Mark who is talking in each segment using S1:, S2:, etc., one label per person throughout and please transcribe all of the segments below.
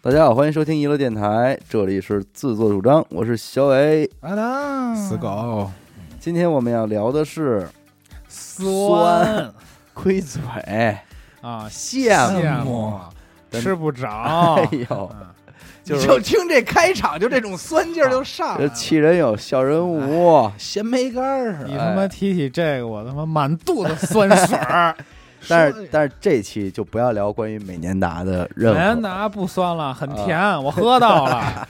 S1: 大家好，欢迎收听一乐电台，这里是自作主张，我是小伟。
S2: 啊啦，
S3: 死狗，
S1: 今天我们要聊的是
S2: 酸
S1: 龟嘴，
S2: 啊，羡
S3: 羡
S2: 慕
S3: 慕
S2: 吃不着
S1: 哎，呦，
S2: 啊
S1: 就
S3: 就是就听这开场，就这种酸
S1: 啊
S3: 劲儿就上来
S1: 这
S3: 了，
S1: 气人有笑人哎无，
S3: 咸梅干儿似
S2: 你
S3: 的。
S2: 他妈提起这个，我他妈满肚子酸水 儿。
S1: 哎但是但是这期就不要聊关于美年达的任
S2: 美安
S1: 何。
S2: 达哎不酸了，很
S1: 啊
S2: 甜，我喝到 了。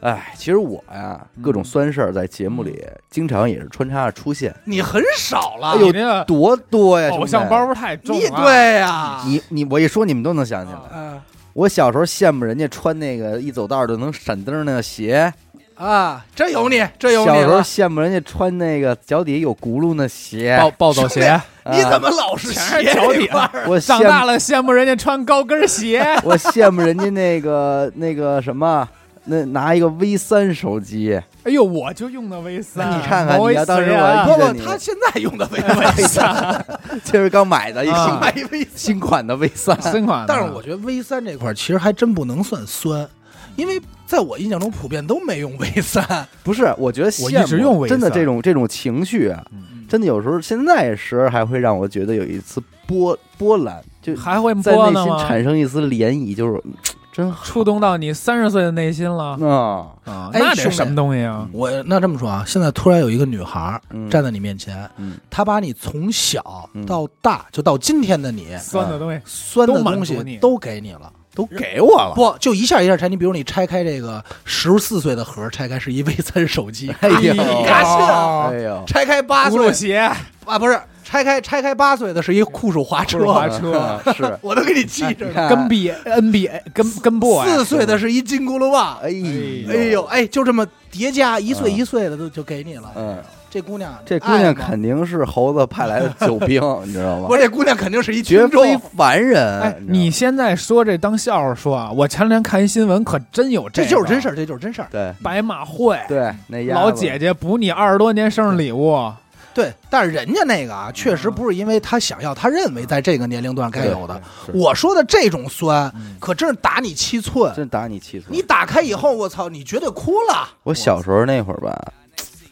S1: 哎，其实我呀，各种酸事儿在节目里经常也是穿插着出现，
S3: 你很少了，
S1: 哎呦
S2: 你这个
S1: 多多呀，
S2: 偶像
S1: 兄弟
S2: 包。袱太重啊
S3: 你
S2: 了。
S3: 对呀，
S1: 你你我一说你们都能想起来，
S3: 啊
S1: 我小时候羡慕人家穿那个一走道儿就能闪灯儿那个鞋，
S3: 啊，这有你，这有
S1: 小
S3: 你
S1: 时候
S3: 了。
S1: 羡慕人家穿那个脚底有轱辘那鞋，
S2: 暴暴 走鞋，
S1: 啊
S3: 你怎么老是
S2: 全
S3: 斜
S2: 是脚底
S3: 这块儿
S1: 我
S2: 长大
S1: 羡慕
S2: 了羡慕人家穿高跟鞋。
S1: 我羡慕人家那个那个什么，那拿一个 V 三手机，
S2: 哎呦，我就用的 V 三，
S1: 那你看看你要当时我
S2: 不好
S1: 遇
S2: 意思呀
S3: 不不
S1: 见，你
S3: 他啊现在 用的微微三，
S1: 这是刚买的一
S2: 啊
S1: 新
S3: 买
S1: 买
S3: 微三。
S1: 新款的 V 三，
S2: 新款的。
S3: 但是我觉得 V 三这块儿其实还真不能算酸，因为在我印象中普遍都没用 V 三。
S1: 不是，我觉得
S2: 我
S1: 羡
S2: 一直
S1: 慕
S2: 用 V
S1: 真的
S2: 三嗯
S1: 这种这种情绪啊，真的有时候现在时还会让我觉得有一丝波波澜，就
S2: 还会
S1: 在
S2: 播
S1: 内
S2: 呢
S1: 心
S2: 吗？
S1: 产生一丝涟漪，就是嗯真好
S2: 触动到你三十岁的内心了
S1: 啊，
S2: 啊！
S3: 哎
S2: 那得
S3: 兄弟
S2: 什么东西啊？
S3: 我那这么说啊，现在突然有一个女孩儿
S1: 嗯
S3: 站在你面前，
S1: 嗯
S3: 她把你从小到大，就到今天的
S1: 嗯
S3: 你，
S2: 酸的东西，
S3: 酸的东
S2: 都满足
S3: 西
S2: 你
S3: 都给你了。
S1: 都给我了，
S3: 不，就一下一下拆。你比如你拆开这个十四岁的盒，拆开是一 V 三手机；
S1: 哎呦，
S3: 嘎嘎
S1: 哎呦，
S3: 拆开八
S2: 轱辘
S3: 岁
S2: 鞋、
S3: 啊，不是拆开拆开八岁的是一酷暑滑
S2: 酷暑滑
S3: 车，
S2: 车
S1: 嗯是
S3: 我都给你记着
S1: 你
S3: 呢。
S1: 看
S2: 跟 B NBA 跟跟 boy
S3: 哎四岁的是一金轱辘袜，
S1: 哎呦，
S3: 哎呦，哎，就这么叠加，一岁
S1: 嗯
S3: 一岁的都就给你了。
S1: 嗯，
S3: 这姑娘，
S1: 这姑娘
S3: 肯，
S1: 肯定是猴子派来的救 兵，你知道吗
S3: 不？是这姑娘肯定是一
S1: 绝
S3: 群众
S1: 非，凡
S2: 哎
S1: 人，，
S2: 你
S1: 知
S2: 现在说这当笑话说啊，我前两天看一新闻，可真有
S3: 这
S2: 个
S3: 就是真事儿，这就是真事儿。
S1: 道吗
S2: 白马会，
S1: 对对，那丫
S2: 老
S1: 头
S2: 姐姐补你二十多年生日礼物，
S3: 对，但是人家那个啊，确实不是因为她想要，她认为在这个年龄段该有的。
S1: 嗯对是
S3: 我说的这种酸
S2: 嗯，
S3: 可真是打你七寸。
S1: 真打你气死
S3: 你！打开以后，我操，你绝对哭了。
S1: 我小时候那会儿吧，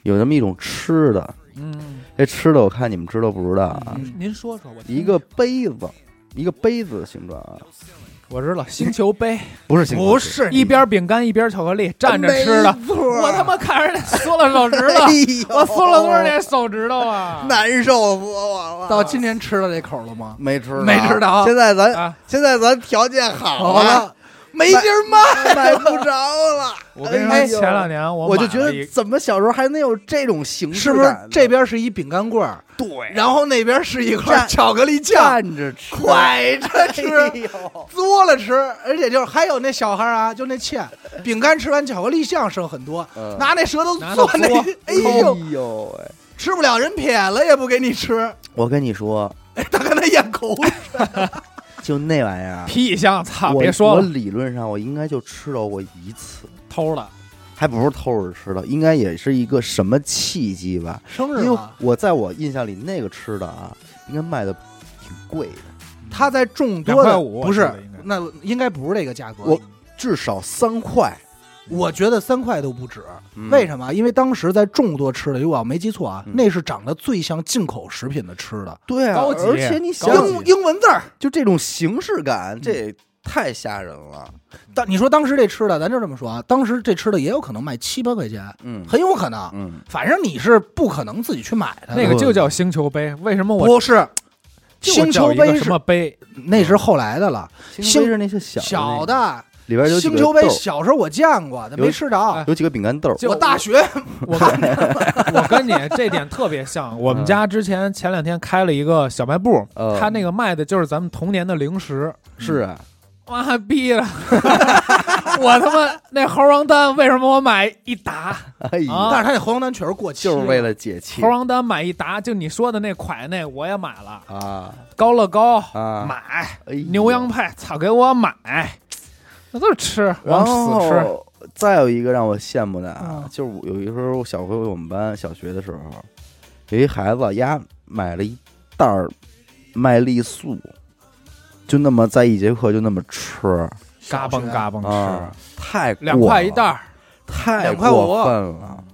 S1: 有那么一种吃的，
S2: 嗯，
S1: 这吃的我看你们知道不知道啊？
S3: 嗯
S2: 您说说，我听
S1: 一个杯子，一个杯子的形状啊，
S2: 我知道星球杯，
S1: 不是形状
S3: 不，是
S2: 一边饼干一边巧克力，站着吃的，
S3: 没错
S2: 我他妈看着那缩了手指头，
S3: 哎哎呦
S2: 我缩了多少年手指头啊？
S3: 难受死我了。到今天吃到这口了 吗？
S1: 没吃啊
S3: 没吃到
S1: 现在咱
S2: 啊，
S1: 现在咱条件好啊
S3: 好
S1: 了，
S3: 了，没劲儿卖，
S1: 买不着了。
S2: 我跟你说
S1: 哎，呦
S2: 前两年我
S1: 我就觉
S2: 买了
S1: 得
S2: 一
S1: 怎么小时候还能有这种形式
S3: 是不
S1: 感呢？
S3: 是这边是一饼干棍儿，
S1: 对
S3: 然后那边是一块
S1: 蘸
S3: 巧克力酱，
S1: 站着吃，
S3: 快着吃，
S1: 哎呦
S3: 嘬了吃，而且就是还有那小孩啊，就那欠饼干吃完巧克力酱剩很多，
S1: 嗯
S3: 拿那舌头
S2: 拿
S3: 嘬
S2: 那
S3: 那
S2: 嘬，
S3: 哎呦，
S1: 哎呦喂！
S3: 吃不了人撇了也不给你吃，
S1: 我跟你说，
S3: 他跟他咽口水。
S1: 就那玩意 儿啊，
S2: 屁香，操！
S1: 我
S2: 别说
S1: 我
S2: 了，
S1: 理论上我应该就吃到过一次，
S2: 偷了，
S1: 还不是偷着吃的，应该也是一个什么契机吧？
S3: 生
S1: 因
S3: 日
S1: 为
S3: 嘛，
S1: 我在我印象里那个吃的啊，应该卖的挺贵的，
S3: 他在众多
S2: 两
S3: 的
S2: 块五
S3: 不
S2: 我
S3: 是
S2: 记得应该，
S3: 那应该不是这个价格。
S1: 我至少三块。
S3: 我觉得三块都不止，
S2: 嗯
S3: 为
S1: 么？
S3: 什么？因为当时在众多吃的，如果我没记错啊，
S1: 嗯
S3: 那是长得最像进口食品的吃的，
S1: 对啊，
S2: 高级
S1: 而且你想
S2: 高级
S3: 英英文字儿。
S1: 就这种形式感，这也太吓人了。
S3: 但你说当时这吃的，咱就这么说啊，当时这吃的也有可能卖七八块钱，
S1: 嗯
S3: 很有可能。
S1: 嗯，
S3: 反正你是不可能自己去买
S1: 哎
S3: 的。
S2: 那个就叫星球杯。为什么我
S3: 不是
S2: 就
S3: 星
S2: 叫
S3: 球
S2: 一个
S3: 杯
S2: 什
S3: 是
S2: 么杯？
S3: 那是后来的了，
S1: 星球杯是那些小的
S3: 小的
S1: 那个里边有几
S3: 星
S1: 个
S3: 球杯
S1: 豆儿
S3: 小时候我见过，但
S1: 有
S3: 没吃着
S2: 哎。
S1: 有几个饼干豆儿。
S2: 就
S3: 我大学
S1: 啊
S2: 我跟我跟你这点特别像。我们家之前前两天开了一个小卖部，
S1: 嗯
S2: 他那个卖的就是咱们童年的零食。
S1: 是啊，
S2: 妈逼了！ 我他妈那猴王丹为什么我买一打？
S1: 哎呀
S2: 啊，
S3: 但是他那黄丹确实过期
S1: 就是为了解气
S2: 猴王丹买一打，就你说的那款那我也买了，
S1: 啊
S2: 高乐高
S1: 啊！
S2: 买，
S1: 哎呦哎
S2: 牛羊配，操，给我买，那都是吃，
S1: 然
S2: 往
S1: 哦
S2: 死吃。
S1: 后再有一个让我羡慕的啊
S3: 嗯，
S1: 就是我有一时候小回我们班小学的时候，有一孩子丫买了一袋儿麦丽素，就那么在一节课就那么吃，
S2: 嘎嘣嘎嘣
S1: 啊
S2: 吃，，
S1: 太过
S2: 两块一
S1: 了
S2: 袋，儿，
S1: 太
S3: 两块五
S1: 过分
S2: 啊
S1: 了，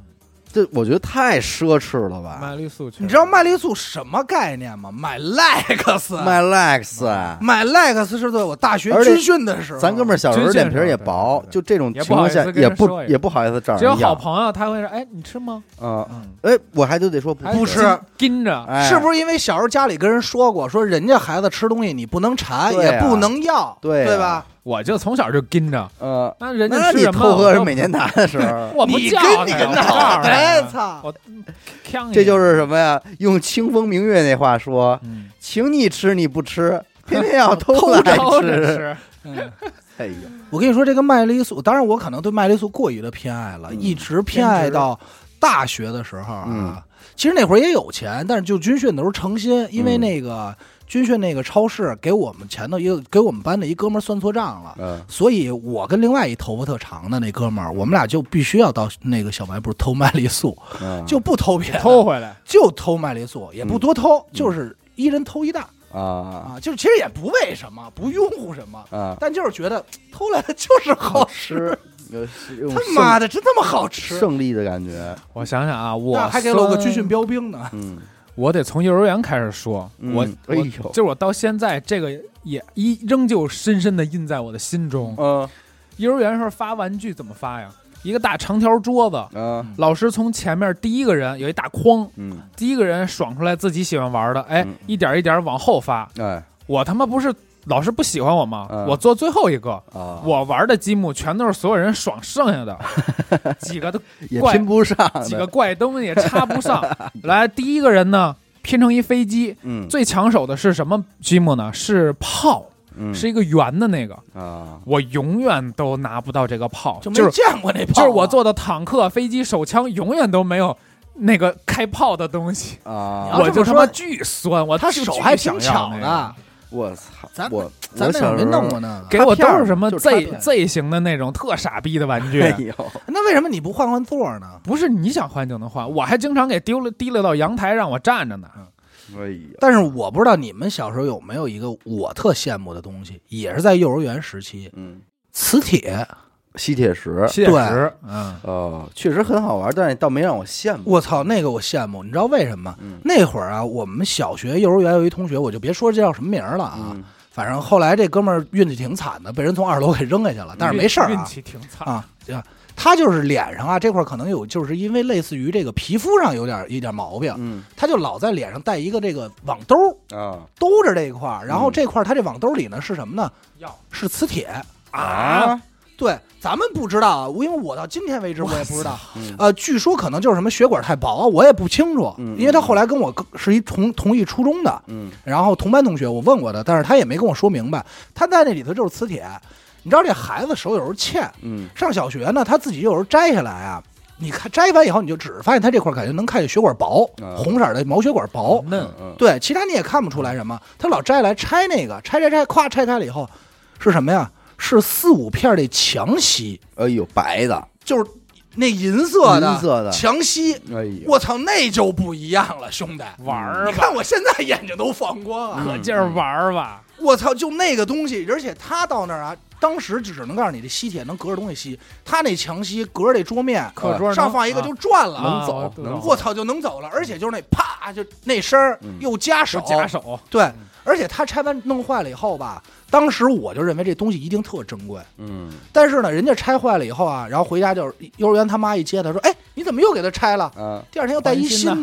S1: 这我觉得太奢侈了吧？
S2: 麦丽素去，
S3: 你知道麦丽素什么概念吗？买 Lex，
S1: 卖 Lex，
S3: 买 Lex 是对我大学
S1: 而且
S3: 军训的时候，
S1: 啊咱哥们儿小时候脸皮儿也薄，
S2: 军
S1: 就这种
S2: 也
S1: 情
S2: 不好
S1: 况
S2: 意思
S1: 下
S2: 跟人
S1: 也不
S2: 说呀
S1: 也不好意思找
S2: 只有
S1: 人
S2: 好
S1: 要。
S2: 朋友他会说，哎，你吃吗？
S1: 嗯，
S2: 嗯，
S1: 哎，我还就得说不
S2: 还得
S3: 不吃
S2: 盯着，
S1: 哎
S3: 是不是因为小时候家里跟人说过，说人家孩子吃东西你不能馋，
S1: 对啊
S3: 也不能要，
S1: 对啊
S3: 对吧？
S2: 我就从小就盯着，
S1: 呃，
S2: 那人
S1: 那
S2: 家吃
S1: 你
S2: 什么，
S1: 偷喝
S2: 我
S1: 人
S2: 都
S1: 美年达的 时
S3: 哎
S1: 候，
S2: 我不
S3: 你
S2: 叫
S3: 跟
S2: 他
S3: 你
S2: 呀
S3: 个
S2: 我
S3: 脑
S2: 告
S1: 啊
S2: 诉
S3: 袋，
S2: 你
S3: 哎操！
S2: 我呛你，
S1: 这就是什么呀？用清风明月那话说，
S2: 嗯
S1: 请你吃你不吃，偏偏要偷
S2: 偷
S1: 来
S2: 着
S1: 吃。
S2: 吃，
S3: 嗯
S1: 哎呦，
S3: 我跟你说，这个麦丽素，当然我可能对麦丽素过于的偏爱了，
S1: 嗯
S3: 一直偏爱到大学的时候啊。
S1: 嗯
S3: 其实那会儿也有钱，但是就军训的时候诚心，因为
S1: 嗯
S3: 那个、军训那个超市给我们前头一个给我们班的一哥们儿算错账了。
S1: 嗯，
S3: 所以，我跟另外一头发特长的那哥们儿，我们俩就必须要到那个小卖部偷麦丽素，
S1: 嗯
S3: 就不偷别的，
S2: 偷回来，
S3: 就偷麦丽素，也不多
S1: 嗯
S3: 偷，就是一人偷一袋
S1: 啊
S3: 啊，就是其实也不为什么，不拥护什么，
S1: 啊，
S3: 但就是觉得偷来的就是好吃，
S1: 吃， 有有
S3: 他
S1: 胜
S3: 妈的真他妈好吃！
S1: 胜利的感觉。
S2: 我想想啊，我
S3: 那还给了我个军
S2: 标。
S3: 训标兵呢，
S1: 嗯，
S2: 我得从幼儿园开始说，
S1: 嗯
S2: 我
S1: 哎
S2: 我
S1: 呦
S2: 就是我到现在这个也依仍旧深深的印在我的心中。
S1: 嗯
S2: 幼儿园时候发玩具怎么发呀？一个大长条桌子，
S1: 嗯
S2: 老师从前面第一个人有一大筐，
S1: 嗯，
S2: 第一个人爽出来自己喜欢玩的，哎
S1: 嗯，
S2: 一点一点往后发。
S1: 哎
S2: 我他妈不是老师不喜欢我吗？
S1: 嗯
S2: 我坐最后一个。
S1: 啊，
S2: 我玩的积木全都是所有人爽剩下的， 几个都
S1: 也
S2: 怪
S1: 拼不上
S2: 几个
S1: 的。
S2: 怪东西也插不 上。来，第一个人呢拼成一飞机，
S1: 嗯，
S2: 最抢手的是什么积木呢？是炮，
S1: 嗯
S2: 是一个圆的那个。
S1: 啊，
S2: 我永远都拿不到这个炮，
S3: 就
S2: 就
S3: 没
S2: 是
S3: 见过那炮啊，
S2: 就是我做的坦克、飞机、手枪，永远都没有那个开炮的东西。
S1: 啊！
S3: 要
S2: 我
S3: 这么
S2: 就他
S3: 说
S2: 妈巨酸，我
S3: 他
S2: 就
S3: 手
S2: 巨
S3: 还
S2: 想
S3: 挺
S2: 要
S3: 巧
S2: 那
S3: 的
S2: 个。，
S1: 我操！
S3: 咱
S1: 我
S3: 咱
S1: 我
S3: 那会
S1: 小
S3: 儿没
S1: 时
S3: 弄
S1: 候
S3: 过，那个。
S2: 给我都是什么
S1: 就是插片
S2: Z
S1: 儿
S2: Z 型的那种特傻逼的玩具，
S1: 哎呦，
S3: 那为什么你不换换座儿呢？
S2: 不是你想换就能换。我还经常给丢了提溜到阳台让我站着呢。
S1: 哎呦，
S3: 但是我不知道你们小时候有没有一个我特羡慕的东西，也是在幼儿园时期，
S1: 嗯，
S3: 磁铁。
S1: 吸铁石，
S2: 确实，嗯，
S1: 哦，确实很好玩，但是倒没让我羡慕。
S3: 我操，那个我羡慕，你知道为什么吗？
S1: 嗯
S3: 那会儿啊，我们小学、幼儿园有一同学，我就别说这叫什么名儿了啊，
S1: 嗯
S3: 反正后来这哥们儿运气挺惨的，被人从二楼给扔下去了，但是没事儿
S2: 运
S3: 啊
S2: 气挺惨。
S3: 啊。啊他就是脸上啊这块儿可能有，就是因为类似于这个皮肤上有点有点毛病，
S1: 嗯
S3: 他就老在脸上戴一个这个网兜儿
S1: 啊
S3: 兜着这一块儿，然后
S1: 嗯
S3: 这块儿他这网兜里呢是什么呢？
S2: 要
S3: 是磁铁。
S2: 啊，
S3: 对，咱们不知道啊，因为我到今天为止我也不知道。
S1: 嗯
S3: 呃，据说可能就是什么血管太薄，啊我也不清楚，
S1: 嗯
S3: 因为他后来跟我是一同同一初中的，
S1: 嗯
S3: 然后同班同学，我问过他，但是他也没跟我说明白。他在那里头就是磁铁，你知道这孩子手有时候欠，
S1: 嗯
S3: 上小学呢，他自己有时候摘下来啊，你看摘完以后，你就只发现他这块感觉能看见血管薄，
S1: 啊
S3: 红色儿的毛血管薄，
S2: 嫩，
S1: 嗯
S3: 对，其他你也看不出来什么。他老摘来拆那个，拆拆拆，咵拆开了以后是什么呀？是四五片儿的强吸，
S1: 哎呦，白的，
S3: 就是那银色的
S1: 银色的
S3: 强吸。
S1: 哎呦，
S3: 我操，那就不一样了，兄弟！
S2: 玩儿
S3: 你
S2: 吧
S3: 看，我现在眼睛都放光啊！
S1: 嗯
S2: 可劲儿玩儿吧。
S3: 我操，就那个东西，而且他到那儿啊，当时只能告诉你这吸铁能隔着东西吸，他那强吸隔着这桌面
S2: 课桌能
S3: 呃上放一个就转了，
S2: 啊
S1: 能走
S2: 我懂
S1: 能
S3: 我操就能走了，而且就是那啪就那声儿
S1: 嗯
S3: 又夹
S2: 就
S3: 手，啊
S2: 夹手，
S3: 对，而且他拆完弄坏了以后吧，当时我就认为这东西一定特珍贵，
S1: 嗯
S3: 但是呢，人家拆坏了以后啊，然后回家就是幼儿园他妈一接他说，哎，你怎么又给他拆了？
S1: 啊，哎
S3: 第二天又带一
S2: 换新的
S3: 新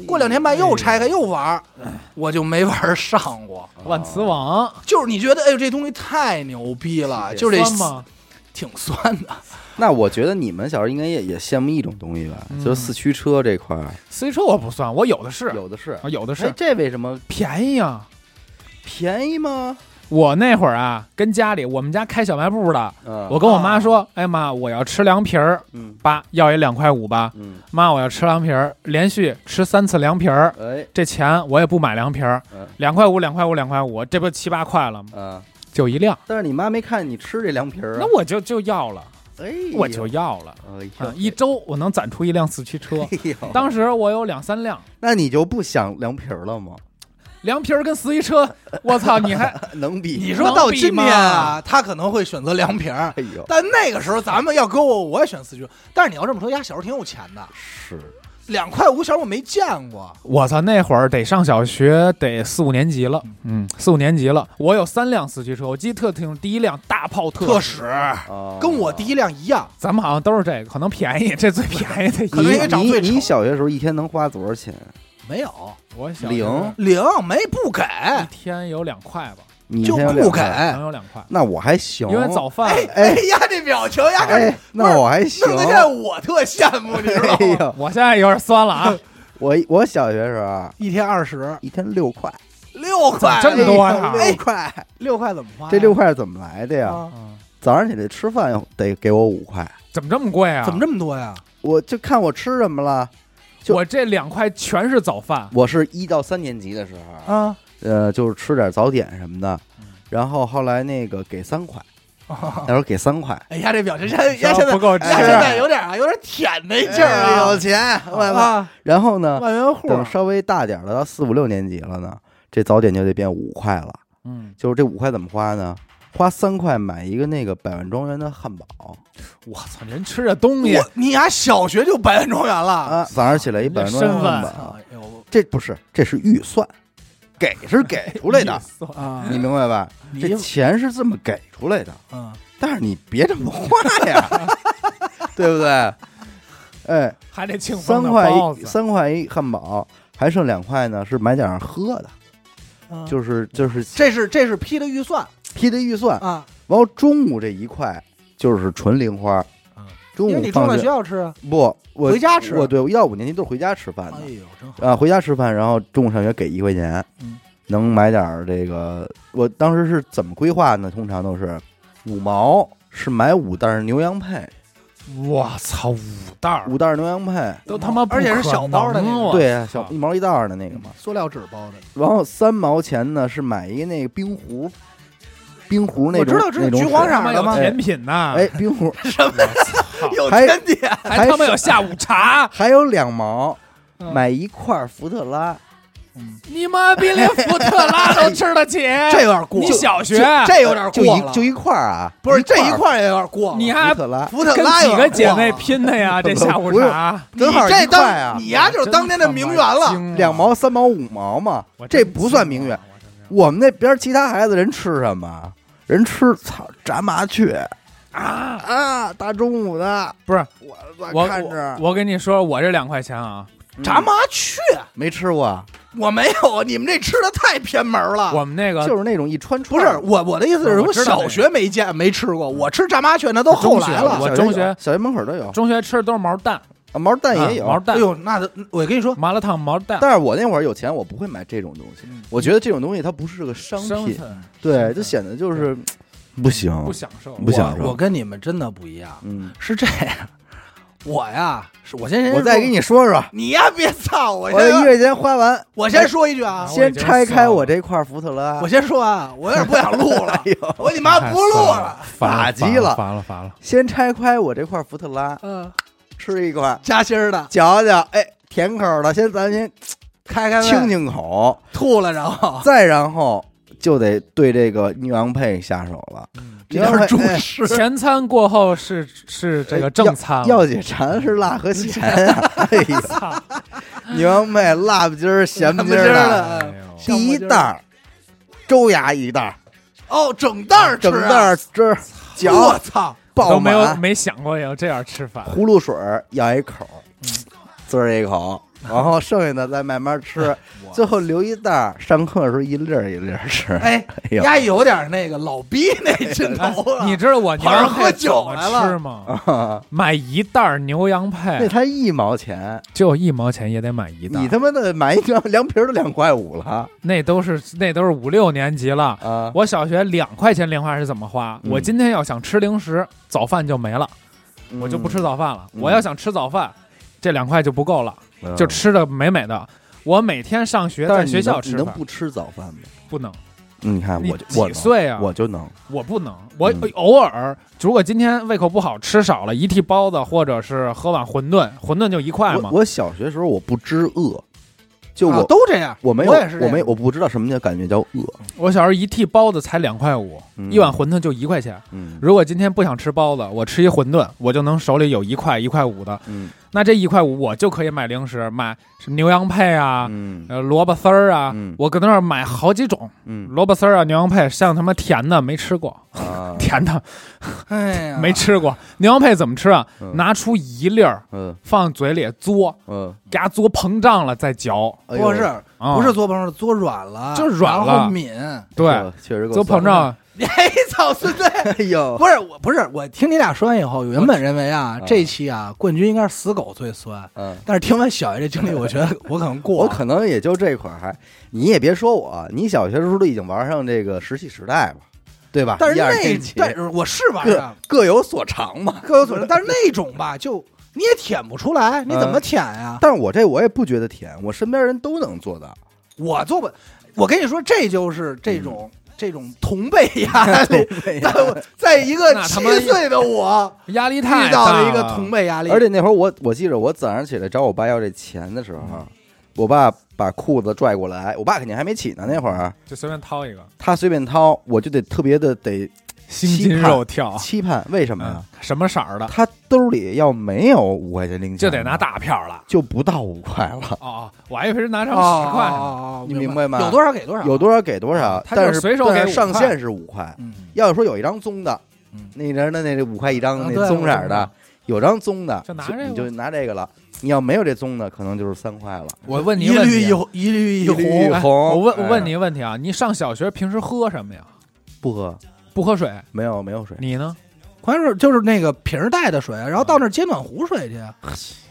S3: 的，过两天
S1: 吧，
S3: 吧又拆开又玩儿，我就没玩儿上过。
S2: 万磁王
S3: 就是你觉得，哎呦，这东西太牛逼了，
S1: 是
S3: 就是
S2: 酸
S3: 这
S2: 吗？
S3: 挺酸的。
S1: 那我觉得你们小时候应该也也羡慕一种东西吧，
S2: 嗯
S1: 就是四驱车这块儿，
S2: 四驱车我不算，我有的是，
S1: 有的是。
S2: 啊有的
S1: 哎
S2: 是，
S1: 这为什么
S2: 便宜啊！
S1: 便宜吗？
S2: 我那会儿啊，跟家里我们家开小卖部的，
S1: 嗯，
S2: 我跟我妈说：“哎妈，我要吃凉皮儿，
S1: 嗯
S2: 爸要一两块五吧。
S1: 嗯，
S2: 妈，我要吃凉皮儿，连续吃三次凉皮儿，
S1: 哎
S2: 这钱我也不买凉皮儿
S1: 嗯，
S2: 两块五，两块五，两块五，这不七八块了吗？
S1: 啊，
S2: 就一辆，
S1: 但是你妈没看你吃这凉皮儿啊
S2: 那，我就就要了，
S1: 哎呦，
S2: 我就要了。”
S1: 哎
S2: 啊
S1: 呦，
S2: 一周我能攒出一辆四驱车，
S1: 哎呦，
S2: 当时我有两三辆，
S1: 那你就不想凉皮儿了吗？
S2: 凉皮儿跟死一车，我操，你还
S1: 能比？
S3: 你说到今天啊，他可能会选择凉皮儿，
S1: 哎呦，
S3: 但那个时候咱们要搁我，我也选四驱。但是你要这么说，丫小时候挺有钱的，
S1: 是
S3: 两块五小时我没见过。
S2: 我操，那会儿得上小学，得四五年级了，嗯，四五年级了。我有三辆四驱车，我记得特清，楚，第一辆大炮
S3: 特
S2: 使，
S3: 使
S1: 啊，
S3: 跟我第一辆一样，
S2: 咱们好像都是这个，可能便宜，这最便宜的一
S3: 可
S2: 个。
S3: 能因为长
S1: 你
S3: 最
S1: 你
S3: 丑
S1: 你小学时候一天能花多少钱？
S3: 没有
S2: 我小
S1: 零
S2: 时
S3: 零没不给，
S2: 候一天有两块吧，
S1: 你一
S3: 就
S1: 天有
S3: 不
S1: 两
S3: 给。
S1: 块
S2: 能有两块，
S1: 那我还行，
S2: 因为早饭
S3: 哎
S1: 哎
S3: 呀，这表情呀，
S1: 哎，那我还行
S3: 弄。得现在我特羡慕，你知道
S1: 哎
S3: 吗？
S1: 呦，
S2: 我现在有点酸了啊！
S1: 我我小学时候啊
S3: 一天二十
S1: 一天六块，
S3: 六块，
S2: 这么多呀
S1: 哎六块，
S3: 六块怎么花呀？
S1: 这六块怎么来的呀？
S3: 啊
S2: 嗯
S1: 早上起来吃饭得给我五块，
S2: 怎么这么贵啊？
S3: 怎么这么多呀？
S1: 我就看我吃什么了。就
S2: 我这两块全是早饭，
S1: 我是一到三年级的时候，
S3: 啊，
S1: 呃，就是吃点早点什么的
S2: 嗯，
S1: 然后后来那个给三块，
S3: 哦
S1: 那时候给三 块，
S3: 哎呀，这表情现在，
S2: 然
S3: 呀
S2: 后
S3: 现在
S2: 不，够吃
S3: 呀现在有点啊，有点舔那劲儿
S1: 哎
S3: 啊
S1: 有钱，万万。
S3: 啊，
S1: 然后呢，
S3: 万元户
S1: 等稍微大点儿了，到四五六年级了呢，这早点就得变五块了。
S2: 嗯，
S1: 就是这五块怎么花呢？花三块买一个那个百万庄园的汉堡
S2: 我操，人吃这东西，
S3: 我你呀，小学就百万庄园了
S1: 啊，！早上起来一百万庄园汉堡
S3: 啊，哎呦
S1: 这不是，这是预算，给是给出来的
S2: 酸
S3: 啊，
S1: 你明白吧？
S3: 你
S1: 这钱是这么给出来的，
S3: 嗯，
S1: 但是你别这么花呀，对不对？哎，
S2: 还得庆
S1: 三
S2: 丰的
S1: 块
S2: 包
S1: 一
S2: 子，
S1: 三块一汉堡，还剩两块呢，是买点儿喝的，
S3: 嗯
S1: 就是就是
S3: 这是这是批的预算
S1: 批的预算。
S3: 啊，
S1: 然后中午这一块就是纯零花
S2: 嗯，
S1: 中
S3: 因为
S1: 午
S3: 你中午
S1: 放
S3: 在学
S1: 学
S3: 校吃啊。
S1: 不，我
S3: 回家吃
S1: 我对，我一到五年级都是回家吃饭的
S3: 哎呦，真好！
S1: 啊，回家吃饭，然后中午上学给一块钱
S3: 嗯，
S1: 能买点儿这个。我当时是怎么规划呢？通常都是五毛是买五袋儿牛羊配，
S2: 我操，五袋儿
S1: 五袋儿牛羊配，
S2: 都他妈不
S3: 而且是
S2: 可
S3: 小包的那
S2: 能
S3: 种
S2: 我
S1: 对啊，
S2: 操
S1: 小一毛一袋儿的那个嘛。
S3: 塑料纸包的，
S1: 然后三毛钱呢是买一个那个冰壶，冰壶那
S3: 我
S1: 种
S3: 知道知道
S1: 那种
S3: 橘
S1: 水
S3: 黄色
S2: 他妈
S3: 哪儿的吗
S2: 有甜品呐，
S1: 哎，冰壶
S2: 我操
S3: 有
S1: 还
S3: 甜点，
S2: 还他妈有下午茶，
S1: 还有两毛，
S2: 嗯
S1: 买一块儿伏特拉。
S2: 你妈逼连福特拉都吃得起，
S3: 这有点过
S2: 你。小学啊
S3: 这有点
S1: 就
S3: 过
S1: 一
S3: 了，
S1: 就一块儿啊，
S3: 不是这一
S1: 儿
S3: 块儿也有点过了。
S2: 你
S1: 伏
S2: 还
S1: 特拉，
S3: 伏特
S2: 跟
S3: 拉有
S2: 几个
S3: 点
S2: 姐
S3: 过
S2: 妹
S3: 了，
S2: 拼的 呀？这下午茶，
S3: 你
S1: 正好一
S3: 这
S1: 块啊
S3: 当你呀就是当年的名媛了。
S1: 两毛、三毛、五毛嘛
S2: 啊我，真
S1: 这
S2: 惊了，啊
S1: 不算名媛。
S2: 我真是
S1: 我们那边其他孩子人吃什么？人吃操炸麻雀
S2: 啊！
S1: 啊，大中午的，
S2: 不是
S1: 我
S2: 我
S1: 我看着
S2: 我跟你说，我这两块钱啊，
S3: 炸麻雀
S1: 没吃过，啊
S3: 我没有，你们这吃的太偏门了。
S2: 我们那个
S1: 就是那种一穿
S3: 不
S1: 串
S3: 啊是
S1: 儿。
S3: 我我的意思是，
S2: 我知道
S3: 小学没见没吃过，我吃炸麻雀那都
S1: 到
S3: 后来了。
S2: 我
S1: 哎小
S2: 中
S1: 学有
S2: 学
S1: 小学门口都有，
S2: 中学吃的都是毛蛋，
S1: 啊毛蛋
S2: 啊
S1: 也有
S2: 毛。蛋
S3: 哎，呦，那都我跟你说，
S2: 麻辣烫毛蛋，
S1: 但是我那会儿有钱，我不会买这种东西
S2: 嗯。
S1: 我觉得这种东西它不是个商
S2: 生
S1: 品，
S2: 存
S1: 对，就显得就是嗯不行。
S2: 不享受。
S1: 不想说
S3: 我我跟你们真的不一样，
S1: 嗯，
S3: 是这样，我呀，是我先先
S1: 我再给
S3: 你，
S1: 你说说，
S3: 你呀别操，我
S1: 我这一
S3: 先
S1: 块钱花完，
S3: 我先说一句啊，
S2: 哎
S1: 先拆开我这块伏特拉，
S3: 我，先说啊，我有点不想录了
S1: 哎呦，
S3: 我你妈不录了，
S2: 烦了，
S1: 打击
S2: 烦了，
S1: 了
S2: 烦了，烦了。
S1: 先拆开我这块伏特拉，
S3: 嗯，
S1: 吃一块，
S3: 夹心儿的，
S1: 嚼嚼，哎，甜口的，先咱先
S3: 开开胃啊
S1: 清清口，
S3: 吐了，然后
S1: 再然后就得对这个牛羊配下手了。
S3: 嗯这
S1: 牛羊
S3: 都是
S1: 配
S3: 主
S1: 哎
S3: 食，
S2: 前餐过后是是这个正餐了，
S1: 药姐馋是辣和咸 啊，哎呀，
S2: 操
S1: 牛羊配辣不筋儿、咸不筋
S3: 咸
S1: 儿啊
S3: 不筋儿
S1: 的，
S3: 的
S2: 哎呦
S1: 第一袋儿周牙一袋儿，
S3: 哦，整袋儿吃
S1: 整
S3: 啊，
S1: 袋儿汁
S3: 我
S1: 嚼
S3: 操，
S1: 爆
S2: 都没有
S1: 满，
S2: 没想过有这样吃法。
S1: 葫芦水儿咬一口，滋儿一口，
S2: 嗯
S1: 然后剩下的再慢慢
S2: 哎
S1: 吃，最后留一袋儿。上课的时候一粒儿一粒儿吃。
S3: 哎，
S1: 呦
S3: 丫有点那个老逼那劲
S2: 哎
S3: 头啊，
S2: 你知道我牛
S3: 跑
S2: 羊
S3: 上喝
S2: 配怎
S3: 酒
S2: 么
S3: 来了
S2: 吃吗？
S1: 啊，
S2: 买一袋儿牛羊
S1: 那
S2: 配
S1: 才一毛钱，
S2: 就一毛钱也得买一袋
S1: 你
S2: 儿，
S1: 他妈的买一张凉皮儿都两块五了
S2: 那都是那都是五六年级了。
S1: 啊！
S2: 我小学两块钱零花是怎么花？
S1: 嗯
S2: 我今天要想吃零食，早饭就没了，
S1: 嗯
S2: 我就不吃早饭了。我要想吃早饭，这两块就不够了，
S1: 嗯，
S2: 就吃的美美的。我每天上学
S1: 但
S2: 在
S1: 是
S2: 学
S1: 你
S2: 校
S1: 能
S2: 吃
S1: 你能
S2: 饭
S1: 不吃早饭吗？
S2: 不能，
S1: 你看
S2: 你
S1: 我就我
S2: 几
S1: 能
S2: 岁啊？
S1: 我就能，
S2: 我不能，我
S1: 嗯
S2: 偶尔如果今天胃口不好，吃少了一屉包子或者是喝碗馄饨，馄饨就一块
S1: 我
S2: 嘛。
S1: 我小学时候我不知饿，就我、
S3: 啊都这样，
S1: 我没有
S3: 我也是这样
S1: 没我不知道什么叫感觉叫饿，
S2: 我小时候一屉包子才两块五，
S1: 嗯
S2: 一碗馄饨就一块钱。
S1: 嗯
S2: 如果今天不想吃包子，我吃一馄饨，我就能手里有一块一块五的，
S1: 嗯
S2: 那这一块五我就可以买零食，买什么牛羊配啊，
S1: 嗯
S2: 呃萝卜丝儿啊，
S1: 嗯
S2: 我搁那儿买好几种
S1: 嗯
S2: 萝卜丝儿啊、牛羊配，像他妈甜的没吃过，
S1: 啊，
S2: 甜的
S3: 哎呀，
S2: 没吃过。牛羊配怎么吃啊？
S1: 嗯
S2: 拿出一粒儿
S1: 嗯
S2: 放嘴里嘬，
S1: 嗯，
S2: 给它嘬膨胀了再嚼，
S1: 哎呦
S3: 不是
S2: 啊
S3: 不是做膨胀，做软了，
S2: 就是软了
S3: 然后抿。
S2: 对
S1: 这个确实够
S2: 嘬膨
S1: 酸的，
S2: 胀，
S3: 哎，操孙子！
S1: 哎呦，
S3: 不是我，不是我听你俩说完以后，原本认为啊，
S1: 我
S3: 这期啊，冠军应该是死狗最酸，
S1: 嗯。
S3: 但是听完小爷这经历，我觉得我可能过
S1: 我
S3: 了，
S1: 可能也就这块儿，还你也别说我，你小学时候都已经玩上这个石器时代了，对吧？
S3: 但是
S1: 一二
S3: 那
S1: 年级
S3: 但是我是玩儿
S1: 各
S3: 啊，
S1: 各有所长嘛。
S3: 各有所长，但是那种吧，就你也舔不出来，你怎么舔呀？
S1: 但是我这我也不觉得甜，我身边人都能做到。
S3: 我做不，我跟你说，这就是这种这种同辈压 力。但我在一个
S2: 那他
S3: 七
S2: 妈
S3: 岁的我
S2: 压力太
S3: 遇
S2: 大
S3: 到
S2: 了
S3: 了一个同辈压力，
S1: 而且那会儿我我记着，我早上起来找我爸要这钱的时候，我爸把裤子拽过来，我爸肯定还没起呢，那会儿
S2: 就随便掏一个，
S1: 他随便掏，我就得特别的得
S2: 心
S1: 期
S2: 惊
S1: 盼
S2: 肉跳。
S1: 期盼，为什么
S2: 嗯
S1: 呀？，
S2: 什么色儿的
S1: 他兜里要没有五块钱零钱，
S2: 就得拿，大票了。
S1: 就不到五块了，
S2: 哦哦，我还以为是拿上
S3: 哦
S2: 十块呢。
S3: 哦哦哦
S1: 你
S3: 明
S1: 明白吗
S3: 有多少给多少，
S1: 有多少给多少
S2: 啊，他就是
S1: 但是
S2: 随手
S1: 但是
S2: 给五
S1: 上
S2: 块
S1: 限是五块。
S3: 嗯，
S1: 要说有一张棕的
S3: 嗯，
S1: 那人的那这五块一张的
S3: 啊
S1: 那
S3: 对
S1: 棕色
S3: 我
S1: 儿
S3: 知道
S1: 的，有张棕的，
S2: 就拿这个
S1: 你就拿这个了。你要没有这棕的，可能就是三块了。
S2: 我问你啊
S3: 一
S2: 问
S3: 绿
S2: 题
S3: 一，红一绿一
S1: 一绿一
S3: 红嗯
S1: 红，
S2: 哎我问我问你一个问题啊，你上小学平时喝什么呀？
S1: 不喝，
S2: 不喝水，
S1: 没有没有水，
S2: 你呢？
S3: 关键是就是那个瓶儿带的水，然后到那儿接暖壶水去。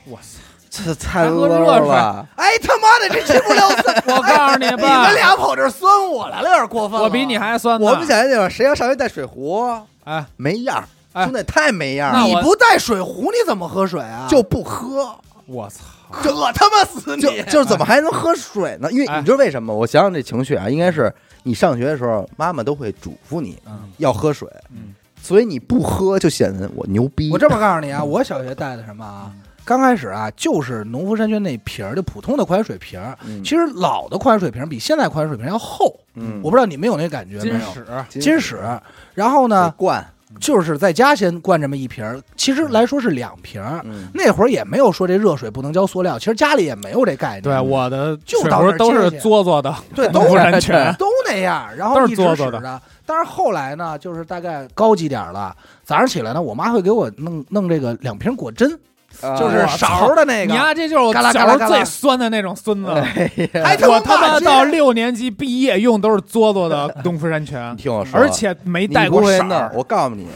S2: 我操！
S1: 这太
S2: 还喝
S1: 恶
S2: 热水啊
S1: 了。
S3: 哎他妈的，这期不聊死，
S2: 我告诉你
S3: 你
S2: 吧，
S3: 们俩跑这儿酸我来了，有点过分了。
S2: 我比你还酸呢。
S1: 我们想那会儿，谁要上学带水壶，
S2: 哎，
S1: 没样
S2: 哎
S1: 儿，兄弟太没样
S2: 那
S1: 儿
S2: 我
S1: 了，
S3: 你不带水壶，你怎么喝水啊？
S1: 就不喝，
S2: 我操！
S3: 就我他妈死你！
S1: 就就是怎么还能喝水呢？因为
S2: 哎
S1: 你知道为什么？我想想这情绪啊，应该是你上学的时候，妈妈都会嘱咐你
S3: 嗯
S1: 要喝水
S2: 嗯，
S1: 所以你不喝就显得我牛逼。
S3: 我这么告诉你啊，我小学带的什么啊？刚开始啊，就是农夫山泉那瓶儿，就普通的矿泉水瓶儿。
S1: 嗯
S3: 其实老的矿泉水瓶儿比现在矿泉水瓶儿要厚，
S1: 嗯
S3: 我不知道你们有那感觉
S2: 金
S3: 没有？
S2: 屎，
S3: 金
S1: 使
S3: 屎。然后
S1: 啊
S3: 呢，
S1: 灌，
S3: 就是在家先灌这么一瓶儿，其实来说是两瓶儿。
S1: 嗯
S3: 那会儿也没有说这热水不能浇塑料，其实家里也没有这概念，
S2: 对，啊我的
S3: 就
S2: 水
S3: 到
S2: 壶
S3: 那儿
S2: 都是
S3: 接去
S2: 嘬嘬的，
S3: 对，都
S2: 农夫
S3: 是
S2: 山泉。
S3: 都那样，然后
S2: 都
S3: 一
S2: 是
S3: 直
S2: 做
S3: 使
S2: 作的
S3: 着。但是后来呢，就是大概高级点儿了，早上起来呢，我妈会给我弄弄这个两瓶果珍，
S1: 啊
S3: 就是
S2: 我操
S3: 勺儿的那
S2: 你
S3: 个。
S2: 丫这就是我
S3: 嘎啦
S2: 小
S3: 嘎啦
S2: 时
S3: 嘎
S2: 候
S3: 啦
S2: 最酸的那种孙子。
S1: 哎
S2: 哎
S3: 还
S2: 我他
S3: 骂
S2: 妈
S3: 街啊
S2: 到六年级毕业用都是嘬嘬的农夫山泉
S1: 你，听我说，
S2: 而且没
S1: 你
S2: 带过
S1: 不会
S2: 色
S1: 弄
S2: 儿。
S1: 我告诉你，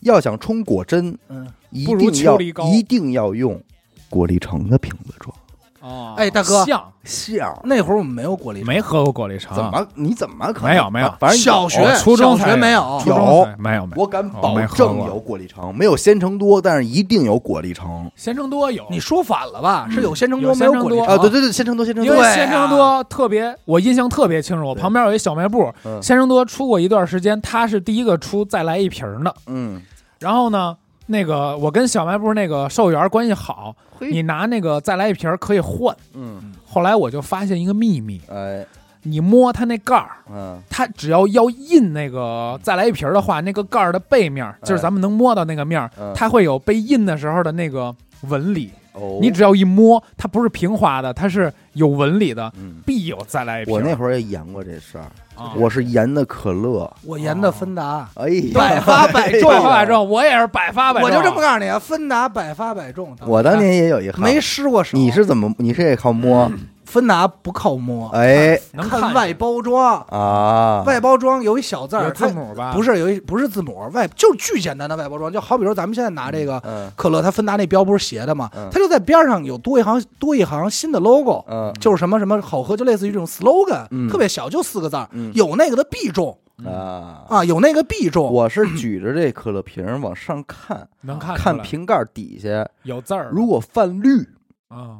S1: 要想冲果真，
S3: 嗯，
S1: 一
S2: 不如
S1: 定要
S2: 秋梨膏
S1: 一定要用果粒橙的瓶子装。
S2: 哦
S3: 哎大哥
S2: 像
S1: 笑，
S3: 那会儿我们没有果粒橙，
S2: 没喝过果粒橙，
S1: 怎么你怎么可能
S2: 啊没有没有
S1: 反正
S3: 小学、
S2: 哦初中
S3: 小
S2: 才
S3: 学
S2: 有
S3: 没有
S2: 初，中
S1: 有
S2: 才没有没有？
S1: 我敢
S2: 哦
S1: 保
S2: 没喝
S1: 证
S2: 过
S1: 有果粒橙，没有鲜橙多，但是一定有果粒橙。
S2: 鲜橙多有，
S3: 你说反了吧？是有鲜橙
S2: 嗯有
S3: 多，没有
S2: 鲜橙
S3: 果粒
S2: 多
S3: 橙。
S1: 啊，对对对，鲜橙多，鲜橙
S2: 哦因
S1: 多
S2: 为
S3: 对啊
S2: 鲜橙多特别，我印象特别清楚。我
S1: 对
S2: 旁边有一小卖部，
S1: 嗯
S2: 鲜橙多出过一段时间，他是第一个出再来一瓶儿的。
S1: 嗯，
S2: 然后呢，那个我跟小卖部那个售货员关系好，
S1: 嘿
S2: 你拿那个再来一瓶儿可以换。
S1: 嗯，
S2: 后来我就发现一个秘密，
S1: 哎，
S2: 你摸它那盖儿，
S1: 嗯，
S2: 它只要要印那个再来一瓶儿的话，那个盖儿的背面儿，就是咱们能摸到那个面儿，
S1: 嗯
S2: 它会有被印的时候的那个纹理。
S3: 嗯
S1: 哦，
S2: 你只要一摸，它不是平滑的，它是有纹理的，
S1: 嗯，
S2: 必有再来一瓶。
S1: 我那会儿也研过这事儿，
S2: 啊
S1: 我是研的可乐，
S3: 我研的芬达，
S1: 哎呀，
S3: 百发百中
S2: 百发百中，我也是百发百中。
S3: 我就这么告诉你啊，芬达百发百中。
S1: 我当年也有一号，
S3: 没失过手。
S1: 你是怎么？你是也靠摸？
S2: 嗯
S3: 芬达不靠摸，
S1: 哎
S2: 能
S3: 看
S2: 看
S3: 外包装，
S1: 啊，
S3: 外包装有一小字
S2: 有
S3: 儿，
S2: 字
S3: 它
S2: 母吧？
S3: 不
S2: 是，
S3: 是有一不是字母，外就是巨简单的外包装，就好比说咱们现在拿这个
S1: 嗯
S3: 可乐，它芬达那标不是斜的吗
S1: 嗯？
S3: 它就在边上有多一行多一行新的 logo，
S1: 嗯，
S3: 就是什么什么好喝，就类似于这种 slogan，
S1: 嗯
S3: 特别小，就四个字儿
S1: 嗯，
S3: 有那个的必中
S2: 嗯
S1: 啊
S3: 啊，有那个必
S2: 哦
S3: 中。
S1: 我是举着这可乐瓶儿往上看，
S2: 能看出
S1: 看
S2: 来嗯
S1: 瓶盖底下，
S2: 有字儿。
S1: 如果泛绿
S2: 啊，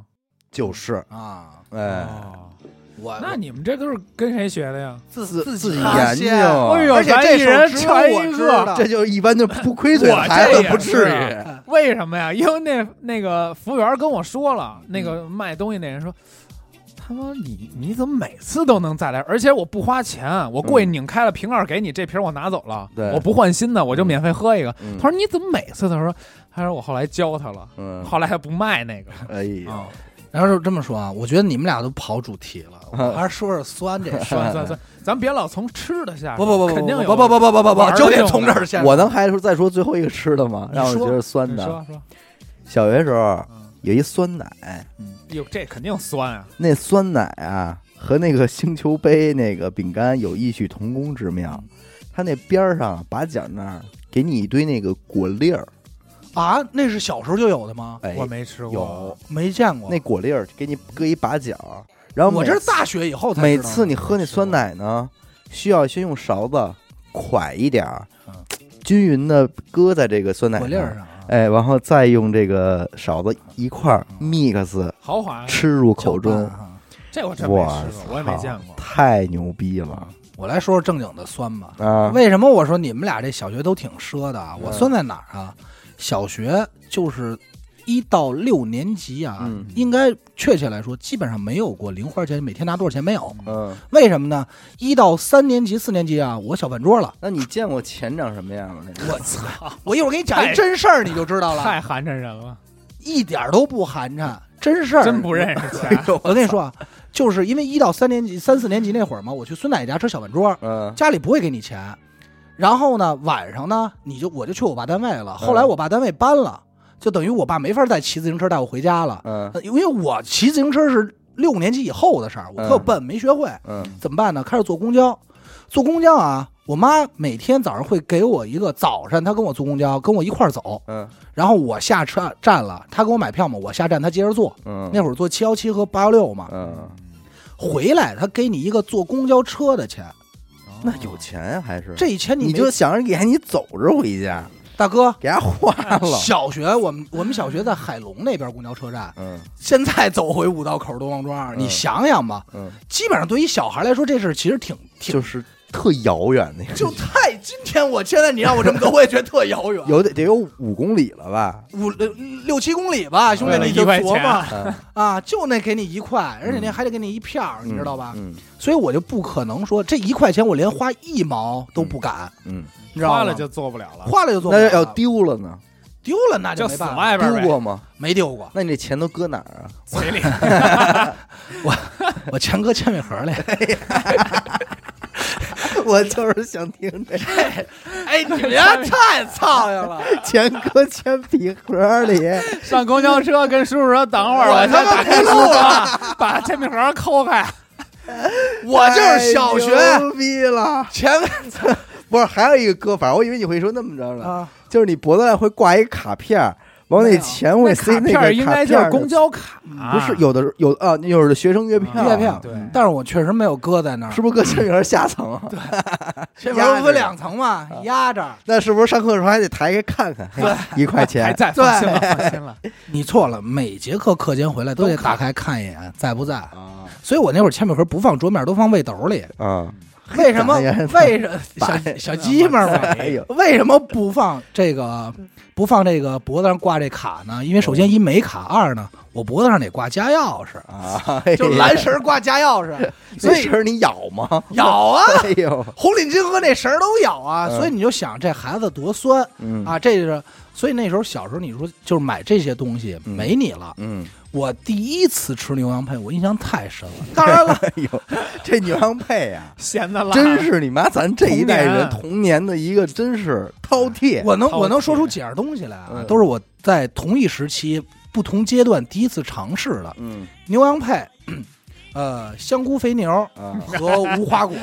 S1: 就是，
S3: 啊，
S1: 哎，
S2: 哦
S3: 我
S2: 那你们这都是跟谁学的呀？
S3: 自
S1: 自
S3: 己
S1: 己
S3: 发
S1: 研
S3: 现
S1: 究，
S2: 哎呦
S3: 哦而且
S2: 咱
S3: 这
S2: 一人
S3: 首只有
S2: 传
S3: 我
S2: 一
S3: 知
S2: 个
S3: 道
S1: 这就一般就不亏嘴的
S2: 我
S1: 孩
S2: 这
S1: 子
S2: 也
S1: 不至
S2: 是
S1: 于。
S2: 为什么呀？因为那那个服务员跟我说了，那个卖东西那人说，他妈你你怎么每次都能再来？而且我不花钱，我过去拧开了瓶盖给你，这瓶我拿走了，
S1: 对
S2: 我不换新的，我就免费喝一个。
S1: 嗯
S2: 他说你怎么每次？他说他说我后来教他了，
S1: 嗯，
S2: 后来他不卖那个了。
S1: 哎呀，
S2: 啊，
S3: 然后就这么说啊，我觉得你们俩都跑主题了，我还是说说酸这事儿。
S2: 算算算，咱别老从吃的下手，
S3: 不不不不
S2: 肯定有
S3: 不不不不不不不，就得从这儿下。
S1: 我能还说再说最后一个吃的吗？
S3: 你
S1: 让我
S3: 说
S1: 觉得酸
S2: 你
S1: 的。
S2: 说说，
S1: 小学时候
S2: 嗯
S1: 有一酸奶，
S2: 嗯，哟，这肯定酸啊，
S1: 那酸奶啊和那个星球杯那个饼干有异曲同工之妙，它那边儿上把角那儿给你一堆那个果粒儿，
S3: 啊，那是小时候就有的吗？
S1: 哎
S2: 我，没吃过。
S1: 有
S3: 没见过。
S1: 那果粒儿给你搁一把角，然后
S3: 我
S1: 每
S3: 这是大学以后才
S1: 每
S3: 知道的
S1: 次你喝那酸奶呢，需要先用勺子㧟一点儿
S3: 嗯，
S1: 均匀的搁在这个酸奶
S3: 果粒儿
S1: 上，
S3: 上啊，
S1: 哎，然后再用这个勺子一块儿 mix
S2: 豪华，
S1: 吃入口
S3: 嗯哎
S1: 中
S3: 搅拌，啊
S2: 这我真没
S1: 哇
S2: 吃过，我也没见过。
S1: 太牛逼了
S3: 我来说说正经的酸吧。
S1: 啊！
S3: 为什么我说你们俩这小学都挺奢的啊？
S1: 嗯
S3: 我酸在哪儿啊？小学就是一到六年级啊，
S1: 嗯
S3: 应该确切来说基本上没有过零花钱，每天拿多少钱没有？
S1: 嗯，
S3: 为什么呢？一到三年级、四年级啊，我小饭桌了。
S1: 那你见过钱长什么样吗？那个
S3: 我操！我一会儿给你讲
S2: 太
S3: 一真事儿，你就知道了，
S2: 太寒碜人了，
S3: 一点儿都不寒碜，真事儿，
S2: 真不认识钱。
S3: 我跟你说啊，就是因为一到三年级、三四年级那会儿嘛，我去孙奶奶家吃小饭桌，
S1: 嗯
S3: 家里不会给你钱。然后呢，晚上呢，你就我就去我爸单位了。后来我爸单位搬了，就等于我爸没法再骑自行车带我回家了，
S1: 嗯
S3: 呃因为我骑自行车是六年级以后的事儿，我特
S1: 嗯
S3: 笨，没学会。
S1: 嗯
S3: 怎么办呢？开始坐公交，坐公交啊，我妈每天早上会给我一个早晨，她跟我坐公交，跟我一块儿走，
S1: 嗯
S3: 然后我下车站了，她给我买票嘛，我下站，她接着坐。
S1: 嗯，
S3: 那会儿坐七幺七和八幺六嘛，
S1: 嗯，
S3: 回来他给你一个坐公交车的钱，
S1: 那有钱呀还是
S3: 这一钱
S1: 你
S3: 没
S1: 就想着给你走着回家，
S3: 大哥。
S1: 给他花了。
S3: 小学我们我们小学在海龙那边公交车站，
S1: 嗯
S3: 现在走回五道口东王庄，
S1: 嗯
S3: 你想想吧，
S1: 嗯，
S3: 基本上对于小孩来说，这事儿其实挺挺
S1: 就是特遥远那个地
S3: 就
S1: 方，
S3: 太今天我现在你让我这么走，我也觉得特遥远，
S1: 有得得有五公里了吧？
S3: 五六六七公里吧，兄弟
S2: 为了
S3: 你就
S2: 一块
S3: 琢磨
S2: 钱
S1: 啊嗯
S3: 啊，就那给你一块，而且那还得给你一票，你知道吧？
S1: 嗯
S3: 所以我就不可能说这一块钱我连花一毛都不敢，
S1: 嗯，
S3: 你知道吗？
S2: 花了就做不了了，
S3: 花了就做不了
S1: 那
S3: 了，
S1: 要丢了呢？
S3: 啊丢了那就
S2: 就
S3: 没
S2: 死
S3: 办法。
S2: 外边
S1: 丢
S2: 呗，
S1: 过吗？
S3: 没丢过，
S1: 那你这钱都搁哪儿啊？
S2: 嘴里
S3: 我全搁铅笔盒里。
S1: 我就是想听这
S3: 哎， 你们家 太操心了！
S1: 钱搁铅笔盒里，
S2: 上公交车跟叔叔说等会儿，我先打开书包，把铅笔盒抠开。
S3: 我就是小学
S1: 太牛逼了。
S3: 前
S1: 不是，还有一个搁法，我以为你会说那么着呢，
S3: 啊，
S1: 就是你脖子上会挂一卡片儿，往那钱会
S2: 那
S1: 塞
S2: 卡
S1: 那
S2: 片
S1: 个
S2: 儿应该就
S1: 卡片
S2: 是
S1: 儿的
S2: 公，交卡，
S1: 不是有的有啊，有的学生月票，
S3: 月票
S2: 对，
S3: 但是我确实没有搁在那儿，
S1: 是不是搁铅笔盒下层啊？
S3: 这玩意儿不是啊两层嘛，压着。
S1: 那是不是上课的时候还得抬开看看？嘿一块
S2: 还
S1: 钱，
S2: 在，
S3: 对
S2: 放心了，放心了。
S3: 你错了，每节课课间回来都得打开看一眼在不在。
S1: 啊
S3: 所以我那会儿铅笔盒不放桌面，都放背兜里。
S1: 啊，
S3: 为什么
S1: 哎呀？
S3: 为什
S1: 白
S3: 小小鸡们儿嘛？
S1: 哎呦，
S3: 为什么不放这个不放这个脖子上挂这卡呢？因为
S1: 哦
S3: 首先一没卡，二呢，我脖子上得挂家钥匙。
S1: 啊，
S3: 就蓝绳儿挂家 钥匙，所
S1: 那
S3: 以
S1: 绳儿你咬吗？
S3: 咬 啊，
S1: 哎呦，
S3: 红领巾和那绳儿都咬啊，
S1: 嗯
S3: 所以你就想这孩子多酸
S1: 嗯
S3: 啊，这就是。所以那时候小时候，你说就是买这些东西
S1: 嗯
S3: 没你了。
S1: 嗯，
S3: 我第一次吃牛羊配，我印象太深 了。当然了，
S1: 哎呦，这牛羊配 啊，
S2: 闲的了，
S1: 真是你妈咱这一代人
S2: 童
S1: 童年的一个真是饕餮。
S3: 我能
S2: 好
S3: 我能说出几样东西来啊
S1: 嗯，
S3: 都是我在同一时期、不同阶段第一次尝试的
S1: 嗯
S3: 牛羊配，呃，香菇肥 牛
S1: 啊，
S3: 和无花果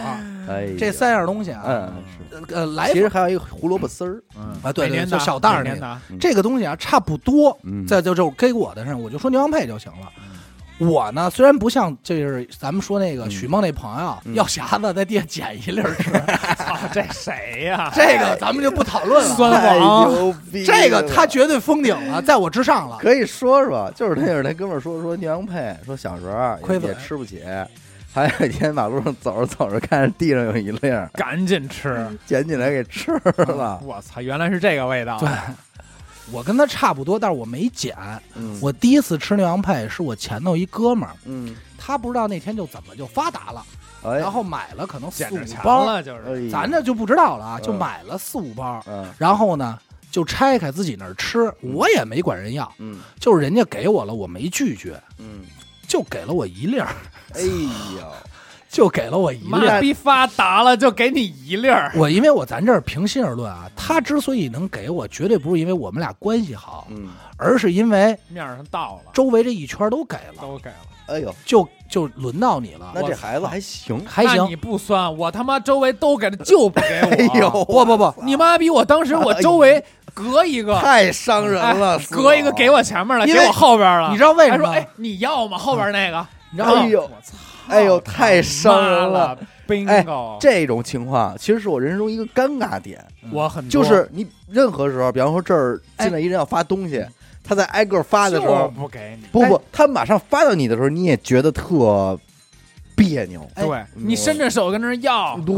S1: 哎呦，
S3: 这三样东西啊，
S1: 嗯是，嗯
S3: 呃，来
S1: 其实还有一个胡萝卜丝儿，
S3: 啊，对
S2: 每
S3: 对，
S2: 年
S3: 就
S2: 的
S3: 小袋儿
S2: 每
S3: 那
S2: 年
S3: 个
S2: 的啊，
S3: 这个东西啊，差不多。
S1: 嗯
S3: 再就就给我的上，我就说牛羊配就行了。我呢，虽然不像就是咱们说那个
S1: 嗯
S3: 许梦那朋友、
S1: 嗯
S3: 药匣子在地下捡一粒 儿吃，
S2: 操，哦这谁呀？
S3: 这个咱们就不讨 论了。
S2: 酸
S1: 太
S2: 王
S1: 牛逼了，
S3: 这个他绝对封顶了，在我之上了。
S1: 可以说说，就是那会儿那哥们儿说说牛羊配，说小时候
S3: 亏
S1: 也
S3: 本
S1: 也吃不起，还有一天马路上走着走着，看着地上有一粒儿，
S2: 赶紧吃！
S3: 嗯
S1: 捡起来给吃了。
S2: 我操，原来是这个味道。啊
S3: 对我跟他差不多，但是我没减。
S1: 嗯
S3: 我第一次吃牛羊配是我前头一哥们儿，
S1: 嗯，
S3: 他不知道那天就怎么就发达了，
S1: 哎，
S3: 然后买了可能四
S2: 捡着
S3: 五
S2: 钱
S3: 包，呃
S2: 了就是。
S1: 哎
S3: 咱这就不知道了啊，
S1: 嗯
S3: 就买了四五包，
S1: 嗯
S3: 然后呢就拆开自己那儿吃，我也没管人要，
S1: 嗯
S3: 就是人家给我了，我没拒绝，
S1: 嗯，
S3: 就给了我一粒儿，
S1: 哎呦，
S3: 就给了我一粒儿。
S2: 妈逼发达了，就给你一粒儿。
S3: 我因为我咱这儿平心而论啊，他之所以能给我，绝对不是因为我们俩关系好，
S1: 嗯，
S3: 而是因为
S2: 面儿上到了，
S3: 周围这一圈都给了，
S2: 都给了。
S1: 哎呦，
S3: 就就轮到你了。
S1: 那
S3: 我
S1: 这孩子还行，
S3: 还
S2: 那
S3: 行
S2: 你，不酸，我他妈周围都给了，就不给我。
S1: 哎呦，
S3: 不不不，
S2: 你妈逼！我当时我周围隔一个，
S1: 太伤人了，
S2: 哎隔一个给
S1: 我，
S2: 我前面了，
S1: 因
S2: 给
S1: 为
S2: 我后边了。
S3: 你知道为什
S2: 还
S3: 么
S2: 说
S3: 吗？
S2: 哎，你要吗？后边那个，
S3: 你知道
S1: 哎
S3: 吗？
S1: 呦，哎呦，太伤
S2: 妈
S1: 人了
S3: 哎
S2: 了。，bingo！
S1: 这种情况其实是我人生中一个尴尬点，
S2: 我很多
S1: 就是你任何时候，比方说这儿
S2: 哎
S1: 进来一人要发东西，他在挨个发的时
S2: 就
S1: 候，
S2: 不给你。
S1: 不不，他马上发到你的时候，你也觉得特别扭。
S3: 哎
S2: 对你伸着手跟那儿要，
S1: 对，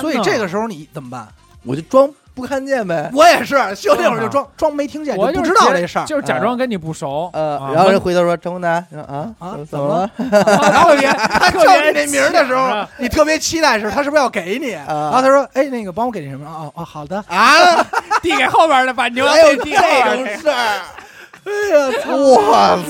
S3: 所以这个时候你怎么办？
S1: 我就装不看见呗。
S3: 我也是，就那会儿就装装没听见，
S2: 嗯我
S3: 不
S2: 就是
S3: 知道
S2: 假
S3: 这事儿。啊
S2: 就是假装跟你不熟。
S1: 呃
S2: 啊，
S1: 然后人
S2: 我
S1: 回头说：“张楠，啊
S3: 啊
S1: 怎
S3: 怎
S1: 么
S3: 么
S1: 了
S3: 了？
S2: 然后别啊
S3: 他叫你那名儿的 时候，你特别期待是他是不是要给你？
S1: 啊
S3: 然后他说：“哎，那个帮我给那什么？哦哦，好的。
S1: 啊，
S2: 递给后边的，把牛
S1: 还有
S2: 羊
S1: 这
S2: 递给后边
S1: 种
S2: 的。
S1: 事儿？哎呀，我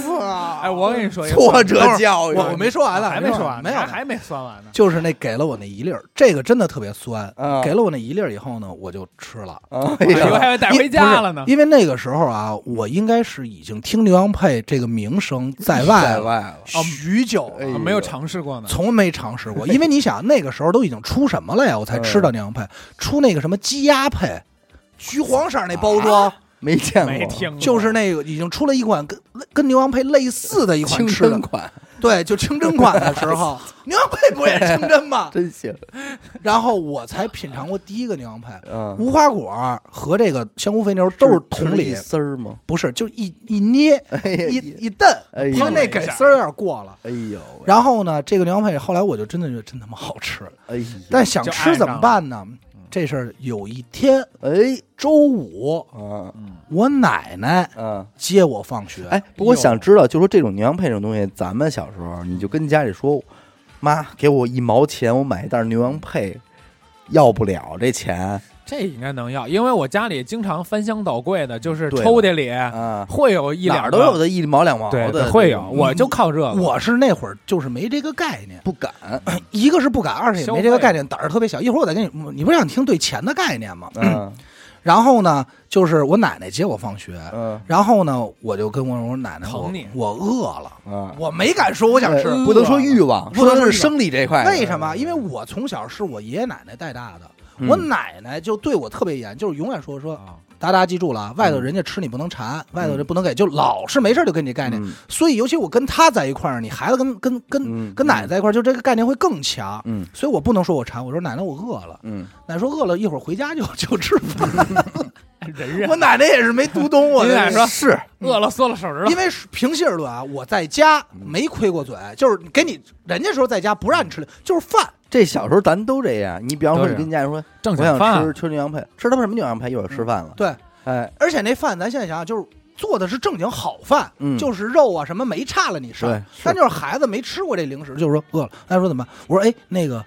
S1: 操！
S2: 哎，我跟你说一个，
S1: 挫折教育，
S3: 我我没说完了，
S2: 啊还没说完呢，
S3: 没有
S2: 还，还没算完呢。
S3: 就是那给了我那一粒儿，这个真的特别酸。
S1: 啊
S3: 给了我那一粒儿以后呢，我就吃了。
S1: 啊
S2: 哎呦，
S1: 哎
S2: 还带
S3: 因
S2: 回家了呢
S3: 不。是因为那个时候啊，我应该是已经听牛羊配这个名声在
S1: 呦，
S3: 外
S1: 在
S3: 了
S1: 外了，
S3: 许久了
S1: 哎呦
S2: 啊没有尝试过呢。
S3: 从没尝试过，因为你想那个时候都已经出什么了呀？我才
S1: 嗯
S3: 吃到那羊配，出那个什么鸡鸭配，橘黄色那
S1: 啊
S3: 包装，
S1: 没见过，
S2: 没听过，
S1: 嗯
S3: 就是那个已经出了一款跟跟牛羊配类似的一款
S1: 清
S3: 吃的
S1: 真，款，
S3: 对，就清真款的时 候，牛羊配不也是清真吗？
S1: 真行。
S3: 然后我才品尝过第一个牛羊配，
S1: 嗯，
S3: 无花果和这个香菇肥牛都是同
S1: 一
S3: 理，
S1: 丝儿吗？
S3: 不是就一一捏
S1: 哎呀
S3: 一一蹬，
S1: 哎呀
S3: 因为那给丝儿有点过了。
S1: 哎呦，
S3: 然后呢，这个牛羊配后来我就真的觉得真他妈好吃，
S1: 哎呦，
S3: 但想
S2: 就
S3: 吃
S2: 爱
S3: 怎
S2: 上
S3: 么
S2: 了
S3: 办呢？这事儿有一天
S1: 哎，
S3: 周五，
S1: 啊
S3: 我奶奶
S1: 啊，
S3: 接我放学，
S1: 哎，不过想知道，就说这种牛羊配这种东西，咱们小时候你就跟家里说，妈给我一毛钱，我买一袋牛羊配，要不了这钱
S2: 这应该能要，因为我家里经常翻箱倒柜的，就是
S1: 对
S2: 抽屉里
S1: 啊，
S2: 会有一
S1: 哪
S2: 两
S1: 儿
S2: 个
S1: 都有，的一毛两毛
S2: 对，
S1: 的，
S2: 会有，
S1: 嗯
S2: 我就靠这个。
S3: 我是那会儿就是没这个概念，
S1: 不敢，
S3: 一个是不敢，二是也
S2: 消
S3: 没这个
S2: 费
S3: 概念，胆儿特别小。一会儿我再跟你，你不是想听对钱的概念吗？
S1: 嗯
S3: 然后呢，就是我奶奶接我放学，
S1: 嗯
S3: 然后呢，我就跟我我说奶奶，我
S2: 疼你
S3: 我饿了，
S1: 嗯，呃
S3: 我没敢说我想吃，
S1: 哎不能说欲望，
S3: 不能说欲望
S1: 的是生理这一块的，
S3: 为什么？因为我从小是我爷爷奶奶带大的，
S1: 嗯
S3: 我奶奶就对我特别严，就是永远说说
S2: 啊
S3: 达达记住了，
S1: 嗯
S3: 啊，外头人家吃你不能馋，外头人不能给，就老是没事就跟你这概念。
S1: 嗯
S3: 所以尤其我跟他在一块儿，你孩子跟跟跟、
S1: 嗯
S3: 跟奶奶在一块儿，就这个概念会更强。
S1: 嗯
S3: 所以我不能说我馋，我说奶奶我饿了，
S1: 嗯，
S3: 奶奶说饿了一会儿回 家就就吃饭。
S2: 人人
S3: 我奶奶也是没 读懂我
S2: 你奶
S3: 的
S2: 奶。说
S1: 是
S2: 饿了缩了手指头
S3: 因，为是平心而论啊，我在家
S1: 嗯
S3: 没亏过嘴，就是给你人家说在家不让你
S1: 嗯
S3: 吃的，就是饭，
S1: 这小时候咱都这样，你比方说
S2: 都
S1: 你
S2: 这
S1: 跟
S2: 样
S1: 家人说，
S2: 正
S1: 我
S2: 经
S1: 想
S2: 饭
S1: 吃吃牛羊配，吃他妈什么牛羊配？一会儿吃饭了，
S3: 对，
S1: 哎，
S3: 而且那饭咱现在想想就是做的是正经好饭，
S1: 嗯
S3: 就是肉啊什么没差了你
S1: 对
S3: 上，
S1: 是
S3: 但就是孩子没吃过这零食，就是说饿了，他说怎么办？我说哎那个，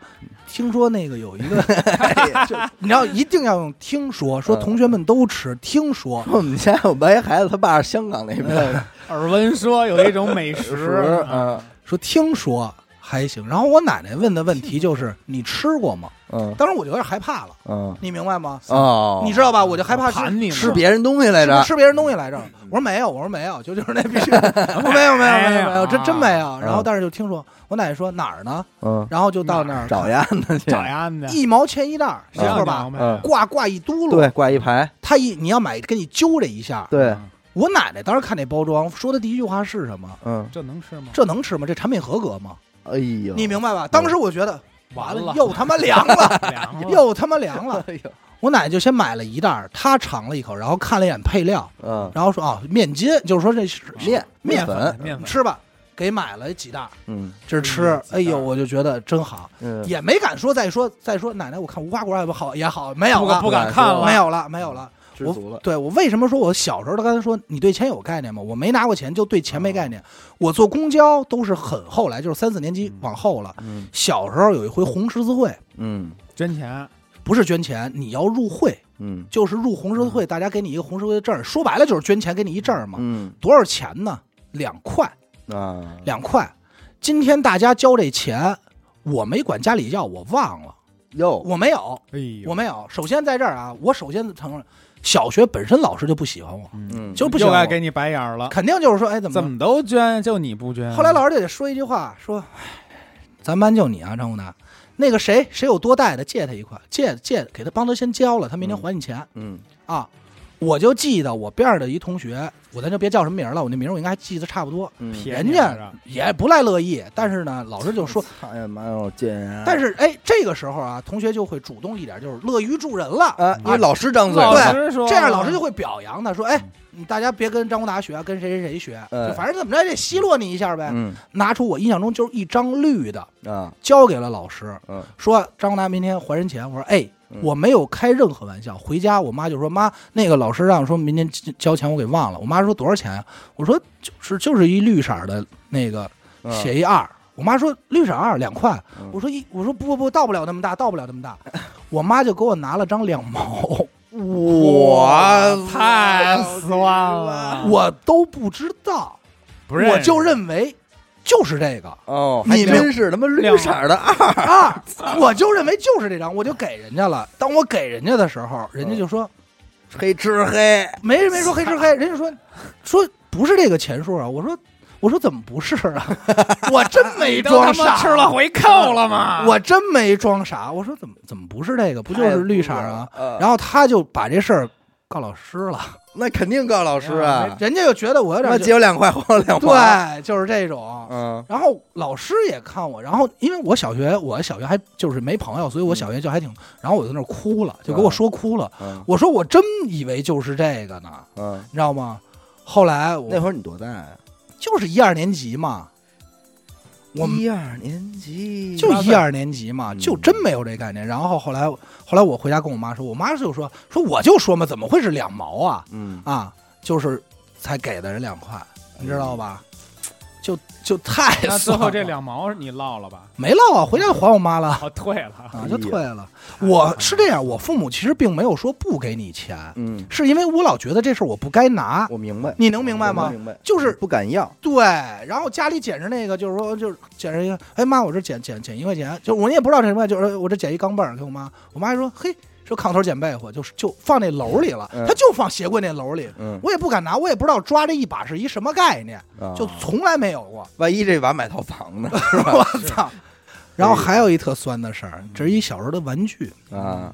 S3: 听说那个有一个，
S1: 哎
S3: 就你知道一定要用听说，说
S1: 嗯
S3: 同学们都吃，听说
S1: 我们家我们一孩子他爸是香港那边的，
S2: 耳闻说有一种美食，
S1: 嗯
S3: 说听说还行。然后我奶奶问的问题就是你吃过吗？
S1: 嗯
S3: 当时我就有点害怕了，
S1: 嗯
S3: 你明白吗？
S1: 哦，
S3: 你知道吧？我就害怕
S2: 盘你呢
S1: 吃别人东西来
S3: 是不
S1: 着
S3: 是？吃别人东西来着？我说没有，我说没有，就 就是那必须，我说没有没有没有没有，真真没有。然后但是就听说我奶奶说哪儿呢？
S1: 嗯，
S3: 然后就到那儿
S1: 找丫呢去，
S2: 找丫的，
S3: 一毛钱一袋儿，
S2: 谁让
S3: 是
S2: 你
S3: 吧
S2: 娘？呗
S1: 嗯
S3: 挂挂一嘟噜，
S1: 对，挂一排，
S3: 他一你要买，给你揪这一下。
S1: 对，
S3: 我奶奶当时看那包装，说的第一句话是什么？
S1: 嗯，
S2: 这能吃吗？
S3: 这能吃吗？这产品合格吗？
S1: 哎呦，
S3: 你明白吧？当时我觉得
S2: 完
S3: 了
S2: 了，，
S3: 又他妈凉了，
S2: 凉了，
S3: 又他妈凉 了。
S1: 哎呦，
S3: 我奶奶就先买了一袋儿，她尝了一口，然后看了一眼配料，
S1: 嗯，
S3: 然后说啊，面筋，就是说这是
S1: 面
S3: 面
S1: 粉，
S2: 面粉
S3: 吃吧，给买了几袋儿，
S1: 嗯
S3: 这吃
S2: 嗯，
S3: 哎呦，我就觉得真好，
S1: 嗯，
S3: 也没敢说再说再说奶奶，我看无花果也不好也好，没有
S2: 不
S3: 了，
S2: 敢不敢看了，
S3: 没有了，没有了。
S1: 知足了。
S3: 对我为什么说我小时候，他刚才说你对钱有概念吗？我没拿过钱，就对钱没概念。我坐公交都是很后来，就是三四年级往后了。
S1: 嗯
S3: 小时候有一回红十字会，
S1: 嗯
S2: 捐钱，
S3: 不是捐钱，你要入会，
S1: 嗯
S3: 就是入红十字会，大家给你一个红十字会的证儿，说白了就是捐钱给你一证儿嘛。
S1: 嗯
S3: 多少钱呢？两块，
S1: 啊，
S3: 两块。今天大家交这钱，我没管家里要，我忘了，
S1: 哟，
S3: 我没有，
S2: 哎呦，
S3: 我没有。首先在这儿啊，我首先承认，小学本身老师就不喜欢我，
S1: 嗯
S3: 就不喜
S2: 又
S3: 欢
S2: 该
S3: 我，
S2: 给你白眼儿了，
S3: 肯定就是说，哎，怎么
S2: 怎
S3: 了？
S2: 么都捐，就你不捐。
S3: 后来老师就得说一句话，说，哎咱班就你啊，张宏达，那个谁谁有多贷的，借他一块，借借给他帮他先交了，他明天还你钱、
S1: 嗯
S3: 啊。我就记得我边上的一同学，我咱就别叫什么名儿了，我那名儿我应该还记得差不多。
S1: 嗯，
S2: 撇
S3: 人
S2: 你
S3: 家
S2: 啊
S3: 也不赖乐意，但是呢，老师就说，
S1: 操哎呀妈呀，我贱啊人！
S3: 但是哎，这个时候啊，同学就会主动一点，就是乐于助人了。
S1: 啊，因为老师张嘴
S2: 老
S1: 了，
S2: 师说，
S3: 这样老师就会表扬他，说：“哎，你大家别跟张宏达学，跟谁谁谁学，
S1: 哎
S3: 就反正怎么着也得奚落你一下呗。
S1: 嗯
S3: 拿出我印象中就是一张绿的，
S1: 啊
S3: 交给了老师，
S1: 嗯
S3: 说张宏达明天还人钱。我说：“哎
S1: 嗯，
S3: 我没有开任何玩笑。”回家我妈就说：“妈，那个老师让说明天交钱，我给忘了。”我妈说：“多少钱呀、我说：“就是就是一绿色的那个
S1: 嗯
S3: 写一二。我妈说绿色二两块
S1: 嗯，
S3: 我说一我说不不不到不了那么大，到不了那 么大，我妈就给我拿了张两毛，
S1: 我
S2: 太酸了，
S3: 我都不知道，
S2: 啊不认识
S3: 我就认为就是 这个
S1: 哦，
S3: 你
S1: 还
S3: 们
S1: 真是他妈绿色儿的啊！
S3: 啊，我就认为就是这张，我就给人家了。当我给人家的时候，人家就说
S1: 黑吃黑，
S3: 没人没说黑 吃黑，人家说说不是这个钱数啊，我说。我说怎么不是啊？ 我真没
S2: 你都他
S3: 装
S2: 妈
S3: 傻，啊
S2: 吃了啊回扣了吗？
S3: 我真没装傻，我说怎么怎么不是这个？不
S1: 哎
S3: 就是绿色啊？
S1: 呃？
S3: 然后他就把这事儿告老师了，
S1: 那肯定告老师啊，
S3: 人家就觉得我有
S1: 那
S3: 点
S1: 借我两块还我两块。
S3: 对，就是这种。
S1: 嗯
S3: 然后老师也看我，然后因为我小学我小学还就是没朋友，所以我小学就还挺，然后我就在那儿哭了，就给我说哭了。
S1: 嗯
S3: 我说我真以为就是这个呢，
S1: 嗯，
S3: 你知道吗？后来
S1: 那
S3: 我
S1: 会儿你多大呀？
S3: 就是一二年级嘛，我们
S1: 一二年级，
S3: 就一二年级嘛，
S1: 嗯
S3: 就真没有这概念。然后后来，后来我回家跟我妈说，我妈就说说我就说嘛，怎么会是两毛啊
S1: 嗯，
S3: 啊，就是才给的人两块，你知道吧？
S1: 嗯
S3: 就就太
S2: 那最
S3: 酸
S2: 后这
S3: 了
S2: 两毛你落了吧？
S3: 没落啊，回家就还我妈了
S2: 哦，退了。
S3: 啊
S1: 哎，
S3: 就
S1: 呀
S3: 退了。我是这样，我父母其实并没有说不给你钱，
S1: 嗯，嗯，
S3: 是因为我老觉得这事儿我不该拿，
S1: 我明白，
S3: 你能明白
S1: 我
S3: 吗？
S1: 明白，
S3: 就是
S1: 不敢要。
S3: 对，然后家里捡着那个，就是说，就是捡着一个，哎妈，我这捡捡捡一块钱，就我也不知道这什么，就是我这捡一钢镚儿给我妈，我妈还说，嘿，说炕头捡被货，就是就放那篓里了，
S1: 嗯
S3: 她就放鞋柜那篓里，
S1: 嗯，
S3: 我也不敢拿，我也不知道抓这一把是一什么概念，
S1: 啊
S3: 就从来没有 过，
S1: 万一这把买套房呢？是吧？
S3: 我操！然后还有一特酸的事儿，这是一小时候的玩具，
S1: 啊，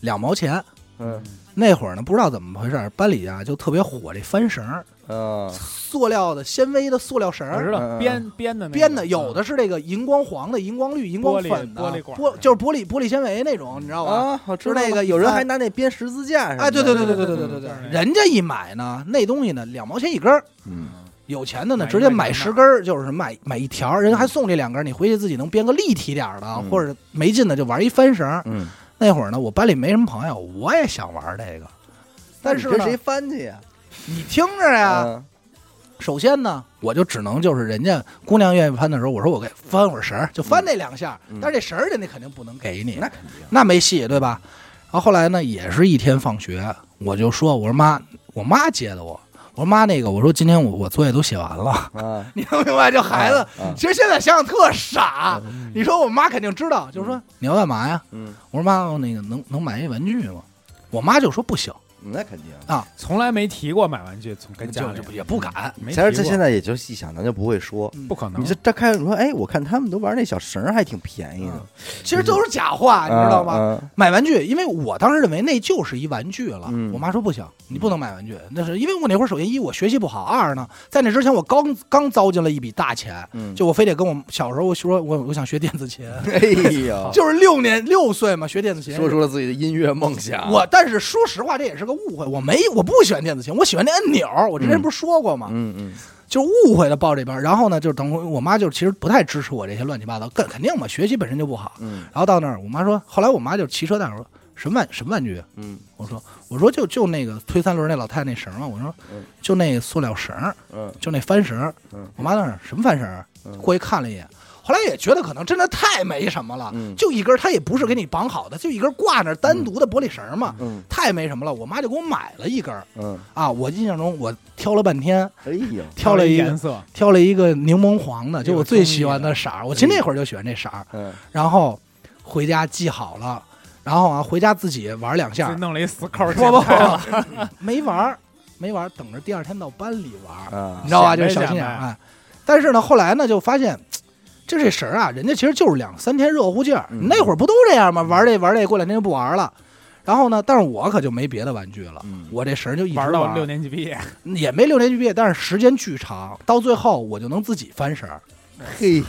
S3: 两毛钱。
S1: 嗯
S3: 那会儿呢，不知道怎么回事儿，班里啊就特别火这翻绳儿，
S1: 嗯
S3: 塑料的纤维的塑料绳
S2: 我
S3: 儿
S1: 嗯
S2: 知，
S1: 嗯
S2: 道编编的那个
S3: 编的，有的是这个荧光黄的、荧光绿、荧光粉的，
S2: 玻璃玻璃管儿
S3: 玻就是玻璃玻璃纤维那种，你知道吧？
S1: 啊，我知
S3: 就
S1: 道
S3: 那个
S1: 了有人
S3: 哎
S1: 还拿那编十字架什么的。
S3: 哎，对对对
S2: 对
S3: 对
S2: 对
S3: 对
S2: 对对
S3: 对对
S2: 对，
S3: 对人家一买呢，那东西呢两毛钱一根儿，
S1: 嗯，
S3: 有钱的呢
S2: 买一
S3: 直接
S2: 块
S3: 买
S2: 钱
S3: 十根儿，就是买买一条儿，人家还送这两根儿，你回去自己能编个立体点儿的，
S1: 嗯
S3: 或者没劲的就玩一翻绳儿。
S1: 嗯，
S3: 那会儿呢，我班里没什么朋友，我也想玩这个，但是
S1: 那你
S3: 呢
S1: 跟谁翻去呀？
S3: 你听着呀，
S1: 嗯
S3: 首先呢，我就只能就是人家姑娘愿意翻的时候，我说我给翻会儿绳儿，就翻那两下。
S1: 嗯
S3: 但是这绳儿人家肯定不能给你，
S1: 那肯定。
S3: 那没戏，对吧？然后后来呢，也是一天放学，我就说我说妈，我妈接的我，我说妈那个，我说今天我我作业都写完了，
S1: 啊，
S3: 你能明白？就孩子，
S1: 啊
S3: 其实现在想想特傻。
S2: 嗯
S3: 你说我妈肯定知道，就是说你要干嘛呀？
S1: 嗯，
S3: 我说妈，那个能能买一玩具吗？我妈就说不行，
S1: 那肯定。
S2: 从来没提过买玩具，从
S1: 哎
S2: 跟家
S3: 就
S2: 里
S3: 就也不敢。
S2: 没
S1: 其
S2: 提过嗯
S1: 实他现在也就细想，咱就不会说。
S2: 不可能
S1: 你，这这开始说，哎，我看他们都玩那小绳儿，还挺便宜的，
S2: 嗯
S3: 其实都是假
S2: 啊
S3: 话，
S1: 嗯
S3: 你知道吗？
S1: 吗？
S3: 买玩具，因为我当时认为那就是一玩具了。
S1: 嗯
S3: 我妈说不行，你不能买玩具。那是因为我那会儿首先一我学习不好，二呢，在那之前我刚刚糟践了一笔大钱，
S1: 嗯，
S3: 就我非得跟我小时候我说我我想学电 子琴，
S1: 哎呀，
S3: 就是六年六岁嘛学电子琴。
S1: 说啊出了自己的音乐梦想。
S3: 我，但是说实话，这也是个误会。我没，我不喜欢电子琴，我喜欢那按钮。我之前不是说过吗？
S1: 嗯嗯
S3: 就是误会了报这边。然后呢，就是等会儿我妈就其实不太支持我这些乱七八糟，更肯定嘛，学习本身就不好。
S1: 嗯
S3: 然后到那儿，我妈说，后来我妈就骑车带我说，什么玩什么玩具？
S1: 嗯
S3: 我说我说就就那个推三轮那老太太那绳嘛，我说
S1: 嗯
S3: 就那塑料绳儿，
S1: 嗯
S3: 就那帆绳儿
S1: 嗯。
S3: 我妈当时什么帆绳儿
S1: 嗯？
S3: 过去看了一眼，后来也觉得可能真的太没什么了，
S1: 嗯
S3: 就一根儿，它也不是给你绑好的，就一根儿挂那儿单独的玻璃绳儿嘛，
S1: 嗯
S3: 太没什么了。我妈就给我买了一根儿
S1: 嗯，
S3: 啊，我印象中我挑了半天，
S1: 哎呦，
S3: 挑了一个
S2: 颜色，
S3: 挑了一个柠檬黄
S2: 哎
S3: 的，就我最喜欢
S2: 有
S3: 的色儿。我其实那会儿就喜欢这色儿，
S1: 嗯
S3: 然后回家系好了，然后啊回家自己玩两
S2: 自
S3: 下
S2: 己，弄了一死扣儿，
S3: 不不
S2: 剪开了
S3: 没玩儿，没玩儿，等着第二天到班里 玩儿，
S1: 啊
S3: 你知道吧？
S2: 显
S3: 就是
S2: 摆
S3: 小心
S2: 显
S3: 眼儿
S2: 摆
S3: 哎。但是呢，后来呢就发现。就这绳儿啊，人家其实就是两三天热乎劲儿。
S1: 嗯
S3: 那会儿不都这样吗？玩这玩这，过两天就不玩了。然后呢，但是我可就没别的玩具了，
S1: 嗯
S3: 我这绳儿就一直
S2: 玩
S3: 到
S2: 到六年级毕业，
S3: 也没六年级毕业，但是时间巨长，到最后我就能自己翻绳儿。。
S1: 嘿，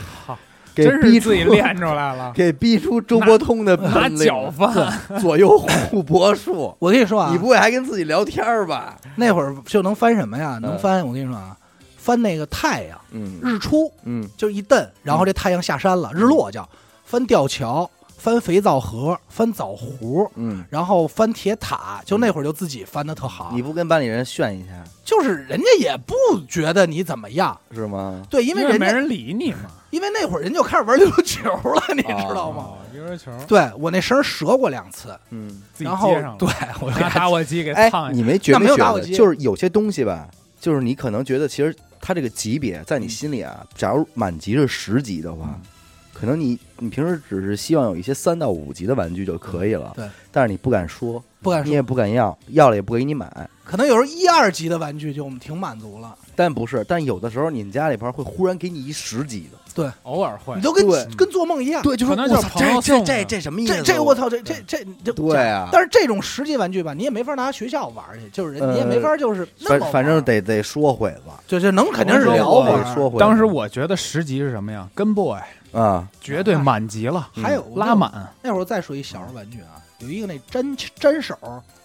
S1: 给
S2: 真
S1: 逼
S2: 是
S1: 出
S2: 自己练出来了。
S1: 给逼出周伯通的
S2: 拿
S1: 本领
S2: 脚饭，
S1: 左右互搏术
S3: 我跟你说啊，
S1: 你不会还跟自己聊天儿吧？
S3: 那会儿就能翻什么呀？能
S1: 嗯
S3: 翻，我跟你说啊，翻那个太阳
S1: 嗯
S3: 日出，
S1: 嗯
S3: 就是一蹬，然后这太阳下山了，日落叫翻吊桥，翻肥皂河，翻枣湖，
S1: 嗯，
S3: 然后翻铁塔，就那会儿就自己翻的特
S2: 啊
S3: 好
S1: 你，不跟班里人炫一下
S3: 就是人家也不觉得你怎么样，
S1: 是吗？
S3: 对，因为人
S2: 没
S3: 家
S2: 人理你嘛，
S3: 因为那会儿人就开始玩溜溜球了， 你
S1: 哦
S3: 知道吗？
S2: 哦，悠悠球，
S3: 对我那绳儿折过两次，
S1: 嗯，
S2: 自己
S3: 然后
S2: 接上了
S3: 对，我
S2: 拿打火机给
S1: 哎
S2: 烫，一下，
S1: 你没觉
S3: 那没
S1: 没
S3: 有
S1: 觉
S3: 打火
S1: 得
S3: 机
S1: 就是有些东西吧，就是你可能觉得其实它这个级别在你
S3: 嗯
S1: 心里啊，假如满级是十级的话。可能你你平时只是希望有一些三到五级的玩具就可以了，
S3: 嗯对，
S1: 但是你不敢说，
S3: 不敢
S1: 你
S3: 说，
S1: 也不敢要，要了也不给你买，
S3: 可能有时候一二级的玩具就我们挺满足了，
S1: 但不是，但有的时候你们家里边会忽然给你一十级的，
S2: 偶尔会
S3: 你，都跟
S1: 对
S3: 跟做梦一样。
S1: 对，就
S2: 可能就是朋友送的
S1: 什么意啊
S3: 这这个我操，这这这这
S1: 对啊
S3: 但是这种实际玩具吧，你也没法拿学校玩儿去，就是人、
S1: 呃
S3: 你也没法就是那
S1: 反
S3: 么玩儿
S1: 反正得得说会子，
S3: 就就能肯定是
S2: 我跟你
S3: 聊
S2: 说
S3: 会
S1: 得
S3: 儿。
S1: 说会子。
S2: 当时我觉得十级是什么呀？跟 boy
S1: 啊，
S2: 绝对满级了，
S3: 还
S1: 嗯
S3: 有
S2: 拉满，
S3: 那会儿再说一小时候玩具啊，有一个那粘粘手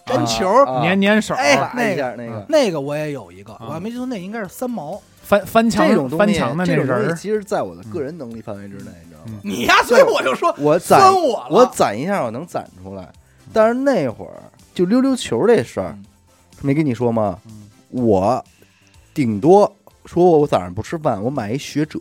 S3: 粘
S1: 啊
S3: 球，
S1: 啊
S2: 粘粘手，
S3: 哎
S1: 拉
S3: 那
S1: 一下那个
S2: 嗯
S3: 那个我也有一个，
S2: 嗯
S1: 啊
S3: 我还没记错，那应该是三毛。
S2: 翻翻墙
S1: 这种东
S2: 翻
S1: 西，
S2: 墙的那
S1: 这种
S2: 人
S1: 东西
S2: 儿，
S1: 其实在我的个人能力范围之内，你知道吗？
S3: 你呀、所以我就
S2: 嗯
S3: 说
S1: 我攒
S3: 酸我了。
S1: 我攒一下，我能攒出来。但是那会儿就溜溜球这事儿
S3: 嗯，
S1: 没跟你说吗
S2: 嗯？
S1: 我顶多说我早上不吃饭，我买一学者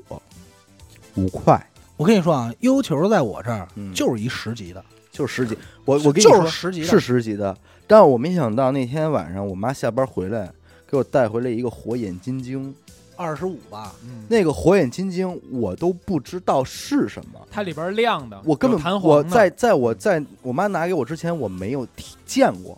S1: 五块，
S3: 我跟你说啊，悠悠球在我这儿、
S1: 嗯
S3: 就是一十级的，
S1: 就十级。我我跟你说
S3: 就是十级的，
S1: 是十级的，但是我没想到那天晚上我妈下班回来，给我带回来一个火眼金睛。
S3: 二十五吧。
S2: 嗯
S1: 那个火眼金睛我都不知道是什么，
S2: 它里边亮的，
S1: 我根
S2: 啊有
S1: 本
S2: 弹
S1: 我
S2: 簧的嗯
S1: 在在我在我妈拿给我之前我没有提见过，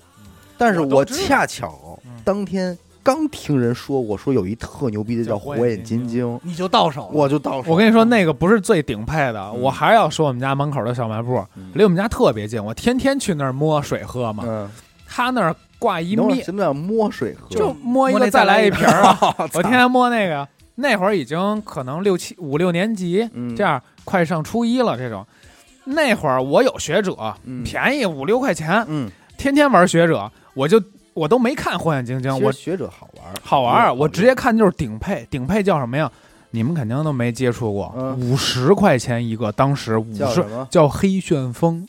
S1: 但是
S2: 嗯我都
S1: 我
S2: 知道
S1: 恰巧
S2: 嗯
S1: 当天刚听人说过，说有一特牛逼的
S2: 叫
S1: 叫
S2: 火
S1: 火
S2: 眼
S1: 眼
S2: 金
S1: 金睛，
S3: 你就到手了，
S1: 我就到手。
S2: 我跟你说，那个不是最顶配的，
S1: 嗯
S2: 我还要说我们家门口的小卖部
S1: 嗯，
S2: 离我们家特别近，我天天去那儿摸水喝嘛。
S1: 嗯，
S2: 他那儿挂一
S1: 你等会儿
S2: 面，
S1: 什么叫摸水喝？
S2: 就摸一
S3: 摸那
S2: 个
S3: 再
S2: 再
S3: 来
S2: 来
S3: 一
S2: 一瓶儿啊！ 我
S1: 我
S2: 天，天摸那个，那会儿已经可能六七五六年级
S1: 嗯
S2: 这样，快上初一了这种。那会儿我有学者，
S1: 嗯
S2: 便宜五六块钱，
S1: 嗯，
S2: 天天玩学者，我就我都没看《火眼金睛
S1: 其》，实
S2: 我
S1: 学者好玩儿，
S2: 好玩儿，我直接
S1: 用
S2: 看就是顶配，顶配叫什么呀？你们肯定都没接触过，
S1: 嗯
S2: 五十块钱一个，当时五
S1: 叫
S2: 十
S1: 什么？
S2: 叫黑旋风，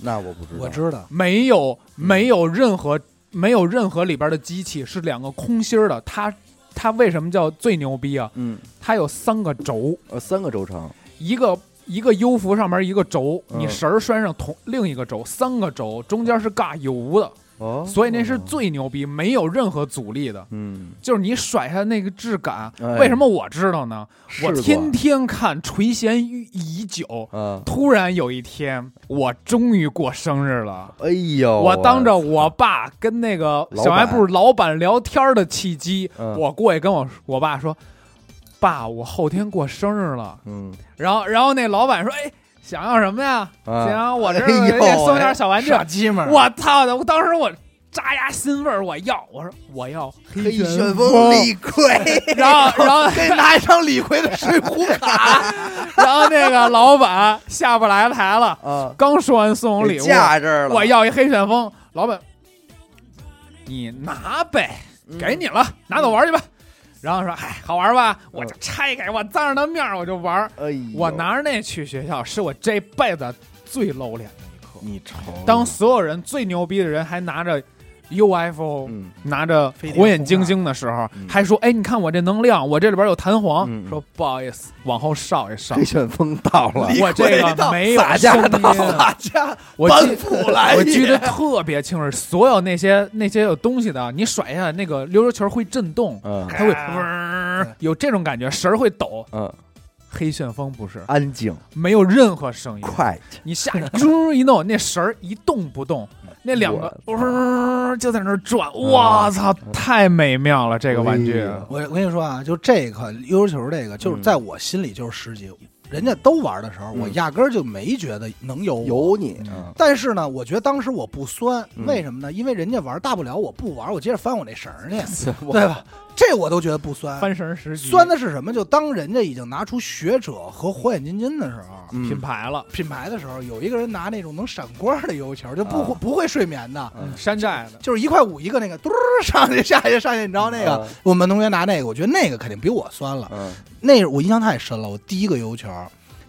S1: 那我不知道，
S3: 我知道，
S2: 没有
S1: 嗯
S2: 没有任何没有任何里边的机器是两个空心儿的，它它为什么叫最牛逼啊？
S1: 嗯，
S2: 它有三个轴，
S1: 呃，三个轴承，
S2: 一个。一个 U 服上面一个轴，
S1: 嗯
S2: 你绳儿拴上同另一个轴，三个轴中间是尬油的，
S1: 哦，
S2: 所以那是最牛逼，没有任何阻力的，
S1: 嗯，
S2: 就是你甩下那个质感。
S1: 哎
S2: 为什么我知道呢？我
S1: 试过
S2: 天天看垂涎已久，
S1: 啊，
S2: 突然有一天，我终于过生日了。
S1: 哎呦，
S2: 我当着我爸跟那个小卖部老板聊天的契机，
S1: 嗯
S2: 我过去跟我我爸说：“爸，我后天过生日了。
S1: 嗯，”
S2: 然后，然后那老板说：“哎，想要什么呀？
S1: 啊
S2: 行，我这
S1: 哎呦
S2: 儿给你送点小玩具。
S3: 傻鸡们儿，
S2: 我操的！我当时我扎牙心味儿，我要，我说我要
S1: 黑旋
S2: 风
S1: 李逵，
S2: 然后，然后
S3: 给你拿一张李逵的水浒卡，
S2: 然后那个老板下不来台了，
S1: 啊，
S2: 刚说完送我礼
S1: 给
S2: 物，
S1: 架这儿了，
S2: 我要一黑旋风。老板，你拿呗，
S1: 嗯
S2: 给你了，拿走玩去吧。然后说，哎，好玩吧？我就拆开，我当着他面儿我就玩儿。
S1: 哎呦，
S2: 我拿着那去学校，是我这辈子最露脸的一刻。
S1: 口。
S4: 你瞅瞅，
S2: 当所有人最牛逼的人还拿着 UFO，、
S1: 嗯
S2: 拿着火眼金睛的时候，
S1: 嗯
S2: 还说：“哎，你看我这能亮，我这里边有弹簧。
S1: 嗯
S2: 说不好意思，往后稍一 稍
S1: 黑，旋风到了，
S2: 我这 个没有
S1: 撒
S2: 声
S1: 架
S2: 音。
S1: 到
S3: 家
S2: 我
S1: 搬
S2: 记
S1: 不来
S2: 我
S1: 也
S2: 记得特别清楚，所有那些那些有东西的啊，你甩一下那个溜溜球会震动，
S1: 嗯
S2: 它会
S3: 啊
S2: 嗡儿有这种感觉，绳儿会抖。
S1: 嗯，
S2: 黑旋风不是，
S1: 安静
S2: 没有任何声音，
S1: 快，
S2: 你下 去啾一弄，那绳儿一动不动，那两个
S1: 嗯我嗯
S2: 嗡儿就在那儿转，我操，太美妙了！这个玩具
S1: 哎呀
S3: 我我跟你说啊，就这个悠悠球这个，就是
S1: 嗯
S3: 在我心里就是十级，人家都玩的时候，我
S1: 嗯
S3: 压根儿就没觉得能有我
S1: 有你，啊
S2: 嗯
S3: 但是呢，我觉得当时我不酸，
S1: 嗯
S3: 为什么呢？因为人家玩大不了我不玩，我接着翻我那绳儿去，对吧？这我都觉得不酸。
S2: 翻绳时机
S3: 酸的是什么？就当人家已经拿出学者和火眼金睛的时候，
S1: 嗯
S2: 品牌了，
S3: 品牌的时候，有一个人拿那种能闪光的油球，就不会、
S1: 啊
S3: 不会睡眠的，
S1: 嗯
S2: 山寨的，
S3: 就是一块五一个那个，嘟儿上去下去上去，你知道那个？
S1: 嗯
S3: 我们同学拿那个，我觉得那个肯定比我酸了。
S1: 嗯
S3: 那是我印象太深了。我第一个油球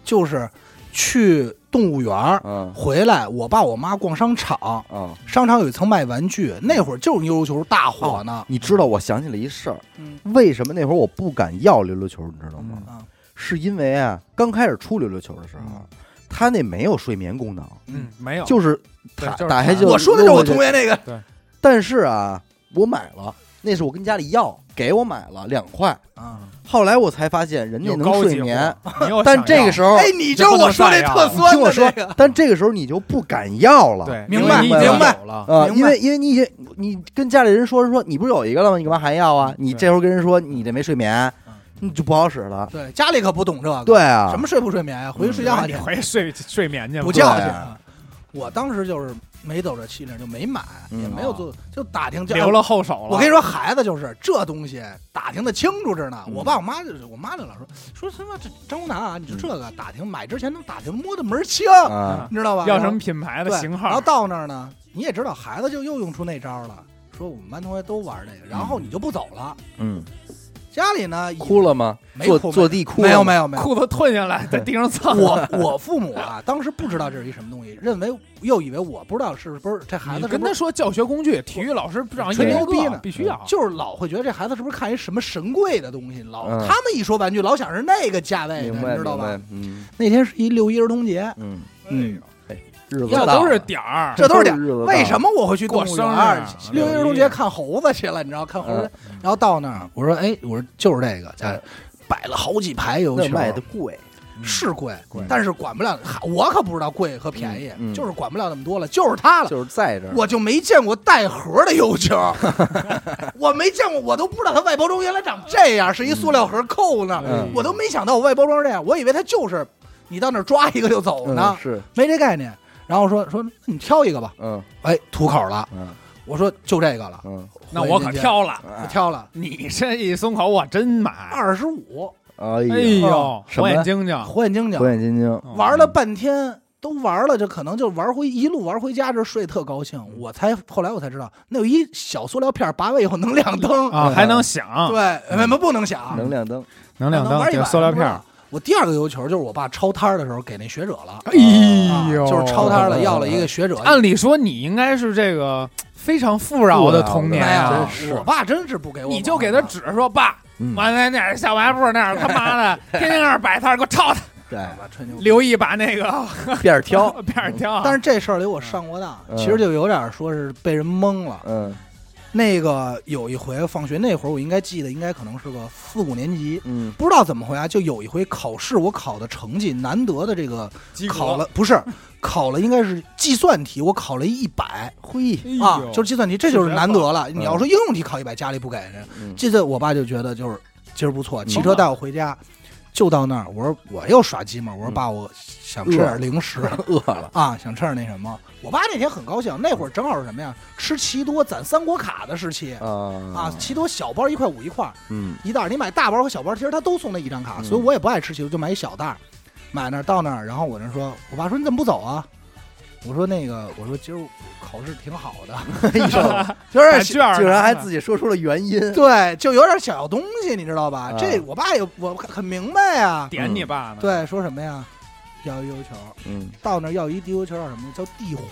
S3: 就是去动物园儿
S1: 嗯
S3: 回来，我爸我妈逛商场，
S1: 嗯，
S3: 商场有一层卖玩具，那会儿就是悠悠球大火呢。
S1: 你知道我想起了一事儿，
S3: 嗯
S1: 为什么那会儿我不敢要溜溜球，你知道
S2: 嗯
S1: 吗？
S3: 啊
S1: 是因为啊，刚开始出溜溜球的时候，它那没有睡眠功能，
S2: 嗯，没有，
S1: 就是
S2: 对
S1: 打
S2: 就是
S1: 打开
S2: 弹
S1: 哦就
S3: 我说的就是我同学那个，
S1: 但是啊，我买了，那是我跟家里要，给我买了两块。
S3: 啊，
S1: 后来我才发现人家
S2: 有
S1: 能
S2: 高级
S1: 睡眠，
S2: 货，你又
S1: 但
S2: 想
S1: 这
S2: 要
S1: 个时候，
S3: 哎，你就是我说那特酸
S1: 听我
S3: 的
S1: 说
S3: 那个，
S1: 但这个时候你就不敢要了，
S2: 对，
S3: 明
S2: 因为
S3: 白
S2: 你已经
S1: 明白
S2: 有了，
S1: 啊、
S3: 明
S1: 因
S3: 白
S1: 为因为你已经你跟家里人说说，你不是有一个了吗？你干嘛还要啊？你
S2: 对
S1: 这会儿跟人说你这没睡眠
S3: 嗯，
S1: 你就不好使了。
S3: 对，家里可不懂这个，
S1: 对，啊，
S3: 什么睡不睡眠呀？回去睡觉
S2: 嗯你
S3: 去，
S2: 回去睡睡眠去吧，
S3: 补觉去啊
S1: 对。
S3: 我当时就是没走这气量，就没买，
S1: 嗯
S3: 也没有做，就打听就
S2: 留。了后手了。
S3: 我跟你说，孩子就是这东西打听的清楚着呢。
S1: 嗯
S3: 我爸我妈就我妈就老说说什么这张南啊，你说这个打听买之前能打听摸得门儿清，
S1: 啊？
S3: 你知道吧？
S2: 嗯要什么品牌的
S3: 对
S2: 型
S3: 然
S2: 号
S3: 后？到那儿呢，你也知道，孩子就又用出那招了，说我们班同学都玩这
S2: 嗯
S3: 个，然后你就不走了。
S1: 嗯，
S3: 家里呢，
S1: 哭了吗？
S3: 没
S1: 坐
S3: 哭没
S1: 坐地哭了
S3: 没有
S1: 吗
S3: 没有没有。
S2: 裤子褪下来，在地上蹭。
S3: 我我父母啊，当时不知道这是一什么东西，认为又以为我不知道是不是这孩
S2: 你
S3: 子是
S2: 跟
S3: 不
S2: 他
S3: 是
S2: 说教学工具，体育老师不让一
S3: 吹
S2: 人
S3: 牛
S2: 一
S3: 逼
S2: 个
S3: 呢
S2: 必须要。
S3: 就是老会觉得这孩子是不是看一什么神贵的东西，老、
S1: 嗯
S3: 他们一说玩具，老想是那个价位的，
S1: 明
S3: 你
S1: 白
S3: 知
S1: 明
S3: 道吧
S1: 白？，嗯
S3: 那天是一六一儿童节，
S1: 嗯，
S3: 嗯，
S1: 日子
S2: 这
S1: 到
S2: 都是
S1: 了
S2: 点儿，
S3: 这都是点
S1: 日子
S3: 为什么我会去动物
S2: 过
S3: 园
S2: 生日
S3: 儿
S2: 啊？
S3: 六一儿童
S2: 六
S3: 节
S2: 一
S3: 看猴子去了，你知道看猴子
S1: 嗯，
S3: 然后到那儿，我说哎，我说就是这个，家里摆了好几排
S1: 到
S3: 油
S1: 了那
S3: 球，
S1: 卖的贵，
S3: 是贵
S1: 贵，
S3: 但是管不了，还我可不知道贵和便宜
S1: 嗯嗯，
S3: 就是管不了那么多了，就是它了。
S1: 就是在这儿。
S3: 我就没见过带盒的油球， 我没见过，我都不知道它外包装原来长这样，是一塑料盒扣那儿
S1: 嗯，
S3: 我都没想到我外包装这样，我以为它就是你到那儿抓一个就走
S1: 嗯
S3: 呢，
S1: 是
S3: 没这概念。然后说说你挑一个吧，
S1: 嗯
S3: 哎，吐口了，
S1: 嗯
S3: 我说就这个了，
S1: 嗯
S2: 那我可，挑了。
S3: 我
S1: 哎
S3: 挑了
S2: 你这一松口，我真买。
S3: 二十五
S1: 哎
S2: 哎
S1: 呀，
S2: 呦，
S1: 什
S2: 火
S1: 么呀
S2: 眼金睛，
S3: 火眼金睛
S1: 火，眼金睛，
S2: 嗯
S3: 玩了半天都玩了，这可能就玩回一路玩回家，这睡特高兴。我才后来我才知道，那有一小塑料片儿拔完以后能亮灯，
S2: 啊，还能响，
S3: 对，什么不能响，
S1: 能亮灯，
S2: 能亮灯
S3: 能，玩一
S2: 就
S3: 晚
S2: 塑料片儿
S3: 上。。我第二个油球就是我爸抄摊儿的时候给那学者了，
S2: 哎呦，
S3: 就是抄摊儿了，
S1: 嗯
S3: 要了一个学者。
S2: 按理说你应该是这个非常富饶的童
S3: 没
S2: 年
S1: 哎
S2: 啊
S1: 呀，
S3: 有，我爸真是不给我，
S2: 你就给他指说爸，
S1: 嗯
S2: 完了那儿小卖部那儿他妈的天天那儿摆摊儿，给我抄他，
S1: 对，
S3: 我爸吹牛。
S2: 留意把那 个
S1: 边儿挑，
S2: 片儿挑。
S3: 但是这事儿里我上过当，
S1: 嗯
S3: 其实就有点说是被人蒙了。
S1: 嗯
S3: 那个有一回放学那会儿，我应该记得应该可能是个四五年级，
S1: 嗯
S3: 不知道怎么回啊，就有一回考试，我考的成绩难得的这个
S2: 及格
S3: 考了，不是考了，应该是计算题，我考了一百
S1: 嘿，
S2: 哎呦
S3: 啊，就是计算题，这就是难得了。
S1: 嗯
S3: 你要说应用题考一百，家里不给人，
S1: 嗯
S3: 这次我爸就觉得就是今儿不错，
S1: 嗯
S3: 骑车带我回家，就到那儿，我说我又耍鸡嘛，我说
S1: 嗯
S3: 爸，我想吃点零食
S1: 饿了，
S3: 啊，想吃点那什么。我爸那天很高兴，那会儿正好是什么呀？吃奇多攒三国卡的时期啊
S1: 啊，
S3: 奇多小包一块五一块。
S1: 嗯
S3: 一袋儿，你买大包和小包，其实他都送那一张卡，
S1: 嗯
S3: 所以我也不爱吃奇多，就买一小袋儿，买那儿到那儿，然后我那儿说，我爸说你怎么不走啊？我说那个，我说今儿考试挺好 的，
S2: 把
S3: 就是
S2: 卷儿呢，
S1: 竟然还自己说出了原因，
S3: 对，就有点小东西，你知道吧？
S1: 啊
S3: 这我爸也我很明白啊，
S2: 点你爸呢。
S3: 对，说什么呀？要一悠悠球，
S1: 嗯，
S3: 到那儿要一地悠悠球叫什么呢？叫地火，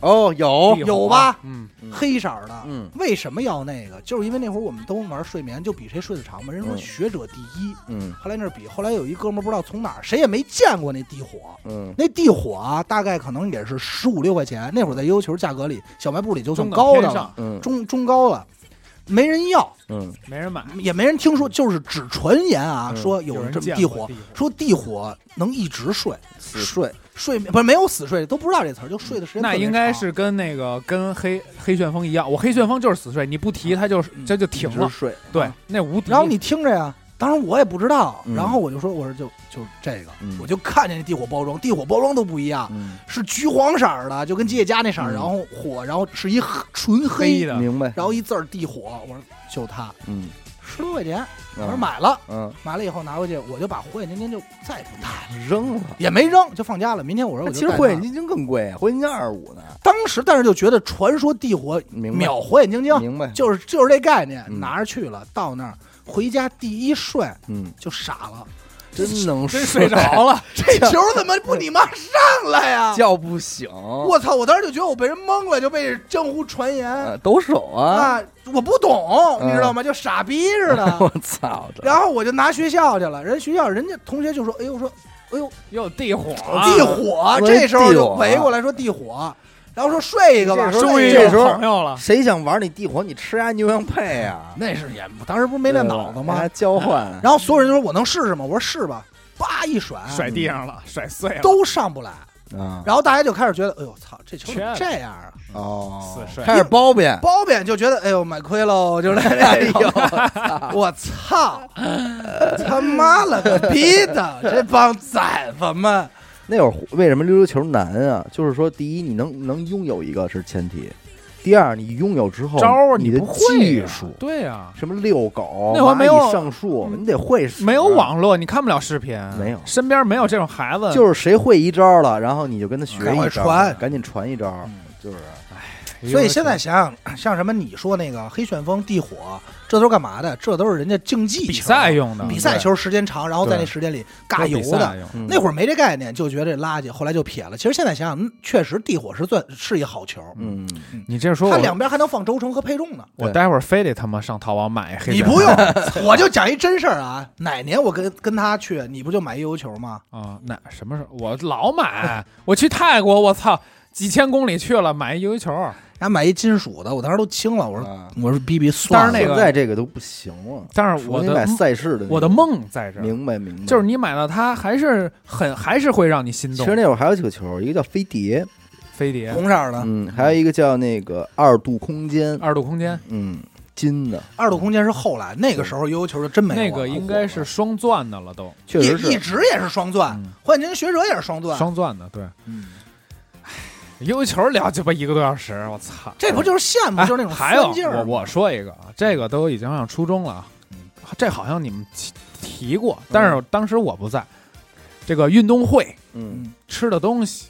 S1: 哦，有
S2: 地，火
S3: 有吧？
S2: 嗯
S1: 嗯
S3: 黑色儿的，
S1: 嗯
S3: 为什么要那个？就是因为那会儿我们都玩睡眠，就比谁睡得长嘛。人说
S1: 嗯
S3: 学者第一，
S1: 嗯
S3: 后来那儿比，后来有一哥们儿不知道从哪儿，谁也没见过那地火。
S1: 嗯，
S3: 那地火啊，大概可能也是十五六块钱，那会儿在悠悠球价格里、小卖部里就算
S2: 中等
S3: 高的
S2: 偏
S3: 了，
S2: 上
S1: 嗯
S3: 中中高了，没人要，
S1: 嗯
S2: 没人买，
S3: 也没人听说，就是只传言啊，
S1: 嗯
S3: 说有
S2: 人
S3: 人这么
S2: 见
S3: 地
S2: 过
S3: 火，说地火能一直睡，
S1: 死睡，
S3: 睡眠不是没有死睡，都不知道这词儿，就睡的时间
S2: 那
S3: 特别
S2: 应该
S3: 长
S2: 是跟那个跟黑黑旋风一样，我黑旋风就是死睡，你不提它就是
S3: 嗯
S2: 这就
S1: 一
S2: 停
S1: 直
S2: 了，
S1: 睡，
S2: 对，那无敌。
S3: 然后你听着呀，当时我也不知道，
S1: 嗯
S3: 然后我就说，我说就就这个，
S1: 嗯
S3: 我就看见那地火包装，地火包装都不一样，
S1: 嗯，
S3: 是橘黄色儿的，就跟吉野家那色儿，
S1: 嗯
S3: 然后火，然后是一黑纯
S2: 黑
S3: 黑，
S2: 的，
S1: 明白，
S3: 啊然后一字儿地火，我说就它
S1: 嗯，
S3: 十多块钱，我
S1: 嗯
S3: 说，买了，
S1: 嗯，
S3: 买了以后拿回去，我就把火眼金睛就再也不带了，
S1: 扔了。
S3: 也没扔，就放家了。明天我说我
S1: 其
S3: 就
S1: 实
S3: 带
S1: 火眼
S3: 它
S1: 金睛更贵，啊火眼金睛二十五呢，
S3: 当时但是就觉得传说地火
S1: 明白，
S3: 秒火眼金睛，
S1: 明白，
S3: 就是就是这概念，
S1: 嗯
S3: 拿着去了，到那儿回家第一睡
S1: 嗯，
S3: 就傻了。
S1: 真能
S2: 真睡着 了，
S3: 这球怎么不你妈上来呀、
S1: 叫不醒，
S3: 我操！我当时就觉得我被人蒙了，就被江湖传言
S1: 呃抖手啊，嗯
S3: 啊，我不懂，你知道吗？就傻逼似
S1: 我
S3: 的。
S1: 操的，
S3: 啊然后我就拿学校去了，人学校人家同学就说：“哎呦，说
S2: 又地火，
S3: 地火。”
S1: 我
S3: 这时候
S1: 啊哎地火
S3: 就围过来说地火，然后说睡一个吧，
S1: 这时候
S2: 终
S3: 睡
S2: 于
S3: 一
S1: 这
S3: 个
S2: 有
S1: 时。候
S2: 朋友了，
S1: 谁想玩你地火，你吃啊牛羊配啊，
S3: 那是也当时不是没那
S1: 对吧
S3: 脑子吗
S1: 还？交换，
S3: 然后所有人就说：“我能试试吗？”我说：“试吧。”叭一甩，
S2: 甩地上了，甩碎了，
S3: 都上不来。
S1: 啊，
S3: 然后大家就开始觉得：“哎呦，操，这球怎么
S2: 缺
S3: 这样啊？”
S1: 哦
S2: 死，睡
S1: 开始包遍，
S3: 包贬就觉得，哎呦，买亏喽，就是
S1: 哎
S3: 那 种。我操，他妈了个逼的，这帮崽子们！
S1: 那会儿为什么溜溜球难啊？就是说，第一，你能能拥有一个是前提；第二，你拥有之后，
S2: 招儿
S1: 你
S2: 不
S1: 的
S2: 会
S1: 技
S2: 呀
S1: 术，
S2: 对啊呀，
S1: 什么遛狗、
S2: 那会儿没有嗯
S1: 蚂蚁上树，你得会使啊
S2: 没有，网络，你看不了视频，
S1: 没有
S2: 身边没有这种孩子，
S1: 就是谁会一招了，然后你就跟他学
S3: 赶快
S1: 一招，
S3: 传
S1: 赶紧传一招，
S2: 嗯
S1: 就是啊
S2: 是
S3: 所以现在想想，像什么你说那个黑旋风、地火，这都是干嘛的？这都是人家竞技球
S2: 比赛、用的
S3: 比赛球时间长，然后在那时间里尬游的。，那会
S1: 儿，
S3: 儿没这概念，就觉得这垃圾，后来就撇了。其实现在想想，嗯确实地火是算是一好球，
S1: 嗯，
S2: 你这说
S3: 它
S2: 我
S3: 两边还能放轴承和配重呢。
S2: 我待会儿非得他妈上淘宝买一黑
S3: 你
S2: 旋
S3: 不
S2: 风
S3: 用，我就讲一真事儿啊。哪年我跟跟他去，你不就买悠悠球吗？
S2: 啊？那什么时候我老买？我去泰国，我操，几千公里去了买一悠悠球，
S3: 然后买一金属的，我当时都惊了，我说、
S1: 啊
S3: 我说逼逼算了。
S2: 嗯但是那个
S1: 现在这个都不行了，
S2: 但是
S1: 除
S2: 我
S1: 非买
S2: 的
S1: 赛事的那种，
S2: 我的梦在这儿，
S1: 明白明白，
S2: 就是你买到它还是很还是会让你心
S1: 其
S2: 动。
S1: 实那会儿还有几个球，一个叫飞碟，
S2: 飞碟
S3: 红色儿的、
S1: 嗯，还有一个叫那个二度空间，
S2: 二度空间
S1: 嗯，金的，
S3: 二度空间是后来，那个时候悠悠球就真没
S2: 那
S3: 有啊
S2: 个
S3: 了
S2: 应该是双钻的了都，
S1: 确实
S3: 一一
S1: 是，
S3: 直也是双钻
S2: 嗯，
S3: 幻境学者也是双钻，
S2: 双钻的对。
S1: 嗯
S2: 悠悠球聊鸡巴一个多小时，我操！
S3: 这不就是羡慕，
S2: 哎
S3: 嗯就是那种
S2: 还有
S3: 酸劲
S2: 我
S3: 儿吗。
S2: 我说一个啊，这个都已经上初中了啊
S1: 嗯，
S2: 这好像你们提提过，
S3: 嗯
S2: 但是当时我不在。这个运动会
S1: 嗯
S2: 吃的东西，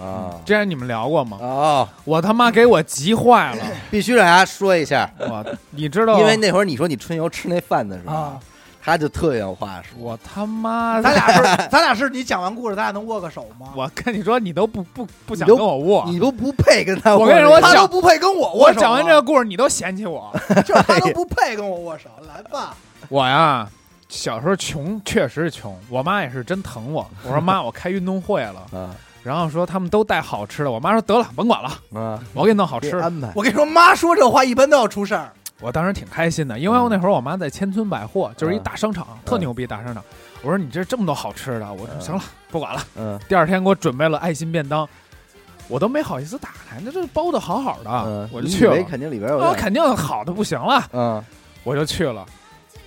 S1: 啊
S2: 之前你们聊过吗？
S1: 哦，
S2: 我他妈给我急坏 了！
S1: 必须让大家说一下，
S2: 我你知道，
S1: 因为那会儿你说你春游吃那饭的时候，
S3: 啊，
S1: 他就特有话说，
S2: 我他妈，
S3: 咱俩是，咱俩是你讲完故事，咱俩能握个手吗？
S2: 我跟你说，你都不不不想
S1: 你
S2: 跟
S1: 都
S2: 我握。
S1: 你都不配跟他。
S2: 我跟你说我
S3: 他
S2: 讲
S3: 都不配跟我
S2: 我
S3: 握手啊，
S2: 讲完这个故事，你都嫌弃我。
S3: 就是他都不配跟我握手，来吧，
S2: 我呀，小时候穷，确实是穷。我妈也是真疼我。我说妈，我开运动会了，
S1: 啊
S2: 然后说他们都带好吃的。我妈说得了，甭管了，
S1: 啊，
S2: 我给你弄好吃
S1: 给
S2: 的。
S1: 安排
S3: 我跟你说，妈说这话一般都要出事儿。
S2: 我当时挺开心的，因为我那会儿我妈在千村百货，就是一
S1: 嗯
S2: 大商场，特牛逼大商场。我说你这这么多好吃的，我说
S1: 嗯
S2: 行了，不管了。
S1: 嗯
S2: 第二天给我准备了爱心便当，我都没好意思打开，那这包的好好的
S1: 嗯，，
S2: 啊我就
S1: 你以
S2: 去了
S1: 为。肯定里边有
S2: 我
S1: 点，
S2: 肯定好的不行了，
S1: 嗯
S2: 我就去了。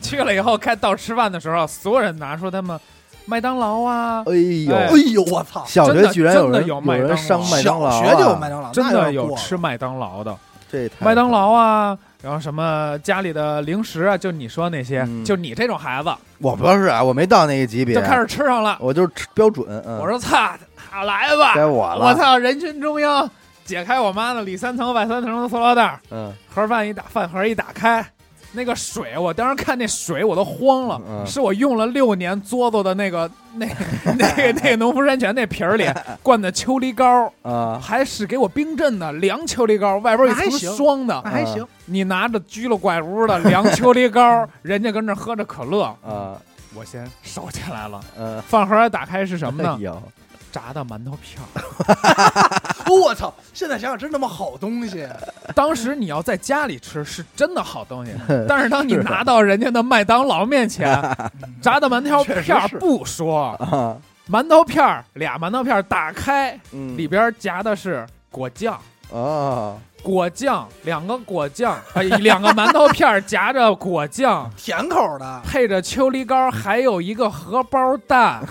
S2: 去了以后，看到吃饭的时候，所有人拿出他们麦当劳啊，
S1: 哎呦，
S2: 哎
S3: 哎呦，我操！
S1: 小学居然
S2: 真的
S1: 人
S2: 有
S1: 有
S2: 麦当劳
S1: 人上麦当劳
S3: 小
S1: 啊，
S3: 学就有麦当劳，
S2: 真
S3: 那
S2: 的
S3: 点过
S2: 有
S3: 了
S2: 吃麦当劳的，
S1: 这太
S2: 麦当劳啊，然后什么家里的零食啊，就你说那些，
S1: 嗯
S2: 就你这种孩子
S1: 我不是啊，我没到那个级别，
S2: 就开始吃上了。
S1: 我就是吃标准，嗯，
S2: 我说操，好来吧，
S1: 该我了，
S2: 我，操，人群中央，解开我妈的里三层外三层的塑料袋儿，
S1: 嗯
S2: 盒饭一打饭盒一打开，那个水，我当时看那水我都慌了，
S1: 嗯
S2: 是我用了六年作作的那个 那那个 那个农夫山泉那瓶儿里灌的秋梨膏，
S1: 啊，
S2: 还是给我冰镇的凉秋梨膏，外边有一
S3: 那还
S2: 层
S3: 行
S2: 霜的
S3: 那，还行，
S2: 你拿着拘了拐屋的凉秋梨膏， 人家跟那儿喝着可乐，
S1: 啊，
S2: 我先收起来了。
S1: 呃，
S2: 饭盒打开是什么呢
S1: 哎？呦
S2: 炸的馒头片儿。
S3: 我操！现在想想真他妈好东西，
S2: 当时你要在家里吃是真的好东西，但是当你拿到人家的麦当劳 面前，炸的馒头片儿不说，
S1: 啊，
S2: 馒头片儿俩馒头片儿打开，
S1: 嗯
S2: 里边夹的是果酱。
S1: 啊，
S2: 果酱，两个果酱，哎，两个馒头片儿夹着果 酱，
S3: 甜 口的，
S2: 配着秋梨膏，还有一个荷包 蛋，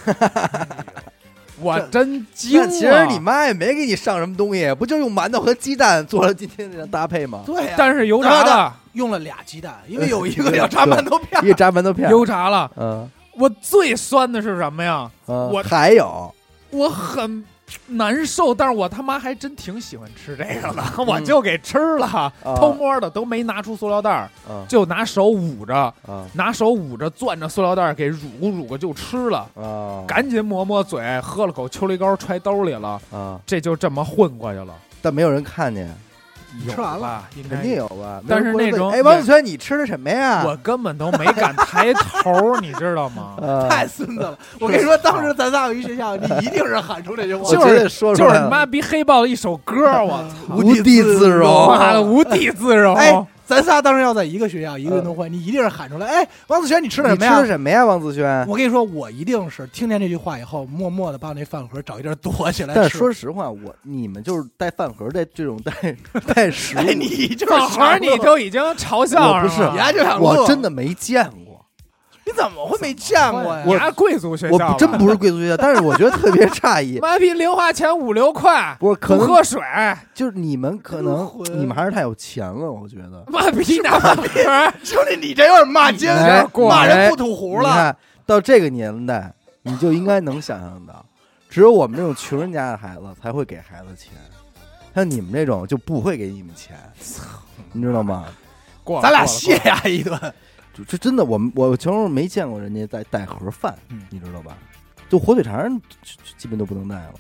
S2: 我真惊啊
S1: 那
S2: 了。
S1: 其实你妈也没给你上什么东西，不就用馒头和鸡蛋做了今天这样搭配吗？
S3: 对呀、
S2: 但是油 炸了，
S3: 用了俩鸡蛋，因为有一个要炸馒头片儿
S1: 一。个炸馒头片儿，
S2: 油炸了。
S1: 嗯，
S2: 我最酸的是什么呀？
S1: 嗯
S2: 我
S1: 还有，
S2: 我很难受，但是我他妈还真挺喜欢吃这个 的，我就给吃了，
S1: 嗯啊
S2: 偷摸的都没拿出塑料袋儿，
S1: 嗯
S2: 就拿手捂着，
S1: 啊
S2: 拿手捂着攥着塑料袋儿给乳咕乳咕就吃了，
S1: 啊，
S2: 赶紧抹抹嘴，喝了口秋梨膏揣兜里了，
S1: 啊，
S2: 这就这么混过去了。
S1: 但没有人看见，
S2: 有
S3: 吃完
S2: 吧，应
S1: 肯
S2: 该
S1: 定。有啊吧？
S2: 但是
S1: 没人过来
S2: 那种
S1: 问哎，王子轩，你吃的什么呀？
S2: 我根本都没敢抬头，你知道 吗？
S1: 呃
S3: 太孙子了！我跟你说，当时咱仨有一学校，你一定是喊出这句话。
S1: 我
S2: 就
S1: 绝
S2: 是
S1: 对说出
S2: 就是
S1: 来
S2: 他
S1: 了
S2: 妈逼黑豹的一首歌，我操！
S1: 无地自容啊
S2: 妈的，无地自容。
S3: 哎，咱仨当时要在一个学校、一个运动会，你一定是喊出来。哎，王子轩，你吃的什
S1: 你
S3: 么
S1: 吃的
S3: 呀？
S1: 什么呀，王子轩？
S3: 我跟你说，我一定是听见这句话以后，默默的把我那饭盒找一地儿躲起来吃。
S1: 但是说实话，我你们就是带饭盒，带这种带带食
S3: 哎，
S1: 物，
S3: 你就是
S2: 小孩儿
S3: 想
S2: 你
S3: 乐
S2: 都已经嘲笑
S1: 我
S2: 了，
S1: 不是
S3: 你还就想乐
S1: 我真的没见过，
S3: 你怎么会没见过呀？
S2: 你还贵族学校啊
S1: 我
S2: 吧，，
S1: 真不是贵族学校，但是我觉得特别诧异
S2: 妈逼零花钱五六块，
S1: 不是可
S2: 不
S1: 能
S2: 喝水，
S1: 就是你们可能
S3: 不会
S1: 你们还是太有钱了，我觉得。
S2: 妈逼拿饭盒儿，
S3: 兄弟，你这有点骂街，
S1: 哎
S3: 骂人
S1: 哎
S3: 不吐
S1: 你
S3: 胡了。
S1: 看到这个年代，你就应该能想象到，只有我们这种穷人家的孩子才会给孩子钱，像你们这种就不会给你们钱，你知道吗？
S2: 过了
S3: 咱俩
S2: 过了
S3: 谢呀一顿，
S1: 就这真的，我们我穷时候没见过人家带带盒饭，
S2: 嗯
S1: 你知道吧？就火腿肠就就基本都不能带了，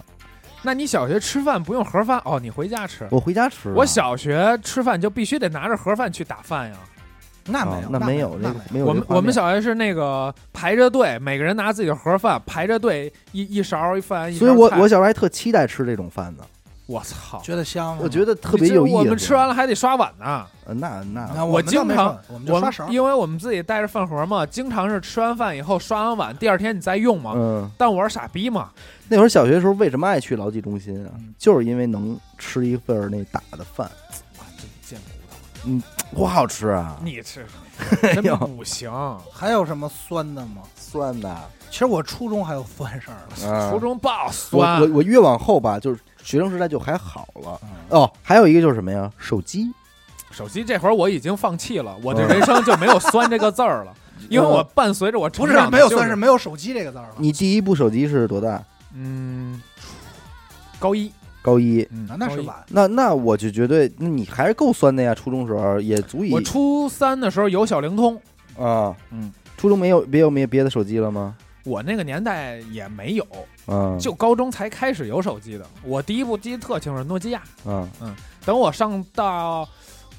S2: 那你小学吃饭不用盒饭哦，你回家吃。
S1: 我回家吃啊。
S2: 我小学吃饭就必须得拿着盒饭去打饭呀。
S3: 那
S1: 啊
S3: 没有，
S1: 那
S3: 没
S1: 有
S3: 那
S1: 那
S3: 没
S1: 个没有
S3: 有。
S2: 我
S1: 这
S2: 们
S1: 画
S2: 我们
S1: 面，
S2: 小学是那个排着队，每个人拿自己的盒饭排着队，一一勺一饭，一
S1: 所以
S2: 勺
S1: 我
S2: 菜
S1: 我小时候还特期待吃这种饭呢，
S2: 我操，
S3: 觉得香吗，
S1: 我觉得特别有意思。
S2: 我们吃完了还得刷碗呢。
S1: 呃，那那
S3: 那我
S2: 我
S3: 们倒
S2: 经
S3: 没
S2: 常
S3: 放我们就
S2: 我
S3: 刷
S2: 们
S3: 勺，
S2: 因为我们自己带着饭盒嘛，经常是吃完饭以后刷完碗，第二天你再用嘛。
S1: 嗯，
S2: 但我是傻逼嘛，
S1: 那会儿小学的时候为什么爱去劳技中心啊
S2: 嗯？
S1: 就是因为能吃一份儿那打的饭，
S2: 哇，真见骨头！
S1: 多好吃啊！
S2: 你吃什么，
S1: 哎
S2: 真
S1: 呦，
S2: 不行。
S3: 还有什么酸的吗？
S1: 酸的，
S3: 其实我初中还有酸事儿呢。
S1: 嗯
S2: 初中爆
S1: 我
S2: 酸
S1: 我，我越往后吧，就是学生时代就还好了。
S3: 嗯
S1: 哦，还有一个就是什么呀？手机，
S2: 手机这会儿我已经放弃了，
S1: 嗯
S2: 我的人生就没有酸这个 字儿了，因为我伴随着我成
S3: 不是啊
S2: 长
S3: 没有
S2: 就
S3: 酸，是没有手机这个字儿了。
S1: 你第一部手机是多大？
S2: 嗯，高一，
S1: 高一。
S2: 嗯
S3: 啊，那是
S2: 高一
S3: 晚，
S1: 那那我就觉得，那你还是够酸的呀。初中时候也足以
S2: 我初三的时候有小灵通，
S1: 啊，
S2: 嗯，
S1: 初中没有没有没有别的手机了吗？
S2: 我那个年代也没有，
S1: 嗯，
S2: 就高中才开始有手机的。我第一部机特清楚，诺基亚。
S1: 嗯
S2: 等我上到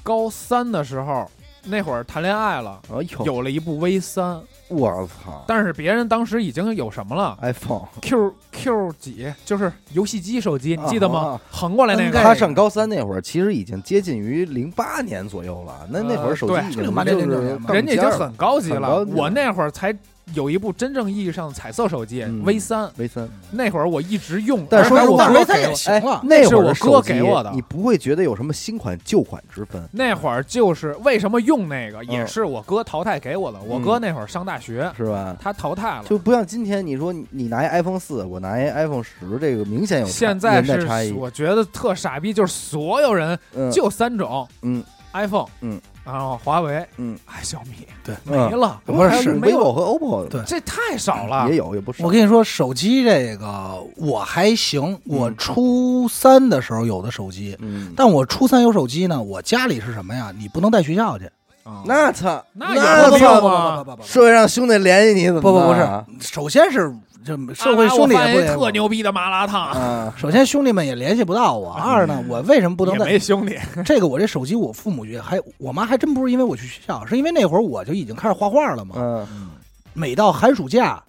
S2: 高三的时候，那会儿谈恋爱了，
S1: 哎呦，
S2: 有了一部 V 三，
S1: 我操
S2: 但是别人当时已经有什么了
S1: ，iPhone，
S2: ，Q Q 几，就是游戏机手机，你记得吗？
S1: 啊
S2: 横过来那
S3: 对
S2: 个，
S1: 他上高三那会儿，其实已经接近于零八年左右了。那那会儿手机
S2: 呃
S1: 已经
S3: 对
S1: 就
S3: 08
S1: 是
S3: 年
S1: 杠
S2: 人家
S1: 尖
S2: 已经
S1: 儿了。
S2: 很高级
S1: 很
S2: 了
S1: 高。级了
S2: 我那会儿才有一部真正意义上的彩色手机
S1: 嗯
S2: V 三，
S1: V 三，
S2: 那会儿我一直用，
S1: 但是
S2: 而且
S1: 说
S2: 我
S1: 实话
S2: 哥
S3: 啊但是
S2: 给我
S3: 也行了
S1: 哎，那
S2: 是
S1: 会儿
S2: 我
S1: 的
S2: 哥
S1: 手机
S2: 给我的
S1: 你不会觉得有什么新款旧款之分？
S2: 那会儿就是为什么用那个，
S1: 嗯
S2: 也是我哥淘汰给我的。我哥那会儿上大学，
S1: 是吧？
S2: 他淘汰了。
S1: 就不像今天，你说你你拿一 iPhone 四，我拿一 iPhone 十，这个明显有差
S2: 现在
S1: 年代差异
S2: 是。我觉得特傻逼，就是所有人
S1: 嗯，
S2: 就三种，
S1: 嗯
S2: ，iPhone，
S1: 嗯，
S2: 然后华为，
S1: 嗯，
S2: 哎，小米，
S3: 对
S2: 没了，
S1: 不是
S2: 是没有
S1: vivo 和 OPPO 的
S3: 对
S2: 这太少了
S1: 也。有，也不是。
S3: 我跟你说，手机这个我还行，我初三的时候有的手机，
S1: 嗯，
S3: 但我初三有手机呢，我家里是什么呀？你不能带学校去，
S2: 啊
S1: 那操，
S2: 那
S3: 不
S2: 有
S3: 不
S2: 必要
S3: 不
S2: 吗？
S3: 不不不
S1: 社会上兄弟联系你怎么
S3: 不不不
S1: 办
S3: 是
S1: 啊，
S3: 首先是这社会兄弟
S2: 啊我发
S3: 也不嗯
S2: 现
S3: 也
S2: 特牛逼的麻辣烫，
S1: 啊？
S3: 首先，兄弟们也联系不到我。二呢，我为什么不能
S2: 也
S3: 在
S2: 没兄弟，
S3: 这个？我这手机，我父母也还我妈还真不是因为我去学校，是因为那会儿我就已经开始画画了嘛。
S1: 嗯
S3: 每到寒暑假，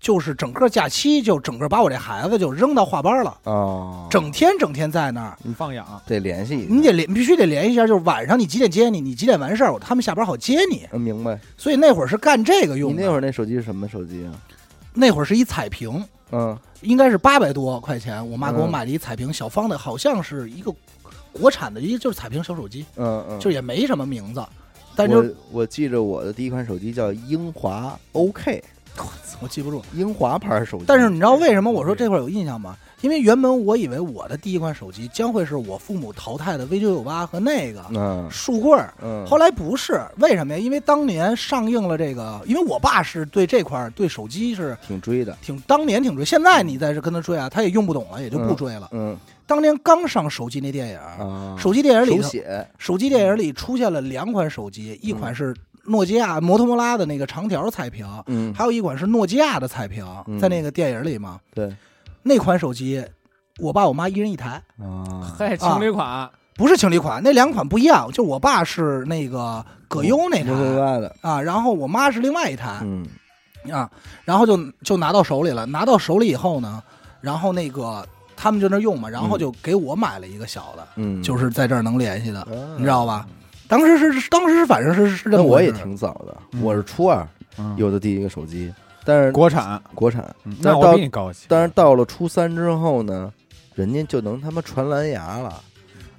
S3: 就是整个假期，就整个把我这孩子就扔到画班了，
S1: 哦，
S3: 整天整天在那儿。
S2: 放养，
S1: 得联系一下
S3: 你得联必须得联系一下，就是晚上你几点接你，你几点完事儿，他们下班好接你。
S1: 嗯明白。
S3: 所以那会儿是干这个
S1: 你
S3: 用的。
S1: 那会儿那手机是什么手机啊？
S3: 那会儿是一彩屏，
S1: 嗯
S3: 应该是八百多块钱，我妈给我
S1: 嗯
S3: 买了一彩屏，小方的，好像是一个国产的，一个就是彩屏小手机，
S1: 嗯嗯，
S3: 就是也没什么名字，但就
S1: 我我记着我的第一款手机叫英华 OK，
S3: 我记不住。
S1: 英华牌手机。
S3: 但是你知道为什么我
S1: 嗯
S3: 说这块有印象吗？因为原本我以为我的第一款手机将会是我父母淘汰的 V 九九八和那个
S1: 嗯
S3: 树棍儿，
S1: 嗯，
S3: 后来不是，为什么呀？因为当年上映了这个，因为我爸是对这块儿对手机是
S1: 挺追的，
S3: 挺当年挺追，现在你再是跟他追啊，他也用不懂了，也就不追了。
S1: 嗯
S3: 当年刚上手机那电影儿，
S1: 啊，
S3: 手机电影
S1: 手
S3: 里头
S1: 写，
S3: 手机电影里出现了两款手机，一款是诺基亚摩托罗拉的那个长条彩屏，
S1: 嗯，
S3: 还有一款是诺基亚的彩屏
S1: 嗯，
S3: 在那个电影里嘛，
S1: 对
S3: 那款手机，我爸我妈一人一台，
S1: 啊，
S2: 嘿，情侣款，
S3: 不是情侣款，那两款不一样，就我爸是那个葛优那
S1: 摩托罗
S3: 台。
S1: 拉的，
S3: 啊，然后我妈是另外一台、
S1: 嗯
S3: 啊，然后就就拿到手里了，拿到手里以后呢，然后那个他们就那用嘛，然后就给我买了一个小的，
S1: 嗯，啊
S3: 就是是在这儿能联系的，你知道吧？当时是是当时是反正是是这
S1: 那
S3: 么
S1: 我
S3: 回
S1: 也
S3: 事
S1: 挺早的，
S2: 嗯
S1: 我是初二
S2: 嗯
S1: 有的第一个手机，但是
S2: 国产，
S1: 国产，
S2: 嗯
S1: 但
S2: 那
S1: 到
S2: 我比你高级
S1: 但是到了初三之后呢，人家就能他妈传蓝牙了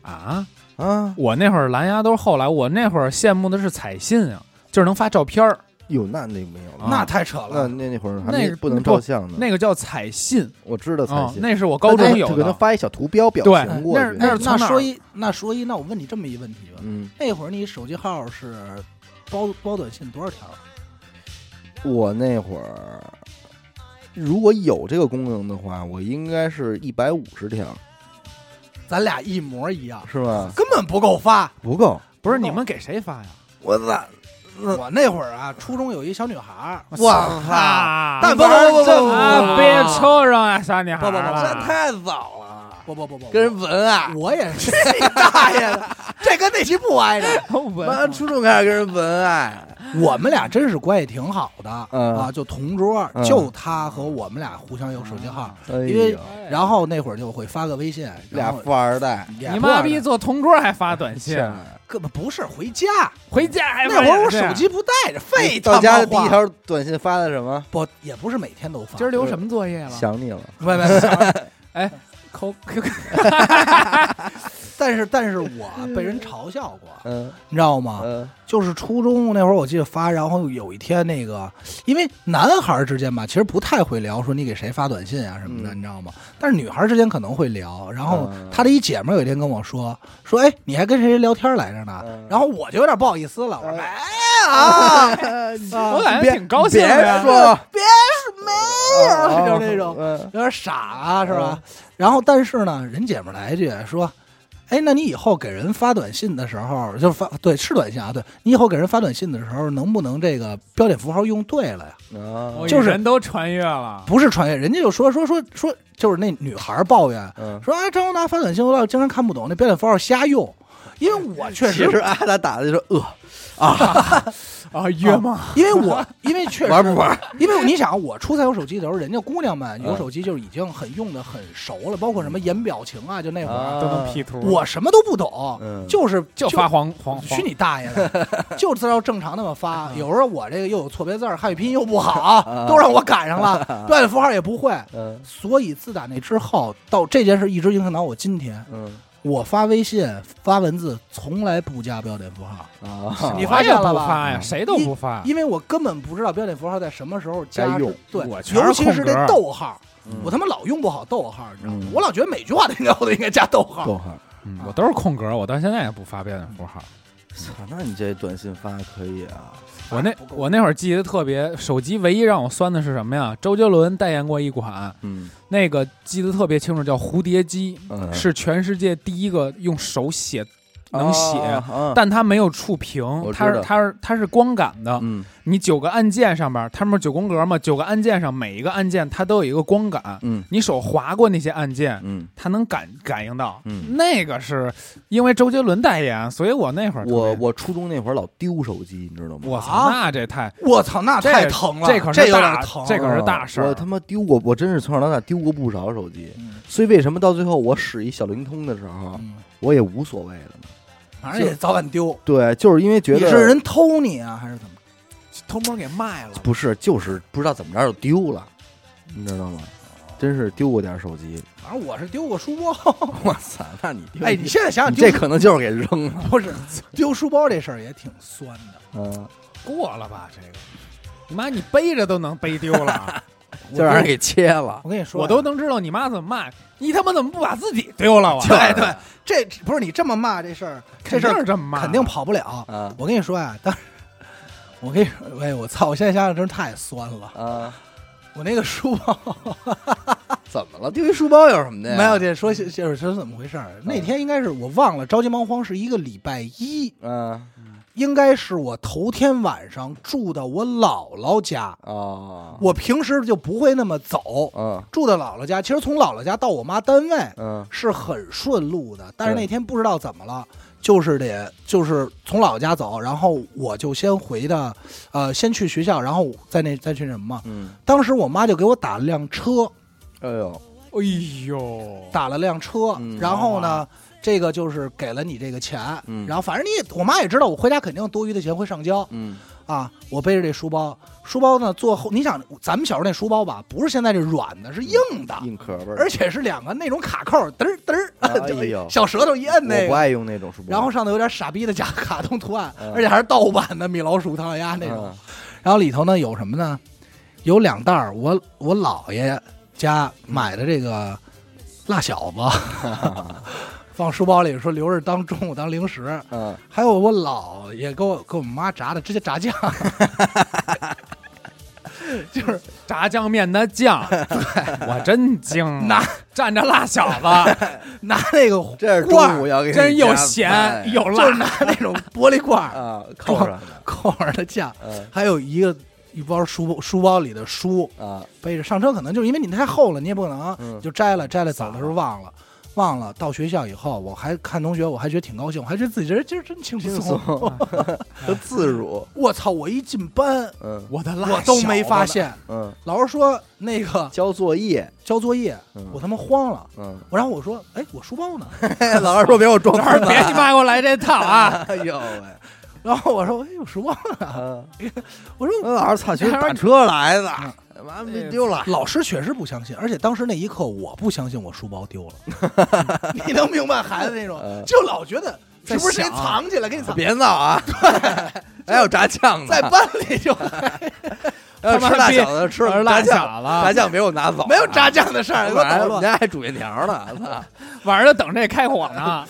S2: 啊！
S1: 啊！
S2: 我那会儿蓝牙都是后来，我那会儿羡慕的是彩信啊，就是能发照片儿，
S1: 哟，那那没有了，
S2: 啊
S3: 那太扯
S1: 那
S3: 了。
S1: 那那会儿还
S2: 那
S1: 没
S2: 个
S1: 不能
S2: 不
S1: 照相呢，
S3: 嗯
S2: 那个叫彩信
S1: 我知道才
S2: 啊，
S1: 行。
S2: 那是我高中有
S1: 就给他
S2: 的。
S1: 发一小图标表
S2: 对
S1: 情过去，
S2: 那那是哎从
S3: 哎那
S2: 哪儿
S3: 说一那说一，那我问你这么一问题吧，
S1: 嗯，
S3: 那会儿你手机号是包包短信多少条？啊
S1: 我那会儿如果有这个功能的话，我应该是一百五十条，
S3: 咱俩一模一样，
S1: 是吧？
S3: 根本不够发。
S1: 不够，
S2: 不是你们给谁发呀？
S3: 我操！我那会儿啊，初中有一小女孩儿，
S1: 哇
S3: 哈！
S2: 啊
S3: 但
S1: 不不不不不
S2: 啊，别抽上啊，傻女孩
S3: 不不不
S2: 儿了
S3: 真
S1: 太早了，
S3: 不不不不，
S1: 跟人文啊，
S3: 我也是大爷的，这跟那期不挨着。
S2: 都闻
S1: 妈初中开始跟人文啊爱，
S3: 我们俩真是关系挺好的、
S1: 嗯
S3: 啊，就同桌，
S1: 嗯
S3: 就他和我们俩互相有手机号，因为然后那会儿就会发个微信，
S1: 俩
S3: 然后
S1: 富二代，
S3: 也
S2: 你
S3: 不玩
S2: 妈
S3: 了
S2: 逼坐同桌还发短信，
S3: 根本不是回家，
S2: 回家还
S3: 那
S2: 发啊
S3: 会儿我
S2: 短信
S3: 手机不带着，费他
S1: 到
S3: 妈
S1: 家的第
S3: 话
S1: 一条短信发的什么？
S3: 不也不是每天都发，
S2: 今儿留什么作业了？
S1: 想你了，
S3: 喂喂，
S2: 哎抠
S3: 但是但是我被人嘲笑过，
S1: 嗯
S3: 你知道吗？
S1: 嗯
S3: 就是初中那会儿，我记得发，然后有一天那个，因为男孩儿之间吧，其实不太会聊说你给谁发短信啊什么的，
S1: 嗯
S3: 你知道吗？但是女孩儿之间可能会聊。然后
S1: 嗯
S3: 她的一姐们儿有一天跟我说说，哎，你还跟谁来天儿来着呢？
S1: 嗯
S3: 然后我就有点不好意思了，我说哎
S1: 嗯
S3: 没有，
S2: 我感觉
S1: 别
S2: 挺高兴的呀
S1: 别说，嗯
S3: 别是 没
S1: 哦
S3: 有， 就是那种
S1: 种，
S3: 有点傻啊，是
S1: 哦
S3: 吧？然后但是呢，人姐们儿来一句说。哎，那你以后给人发短信的时候，就是发对是短信啊，对你以后给人发短信的时候，能不能这个标点符号用对了呀？
S1: 嗯啊
S3: 就是
S2: 人哦都穿越了，
S3: 不是穿越，人家就说说说说，就是那女孩抱怨
S1: 嗯，
S3: 说，哎，张宏达发短信我老经常看不懂，那标点符号瞎用，因为 我确
S1: 其实
S3: 实，
S1: 阿达打的就呃，
S2: 啊，约吗？
S3: 因 为我因为确实
S1: 玩不玩？嗯
S3: 因为你想，我初三有手机的时候，人家姑娘们有手机就是已经很用的很熟了，包括什么演表情啊，就那会儿，
S1: 啊
S2: 都能 P 图，
S3: 我什么都不懂，
S1: 嗯
S3: 就是
S2: 就发黄黄
S3: 去
S2: 黄，
S3: 你大爷 的！就知道正常那么发，有时候我这个又有错别字儿，汉语拼音又不好，都让我赶上了，标点符号也不会。
S1: 嗯
S3: 所以自打那之后，到这件事一直影响到我今天，
S1: 嗯
S3: 我发微信发文字从来不加标点符号，
S1: 啊
S3: 你发现了吧
S2: 我也不发呀，谁都不发，
S3: 因为我根本不知道标点符号在什么时候加
S1: 该用
S3: 是。对，
S2: 我全是
S3: 尤其
S2: 空
S3: 是
S2: 格
S3: 这逗号
S1: 嗯，
S3: 我他妈老用不好逗号，你知道吗
S1: 嗯？
S3: 我老觉得每句话都应该我都应该加逗号。
S1: 逗号。
S2: 嗯我都是空格，我到现在也不发标点符号。
S1: 操，那你这短信发可以啊？
S2: 我那
S3: 不够
S2: 我那会儿记得特别，手机唯一让我酸的是什么呀？周杰伦代言过一款，
S1: 嗯
S2: 那个记得特别清楚，叫蝴蝶机，
S1: 嗯
S2: 是全世界第一个用手写能写，
S1: 啊啊
S2: 但它没有触屏，
S1: 知
S2: 它是
S1: 道
S2: 它是它是光感的。
S1: 嗯
S2: 你九个按键上边，它不是九宫格嘛？九个按键上每一个按键它都有一个光感，
S1: 嗯
S2: 你手划过那些按键，
S1: 嗯，
S2: 它能感感应到。
S1: 嗯
S2: 那个是因为周杰伦代言，所以我那会儿特别
S1: 我我初中那会儿老丢手机，你知道吗？
S2: 我操，
S3: 啊
S2: 那这太
S3: 我操，那
S2: 这
S3: 太疼了，
S2: 这
S3: 这
S2: 可是
S3: 有
S2: 大
S3: 点疼，
S2: 这可是大事儿
S1: 我他妈丢过，我真是从小到大丢过不少手机，
S3: 嗯
S1: 所以为什么到最后我使一小灵通的时候，
S3: 嗯
S1: 我也无所谓了呢？
S3: 反正也早晚丢。
S1: 对，就是因为觉
S3: 你
S1: 得
S3: 是人偷你啊，还是怎么？
S2: 偷摸给卖了。
S1: 不是，就是不知道怎么着就丢了，你知道吗？真是丢过点手机，
S3: 反正我是丢过书包。
S1: 我 操，那你丢
S3: 哎，你现在想想
S1: 哎你
S3: 丢
S1: 这
S3: 书，
S1: 可能就是给扔了，
S3: 不是丢书包这事儿也挺酸的。
S1: 嗯，
S2: 过了吧，这个，你妈你背着都能背丢了，
S1: 就让人给切了，
S3: 我跟你说啊，
S2: 我都能知道你妈怎么骂，你他妈怎么不把自己丢了啊？
S1: 就是
S3: 对对，这不是你这么骂这事儿，这
S2: 肯
S3: 事
S2: 定
S3: 儿
S2: 是这么骂，
S3: 肯定跑不了。
S1: 啊
S3: 我跟你说啊，当时我跟你说，哎，我操！我现在想想真是太酸了。
S1: 啊，
S3: 我那个书包
S1: 怎么了？丢一书包有什么的呀？
S3: 没有这说就是说怎么回事儿？那天应该是我忘了，着急忙慌是一个礼拜一，
S1: 嗯
S3: 应该是我头天晚上住到我姥姥家。
S1: 哦，
S3: 我平时就不会那么走，
S1: 嗯
S3: 住到姥姥家。其实从姥姥家到我妈单位
S1: 嗯
S3: 是很顺路的，但是
S1: 对
S3: 那天不知道怎么了，就是得就是从姥姥家走，然后我就先回的，呃，先去学校，然后再那再去什么嘛。
S1: 嗯，
S3: 当时我妈就给我打了辆车，
S1: 哎呦，
S2: 哎呦，
S3: 打了辆车，
S1: 嗯
S3: 然后呢，这个就是给了你这个钱，
S1: 嗯
S3: 然后反正你也我妈也知道我回家肯定多余的钱会上交，
S1: 嗯
S3: 啊，我背着这书包，书包呢坐后，你想咱们小时候那书包吧，不是现在这软的，是硬的，
S1: 硬壳巴儿，
S3: 而且是两个那种卡扣，嘚儿嘚儿，
S1: 哎呦
S3: 小舌头一摁那
S1: 我不
S3: 个，
S1: 爱用那种书包，
S3: 然后上头有点傻逼的假 卡通图案，
S1: 嗯
S3: 而且还是盗版的米老鼠、唐老鸭那种。然后里头呢有什么呢？有两袋儿我我姥爷家买的这个辣小子， 放书包里说留着当中午当零食。
S1: 嗯，
S3: 还有我姥爷给我给我妈炸的，直接炸酱，就是
S2: 炸酱面的 酱，我真惊了，
S3: 拿
S2: 蘸着辣小子，
S3: 拿那个
S1: 这是
S3: 罐
S1: 中午
S3: 儿，
S1: 要给你
S2: 真有
S1: 加饭
S2: 咸
S1: 呀
S2: 有
S3: 就是拿
S2: 辣，
S3: 那种玻璃罐儿
S1: 啊，扣上的，
S3: 扣上的酱，
S1: 嗯
S3: 还有一个一包书书包里的书
S1: 啊，
S3: 背着上车，可能就是因为你太厚了，你也不可
S1: 嗯
S3: 能就摘了，摘了走的时候忘了。忘了到学校以后，我还看同学，我还觉得挺高兴，我还觉得自己这人今儿真轻
S1: 轻
S3: 松
S1: 松。和 自如，
S3: 我操！我一进班，
S1: 嗯
S2: 我的辣，
S3: 我都没发，现。
S1: 嗯，
S3: 老师说那个
S1: 交作业，
S3: 交作业，
S1: 嗯
S3: 我他妈慌了。
S1: 嗯，
S3: 我然后我说，哎，我书包呢？
S1: 老师说别给我装
S2: 老师别你妈给我来这套 啊！
S1: 哎呦喂，
S3: 然后我说，哎，我书包呢？
S1: 嗯
S3: 我说，
S1: 那老 嗯哎师操，其实打车来的，完没丢 了，
S3: 老师确实不相信，而且当时那一刻我不相信我书包丢了。 你能明白孩子那种
S1: 嗯，
S3: 就老觉得是不是谁
S2: 在想
S3: 藏起来给你藏？
S1: 别闹啊，还有炸酱呢
S3: 在，班里就
S1: 还有吃辣
S2: 他
S1: 小
S2: 妈
S1: 子
S2: 逼
S1: 吃
S2: 玩
S1: 炸
S2: 辣
S1: 酱，
S2: 小
S1: 炸
S2: 子，
S1: 酱别给我拿走，啊
S3: 没有炸酱的事 儿。
S1: 我
S3: 给我捣
S1: 们
S3: 乱
S1: 家还煮面条呢，
S2: 晚上等这开火 呢，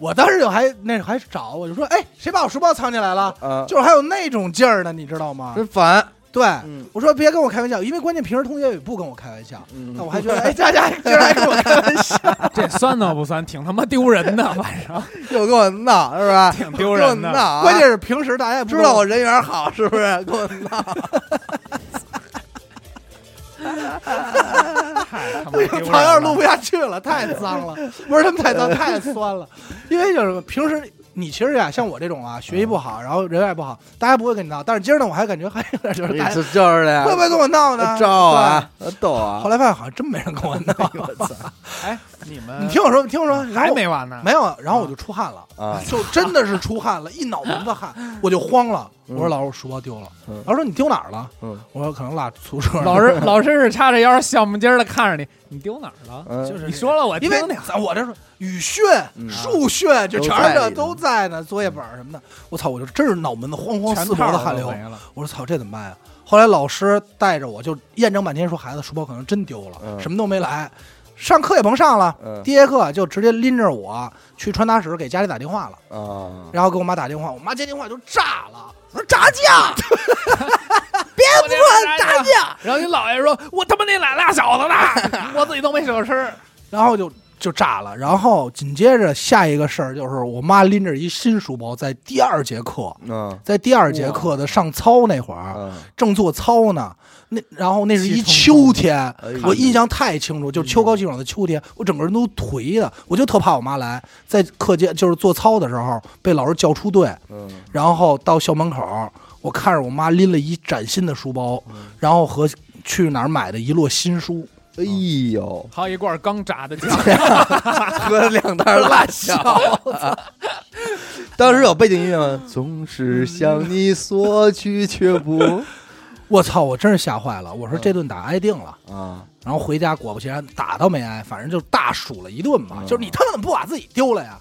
S3: 我当时就还那还找我就说，哎，谁把我书包藏起来了？
S1: 嗯
S3: 就是还有那种劲儿呢，你知道吗？
S1: 真烦，
S3: 对，
S1: 嗯
S3: 我说别跟我开玩笑，因为关键平时同学也不跟我开玩笑，
S1: 嗯
S3: 那我还觉得哎，大家居然还跟我开玩笑，
S2: 这酸呢不酸，挺他妈丢人的，晚 上
S1: 又给我闹是吧？
S2: 挺丢人的
S1: 给我闹 啊，
S3: 关键是平时大家也不
S1: 知道我人缘好是不是？给我闹，
S2: 太他妈
S3: 不
S2: 丢
S3: 行，
S2: 人
S3: 朋友录
S2: 了。
S3: 不下去了，太脏了，不是他们太脏，太酸了，因为就是平时。你其实呀，像我这种啊，学习不好，然后人也不好，大家不会跟你闹。但是今儿呢，我还感觉还有点就是大家
S1: 这就是的，
S3: 会不会跟我闹 呢？
S1: 照啊， 逗
S3: 对！
S1: 啊
S3: 后， 来发现好像真没人跟我闹。
S2: 哎，你们
S3: 你听我说，你听我说，然
S2: 还
S3: 后
S2: 没完呢？
S3: 没有，然后我就出汗了，
S1: 啊
S3: 就真的是出汗了，一脑门子汗，我就慌了。我说
S1: 嗯
S3: 老师，我书包丢了。
S1: 嗯
S3: 老师说你丢哪儿了？
S1: 嗯
S3: 我说可能落宿舍了。
S2: 老师 老师是叉着腰笑不尖儿的看着你，你丢哪儿了？
S1: 嗯，
S3: 就是
S2: 你说了我听
S3: 因为
S2: 听。
S3: 咱我这是语训
S1: 嗯、
S3: 数学，就全
S1: 都在
S3: 是这
S1: 里头
S3: 都在呢，作业本儿什么的。我操，我就真是脑门子慌慌四头的汗流
S2: 全套都。没了，
S3: 我说操，这怎么办呀？后来老师带着我就验证半天，说孩子书包可能真丢了，
S1: 嗯
S3: 什么都没来，上课也甭上了。
S1: 嗯
S3: 第一节课就直接拎着我去传达室给家里打电话了，
S1: 啊，
S3: 然后给我妈打电话，我妈接电话就炸了，我说炸酱，别
S2: 我
S3: 不
S2: 这
S3: 说
S2: 炸
S3: 炸酱，
S2: 然后你姥爷说：“我他妈那俩辣小子呢，我自己都没舍得吃。
S3: 然后就就炸了。然后紧接着下一个事儿就是我妈拎着一新书包，在第二节课，
S1: 嗯
S3: 在第二节课的上操那会儿，
S1: 嗯，
S3: 正做操呢，那然后那是一
S2: 气冲
S3: 秋天
S1: 哎呦，
S3: 我印象太清楚，就是秋高气爽的秋天，我整个人都颓的，我就特怕我妈来，在课间就是做操的时候被老师叫出队，
S1: 嗯
S3: 然后到校门口，我看着我妈拎了一崭新的书包，然后和去哪儿买的一摞新书，
S1: 哎呦，
S2: 还有一罐刚炸的 酱，
S1: 喝了两袋辣椒。 当时有背景音乐吗？总是向你索取，却不
S3: 我操，我真是吓坏了，我说这顿打挨定了。
S1: 啊，
S3: 然后回家果不其然打倒没挨，反正就大数了一顿吧。
S1: 嗯
S3: 就是你他妈怎么不把自己丢了呀？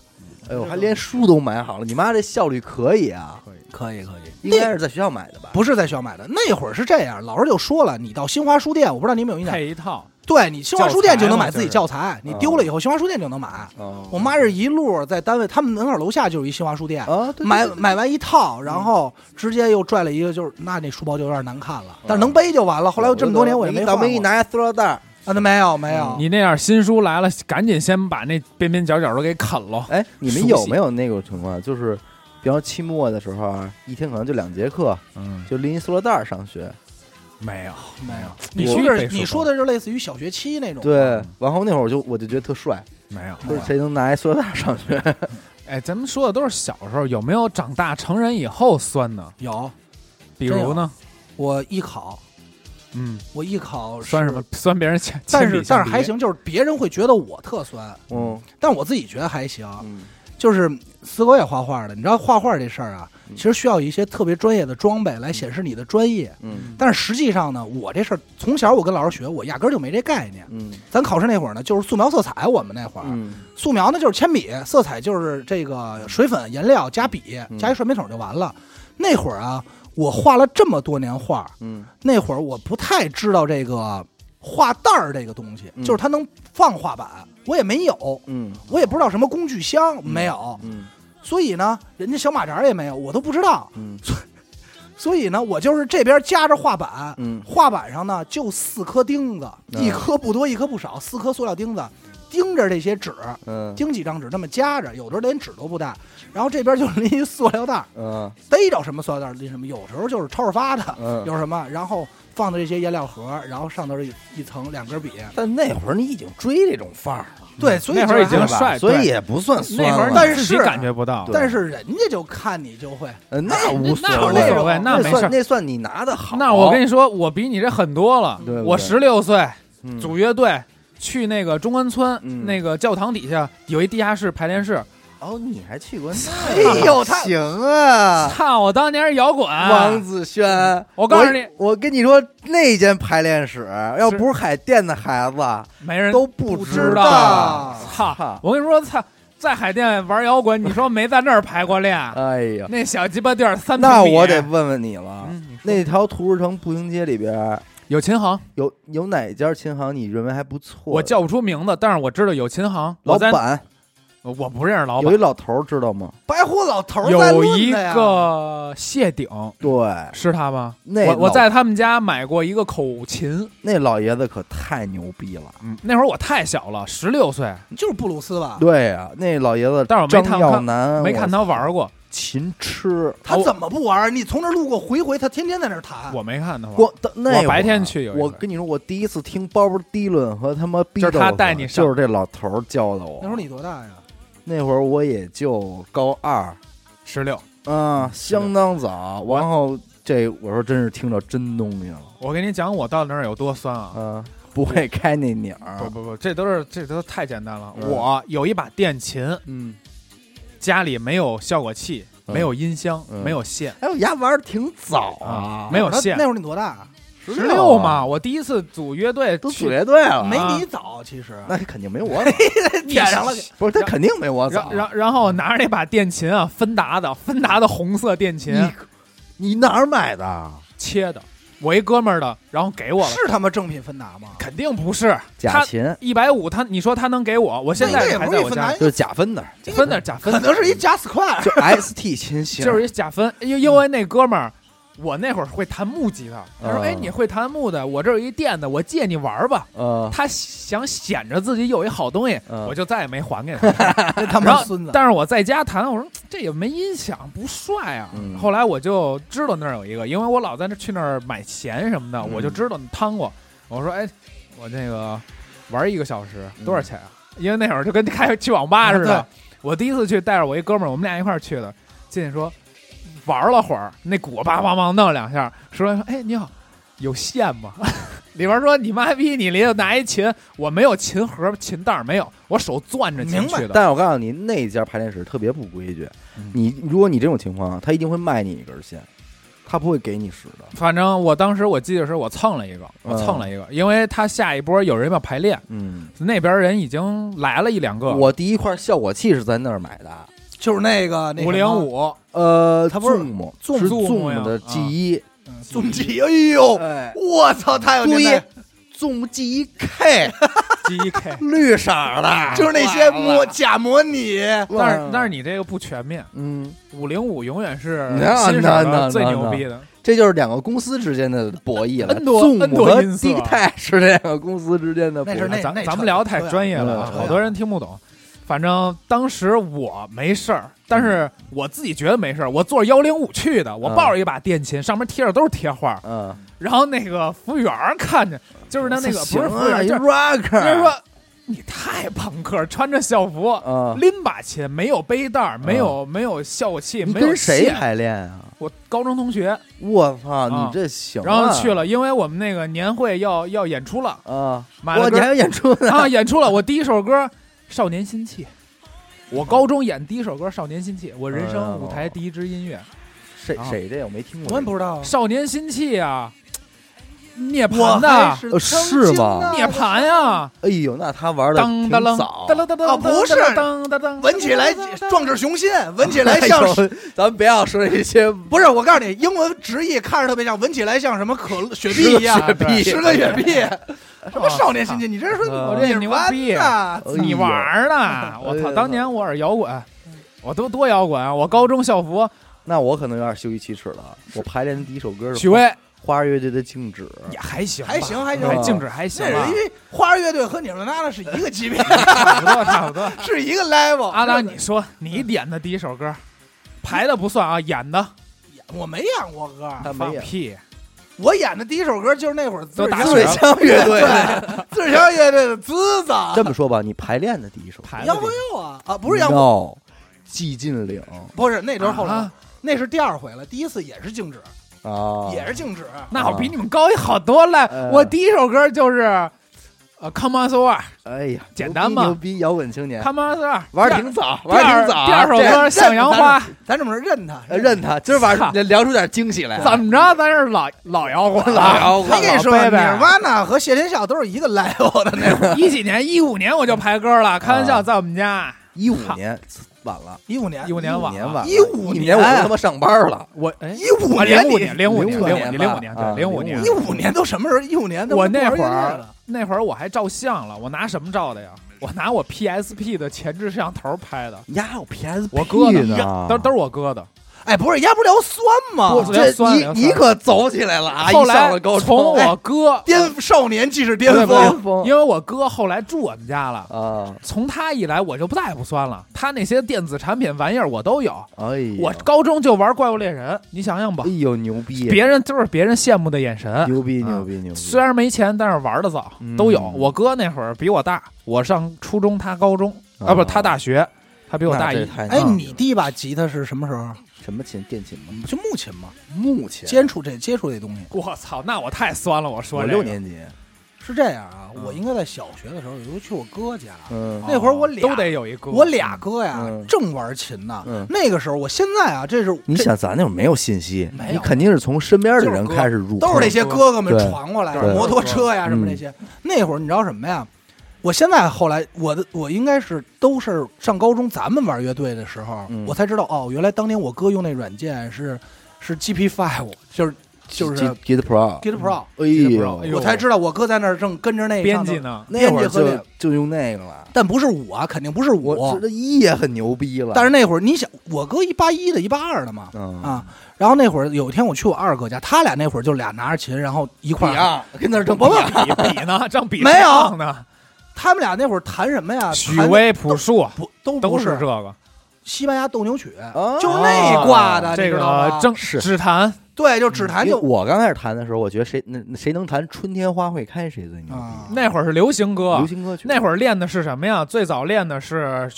S1: 哎呦，还连书都买好了，你妈这效率可以啊，
S3: 可以可以，
S1: 应该是在学校买的吧？
S3: 不是在学校买的，那会儿是这样，老师就说了，你到新华书店，我不知道你有没有印象，
S2: 配一套，
S3: 对你新华书店就能嗯买自己
S2: 教
S3: 教材，你丢了以后新华书店就能买。
S1: 哦
S3: 我妈是一路在单位，他们门口楼下就有一新华书店，
S1: 啊，对
S3: 买
S1: 对对
S3: 买完一套，然后直接又拽了一个，就是那那书包就有点难看了，但是能背就完了。后来又这么多哦年我也没
S1: 你
S3: 换
S1: 倒
S3: 过
S1: 霉，你拿一塑料袋儿。
S3: 啊，那没有没有，
S2: 你那样新书来了，赶紧先把那边边角角都给啃了。
S1: 哎，你
S2: 熟
S1: 们有
S2: 悉
S1: 没有那种情况，就是比方期末的时候啊，一天可能就两节课，
S2: 嗯，
S1: 就拎一塑料袋儿上学。
S2: 没有，
S3: 没有，
S2: 必
S3: 你
S2: 须
S3: 是
S2: 得
S3: 你说
S2: 说
S3: 的是类似于小学期那种，
S1: 对，然后那会儿我就我就觉得特帅，
S2: 没有。
S3: 哦
S1: 说谁能拿一塑料袋儿上学？
S2: 哎，咱们说的都是小时候，有没有长大成人以后酸呢？
S3: 有
S2: 比如呢？
S3: 我艺考，
S2: 嗯，
S3: 我艺考
S2: 酸什么？？酸 别人铅，
S3: 但
S2: 铅
S3: 是
S2: 笔橡
S3: 但是
S2: 皮
S3: 还，行，就是别人会觉得我特酸，
S1: 嗯
S3: 但我自己觉得还行。
S1: 嗯
S3: 就是死狗也画画的，你知道画画这事儿啊，
S1: 嗯
S3: 其实需要一些特别专业的装备来显示你的专业。
S1: 嗯
S3: 但是实际上呢，我这事儿从小我跟老师学，我压根儿就没这概念。
S1: 嗯
S3: 咱考试那会儿呢，就是素描、色彩，我们那会儿、
S1: 嗯
S3: 素描呢就是铅笔，色彩就是这个水粉、颜料加笔
S1: 嗯
S3: 加一涮笔筒就完了。那会儿啊，我画了这么多年画，
S1: 嗯
S3: 那会儿我不太知道这个画袋儿这个东西，
S1: 嗯
S3: 就是它能放画板，我也没有，
S1: 嗯
S3: 我也不知道什么工具箱没有，
S1: 嗯
S3: 所以呢，人家小马扎也没有，我都不知道。
S1: 嗯
S3: 所以呢，我就是这边夹着画板，
S1: 嗯
S3: 画板上呢就四颗钉子，
S1: 嗯
S3: 一颗不多，一颗不少，四颗塑料钉子钉着这些纸，
S1: 嗯
S3: 钉几张纸这么夹着，有的时候连纸都不带。然后这边就拎一塑料袋儿，
S1: 嗯
S3: 逮着什么塑料袋儿拎什么，有时候就是超市发的，
S1: 嗯
S3: 有什么，然后放的这些颜料盒，然后上头一一层两根笔，
S1: 但那会儿你已经追这种范儿了，
S3: 对，所以
S2: 那会儿
S3: 就是
S2: 已经
S3: 还
S1: 对吧
S2: 帅
S1: 所
S2: 对
S1: 以也不算酸
S2: 那会儿
S1: 了
S2: 你
S3: 但
S2: 自己
S3: 是
S2: 感觉不到
S1: 对，
S3: 但是人家就看你就会，
S1: 呃那无所
S2: 那
S1: 谓，
S2: 无所谓，那
S3: 那
S2: 没事
S1: 算
S2: 儿。
S1: 那算你拿的好。
S2: 那我跟你说，我比你这狠多了。
S1: 对不对
S2: 我十六岁
S1: 你
S2: 组乐队，去那个中关村、
S1: 嗯
S2: 那个教堂底下有一地下室排练室。
S1: 哦，你还去过那？
S3: 哎呦他
S1: 行啊，
S2: 看我当年摇滚，
S1: 王子轩，
S2: 我告诉你
S1: 我跟你说，那间排练室要不是海淀的孩子
S2: 没人
S1: 都啊不
S2: 知
S1: 道。
S2: 操！我跟你说，操，在海淀玩 摇滚，你说没在那儿排过练？
S1: 哎呀，
S2: 那小鸡巴地儿三平米
S1: 那我得问问你了，
S2: 嗯你说
S1: 那条图市城步行街里边
S2: 有琴行，
S1: 有有哪家琴行你认为还不错？
S2: 我叫不出名字，但是我知道有琴行。
S1: 老
S2: 我在，
S1: 板，
S2: 我不认识老
S1: 有
S2: 板
S1: 一。老头儿知道吗？
S3: 白胡老头儿在
S2: 有
S3: 论
S2: 一
S3: 的呀
S2: 个谢顶，
S1: 对，
S2: 是他吗？
S1: 那
S2: 嗯我我
S1: 老
S2: 在他们家买过一个口琴，
S1: 那老爷子可太牛逼了。
S2: 嗯，那会儿我太小了，十六岁，
S3: 就是布鲁斯吧，
S1: 对呀、啊那老爷子
S2: 但是我没
S1: 张
S2: 看过
S1: 耀
S2: 他
S1: 南，
S2: 没看
S1: 他
S2: 他玩过，
S1: 琴痴。啊
S3: 他
S2: 我
S3: 怎么不玩？你从这儿路过，回回他天天在那儿弹。
S2: 我没看他玩。
S1: 我的那会儿
S2: 我白天去有一回
S1: 我跟你说，我第一次听 Bob Dylan 和他妈 b
S2: 是他带你上
S1: 就是这老头儿教的我。
S3: 那时候你多大呀？
S1: 那会儿我也就高二，
S2: 十六，
S1: 嗯，相当早。然后这我说真是听着真东西了，
S2: 我跟你讲，我到那儿有多酸啊！
S1: 嗯，不会开那鸟儿
S3: 啊
S2: 不，不不，这都是这都太简单了。
S1: 嗯
S2: 我有一把电琴，
S1: 嗯，
S2: 家里没有效果器，
S1: 嗯
S2: 没有音箱，
S1: 嗯
S2: 没有线
S1: 哎，我牙玩的挺早
S2: 啊
S1: 啊，，
S2: 没有
S3: 那
S2: 线
S3: 那。会儿你多大？啊
S2: 十六嘛，
S1: 嘛，
S2: 我第一次组乐队
S1: 都组
S2: 去，
S1: 乐队了，
S3: 没
S2: 啊
S3: 你早，其实
S1: 那肯定没我早，
S3: 点上了。
S1: 不是他肯定没我
S2: 然
S1: 早。
S2: 然然后我拿着那把电琴啊，芬达的芬达的红色电琴
S1: 你你哪儿买的？
S2: 切的，我一哥们儿的，然后给我了。
S3: 是他妈正品芬达吗？
S2: 肯定不是
S1: 假琴，
S2: 一百五，150他你说他能给我，我现在
S3: 那应该也
S2: 还
S3: 不是
S2: 在
S3: 一
S2: 我
S3: 芬
S2: 家
S3: 达
S2: 里，，
S1: 就是假分的，
S3: 应该
S2: 分的假分
S3: 可
S2: 的，
S3: 能是一加斯快。
S1: 就 ST 琴弦，
S2: 就是一假分，因因为那哥们儿我那会儿会弹木吉他，他说：“
S1: 啊
S2: 哎，你会弹木的，我这有一电的，我借你玩儿吧。”
S1: 啊
S2: 他想显着自己有一好东西，
S1: 嗯
S2: 我就再也没还给他。
S3: 这他
S2: 然
S3: 妈
S2: 后
S3: 孙子，
S2: 但是我在家弹，我说这也没音响，不帅啊。
S1: 嗯
S2: 后来我就知道那儿有一个，因为我老在那去那儿买弦什么的，
S1: 嗯
S2: 我就知道趟过。我说哎，我那个玩一个小时
S1: 嗯
S2: 多少钱啊？因为那会儿就跟开去网吧似的。
S3: 啊
S2: 我第一次去带着我一哥们儿，我们俩一块儿去的，进去说玩了会儿，那鼓叭叭叭弄两下，说说哎你好，有线吗？ 里边说你妈逼，你离就拿一琴，我没有琴盒、琴袋儿，没有，我手攥着琴
S3: 明白
S2: 去的。
S1: 但是我告诉你，那家排练室特别不规矩
S2: 嗯。
S1: 你如果你这种情况，他一定会卖你一根线，他不会给你使的。
S2: 反正我当时我记得是我蹭了一个，我
S1: 嗯
S2: 蹭了一个，因为他下一波有人要排练，
S1: 嗯，
S2: 那边人已经来了一两个，
S1: 我第一块效果器是在那儿买的，
S3: 就是那个那
S2: 五零，五，
S1: 呃，
S3: 它不是
S1: Zoom，
S2: Zoom
S1: 是
S2: Zoom 呀
S1: Zoom 的 G 一，
S3: 纵击，哎呦，
S2: 嗯
S1: 哎，
S3: 我操，太有
S1: 注意
S3: 年代了
S1: Zoom G 一 K
S2: ，G 一 K，
S1: 绿色儿的，
S3: 就是那些模假模拟，
S2: 但是但是你这个不全面，
S1: 嗯，
S2: 五零五永远 是
S1: 那
S2: 新手
S1: 那那
S2: 的最
S1: 那
S2: 牛
S1: 那
S2: 逼的，
S1: 这就是两个公司之间的博弈 了。
S2: N 多
S1: Zoom
S2: N 多啊
S1: 和
S2: 音色
S1: d i g t a 是这两个公司之间的博
S3: 那是
S1: 弈。
S2: 啊咱
S3: 那
S2: 咱
S3: 扯
S2: 们聊
S3: 扯
S2: 太
S3: 远
S2: 专业了啊，
S1: 了
S2: 好多人听不懂。反正当时我没事儿，但是我自己觉得没事儿。我坐幺零五去的，我
S1: 嗯
S2: 抱着一把电琴，上面贴着都是贴画儿。
S1: 嗯，
S2: 然后那个服务员儿看着，就是他那个不
S1: 行
S2: 是服务员
S1: 啊
S2: 儿，
S1: 一
S2: 就是人家
S1: rocker，
S2: 说你太朋克，穿着校服，
S1: 啊，
S2: 拎把琴，没有背带儿，没有没有效果器，
S1: 你
S2: 没有
S1: 跟谁
S2: 线
S1: 排练啊？
S2: 我高中同学，
S1: 我操，
S2: 啊
S1: 你这行啊？
S2: 然后去了，因为我们那个年会要要演出了，
S1: 啊，
S2: 买
S1: 哇，
S2: 了
S1: 你
S2: 根
S1: 还有演出呢？
S2: 啊，演出了。我第一首歌《少年心气》，我高中演第一首歌《少年心气》，我人生舞台第一支音乐
S1: 谁
S2: 啊
S1: 谁这我没听过，
S3: 我也不知道啊，
S2: 《少年心气》啊，涅
S3: 我
S2: 槃
S3: 还
S2: 呐，
S3: 是
S1: 呃
S3: 曾
S1: 是
S3: 经
S1: 吗
S3: 啊
S2: 涅槃呀，
S1: 哎呦，那他玩的
S2: 当
S1: 挺
S2: 当当
S1: 早，
S2: 当当当当，当当当，
S3: 闻起 来壮志雄心，闻起来像
S1: 哎呦咱们不要说一些
S3: 不是，我告诉你，英文直译看着特别像，闻起来像什么 可乐雪碧一 样，
S2: 十个雪碧
S3: 十个雪碧， 什么少年心境？你这是
S2: 我这牛逼
S3: 啊！
S1: 哎
S2: 你玩儿呢？我操！当年我是摇滚，
S3: 嗯
S2: 我都多摇滚啊！我高中校服，
S1: 那我可能有点羞于启齿了。啊我排练的第一首歌是
S2: 许巍
S1: 花儿乐队的《静止》，
S2: 也还行，
S3: 还行还行
S2: 还静止还行
S3: 那
S2: 吧
S3: 人，家花儿乐队和你们娜娜是一个级 别，
S2: 差不多差不 多。
S3: 是一个 level。
S2: 阿达，你说你点的第一首歌，排的不算啊，演的
S3: 我没演过歌，
S1: 他没
S2: 放
S1: 演。
S2: 屁，
S3: 我演的第一首歌就是那会儿自
S2: 都打
S3: 强
S1: 水
S2: 水
S1: 枪乐队，
S3: 对自强乐队的《滋子》，
S1: 这么说吧，你排练的第一首
S2: 排
S3: 杨
S2: 的
S3: 国佑啊啊，不是杨国，
S1: No，寂静岭
S3: 不是那时候后来
S2: 啊，哦
S3: 那是第二回了，第一次也是静止，
S1: 啊，
S3: 也是静止。
S2: 那我比你们高一好多了。
S1: 呃
S2: 我第一首歌就是呃《Come On So Far》，
S1: 哎呀，
S2: 简单嘛
S1: 牛逼牛逼摇滚青
S2: 《
S1: 年，
S2: Come On So Far》
S1: 哎玩儿挺早，
S2: 第
S1: 玩儿
S2: 二
S1: 挺早。啊
S2: 第二首
S1: 这
S2: 歌《向阳花》，
S3: 咱这么认他，
S1: 呃认他，今儿晚上
S2: 操
S1: 聊出点惊喜来。
S2: 怎么着？咱哎是老老摇滚
S1: 老
S2: 了。
S1: 摇滚
S3: 我跟你说，
S2: 老贝贝
S3: 米瓦娜和谢天笑都是一个 level 的那种。
S2: 一几年，一五年我就排歌了，开玩
S1: 啊
S2: 笑，在我们家，
S1: 一五年晚了，
S3: 一五年
S2: 一，五年晚
S1: 年
S2: 了。
S1: 晚了，
S3: 15
S1: 一年我都他妈上班了。
S2: 我哎，
S3: 一五
S2: 啊
S3: 年
S2: 零五年，
S3: 你，
S2: 零五年，
S1: 05
S2: 零五
S1: 年吧
S2: 年，零五年，
S1: 啊
S2: 对，零五年
S3: 一。五年都什么时候？一五年都
S2: 我那会
S3: 多少年
S2: 儿啊
S3: 了，
S2: 那会儿我还照相了，我拿什么照的呀？我拿我 PSP 的前置摄像头拍的，
S1: 呀，我 PSP
S2: 我哥的
S1: 呢，啊
S2: 都都是我哥的。
S3: 哎，不是，丫不是聊酸
S2: 不
S3: 吗
S2: 是？
S1: 这
S2: 酸
S1: 你
S2: 了
S1: 你可走起来了啊！
S2: 后
S1: 一上
S2: 来
S1: 了高
S2: 从
S1: 中
S2: 我哥
S3: 巅少年即是 巅
S2: 对
S3: 峰，
S1: 巅峰
S2: 因为我哥后来住我们家了，
S1: 啊，
S2: 从他一来我就不再也不酸了。他那些电子产品玩意儿我都有，
S1: 哎呀，
S2: 我高中就玩怪物猎人，你想想吧
S1: 哎，呦牛逼，
S2: 别人就是别人羡慕的眼神。
S1: 牛逼
S2: 啊
S1: 牛逼牛逼！
S2: 虽然没钱，但是玩的早
S1: 嗯，
S2: 都有。我哥那会儿比我大，我上初中，他高中啊，不，
S1: 哦
S2: 他大学，他比
S1: 比
S2: 我大一。
S3: 哎，你第一把吉他是什么时候？
S1: 什么琴？电琴吗？
S3: 就木琴嘛，
S1: 木琴
S3: 接触这接触这东西
S2: 我操，那我太酸了，我说
S1: 我
S2: 这个
S1: 六年级，
S3: 是这样啊。
S1: 嗯
S3: 我应该在小学的时候，有时候去我哥家，
S1: 嗯
S3: 那会儿我俩
S2: 都得有一个，
S3: 我俩哥呀
S1: 嗯
S3: 正玩琴呢
S1: 嗯。
S3: 那个时候，我现在啊，这是
S1: 你
S3: 这
S1: 想咱那会儿没有信息，
S2: 没有
S1: 你肯定是从身边的人开始入坑，
S3: 都是那些哥哥们
S1: 对
S3: 传过来
S2: 对
S3: 的摩托车呀
S1: 对嗯
S3: 什么那些。那会儿你知道什么呀？我现在后来，我的我应该是都是上高中咱们玩乐队的时候，
S1: 嗯
S3: 我才知道哦，原来当年我哥用那软件是是 GP Five，就是就是
S1: Git Git Pro，
S3: Git Pro，
S1: 哎
S2: Git Pro，哎
S1: 呦，
S2: 呦
S3: 我才知道我哥在那儿正跟着那
S2: 编
S3: 上头
S2: 辑，呢？
S1: 那会儿
S3: 编辑和
S1: 就
S3: 这
S1: 就用那个了。
S3: 但不是五啊，肯定不是
S1: 我
S3: 五
S1: 知。道 E 也很牛逼了，
S3: 但是那会儿你想，我哥一八一的，一八二的嘛，
S1: 嗯
S3: 啊，然后那会儿有一天我去我二哥家，他俩那会儿就俩拿着琴，然后一块
S1: 比
S3: 儿，
S1: 啊，跟那儿正
S3: 不不
S1: 比
S2: 笔笔呢？正笔
S3: 没有啊
S2: 上呢？
S3: 他们俩那会儿弹什么呀？
S2: 许
S3: 弹
S2: 巍、朴树啊
S3: 不都
S2: 都
S3: 不
S2: 是这个，
S3: 西班牙斗牛曲，
S1: 啊
S3: 就是那挂的，
S2: 这
S3: 你知道
S2: 个
S3: 吗？
S2: 正嗯
S1: 是
S2: 指弹
S3: 对，就只弹
S1: 因为
S3: 就
S1: 我刚开始弹的时候，我觉得谁那那谁能弹《春天花会开》谁最牛
S3: 啊
S1: 逼？
S2: 那会儿是流行歌
S1: 流，行歌曲
S2: 那会儿练的是什么呀？最早练的是。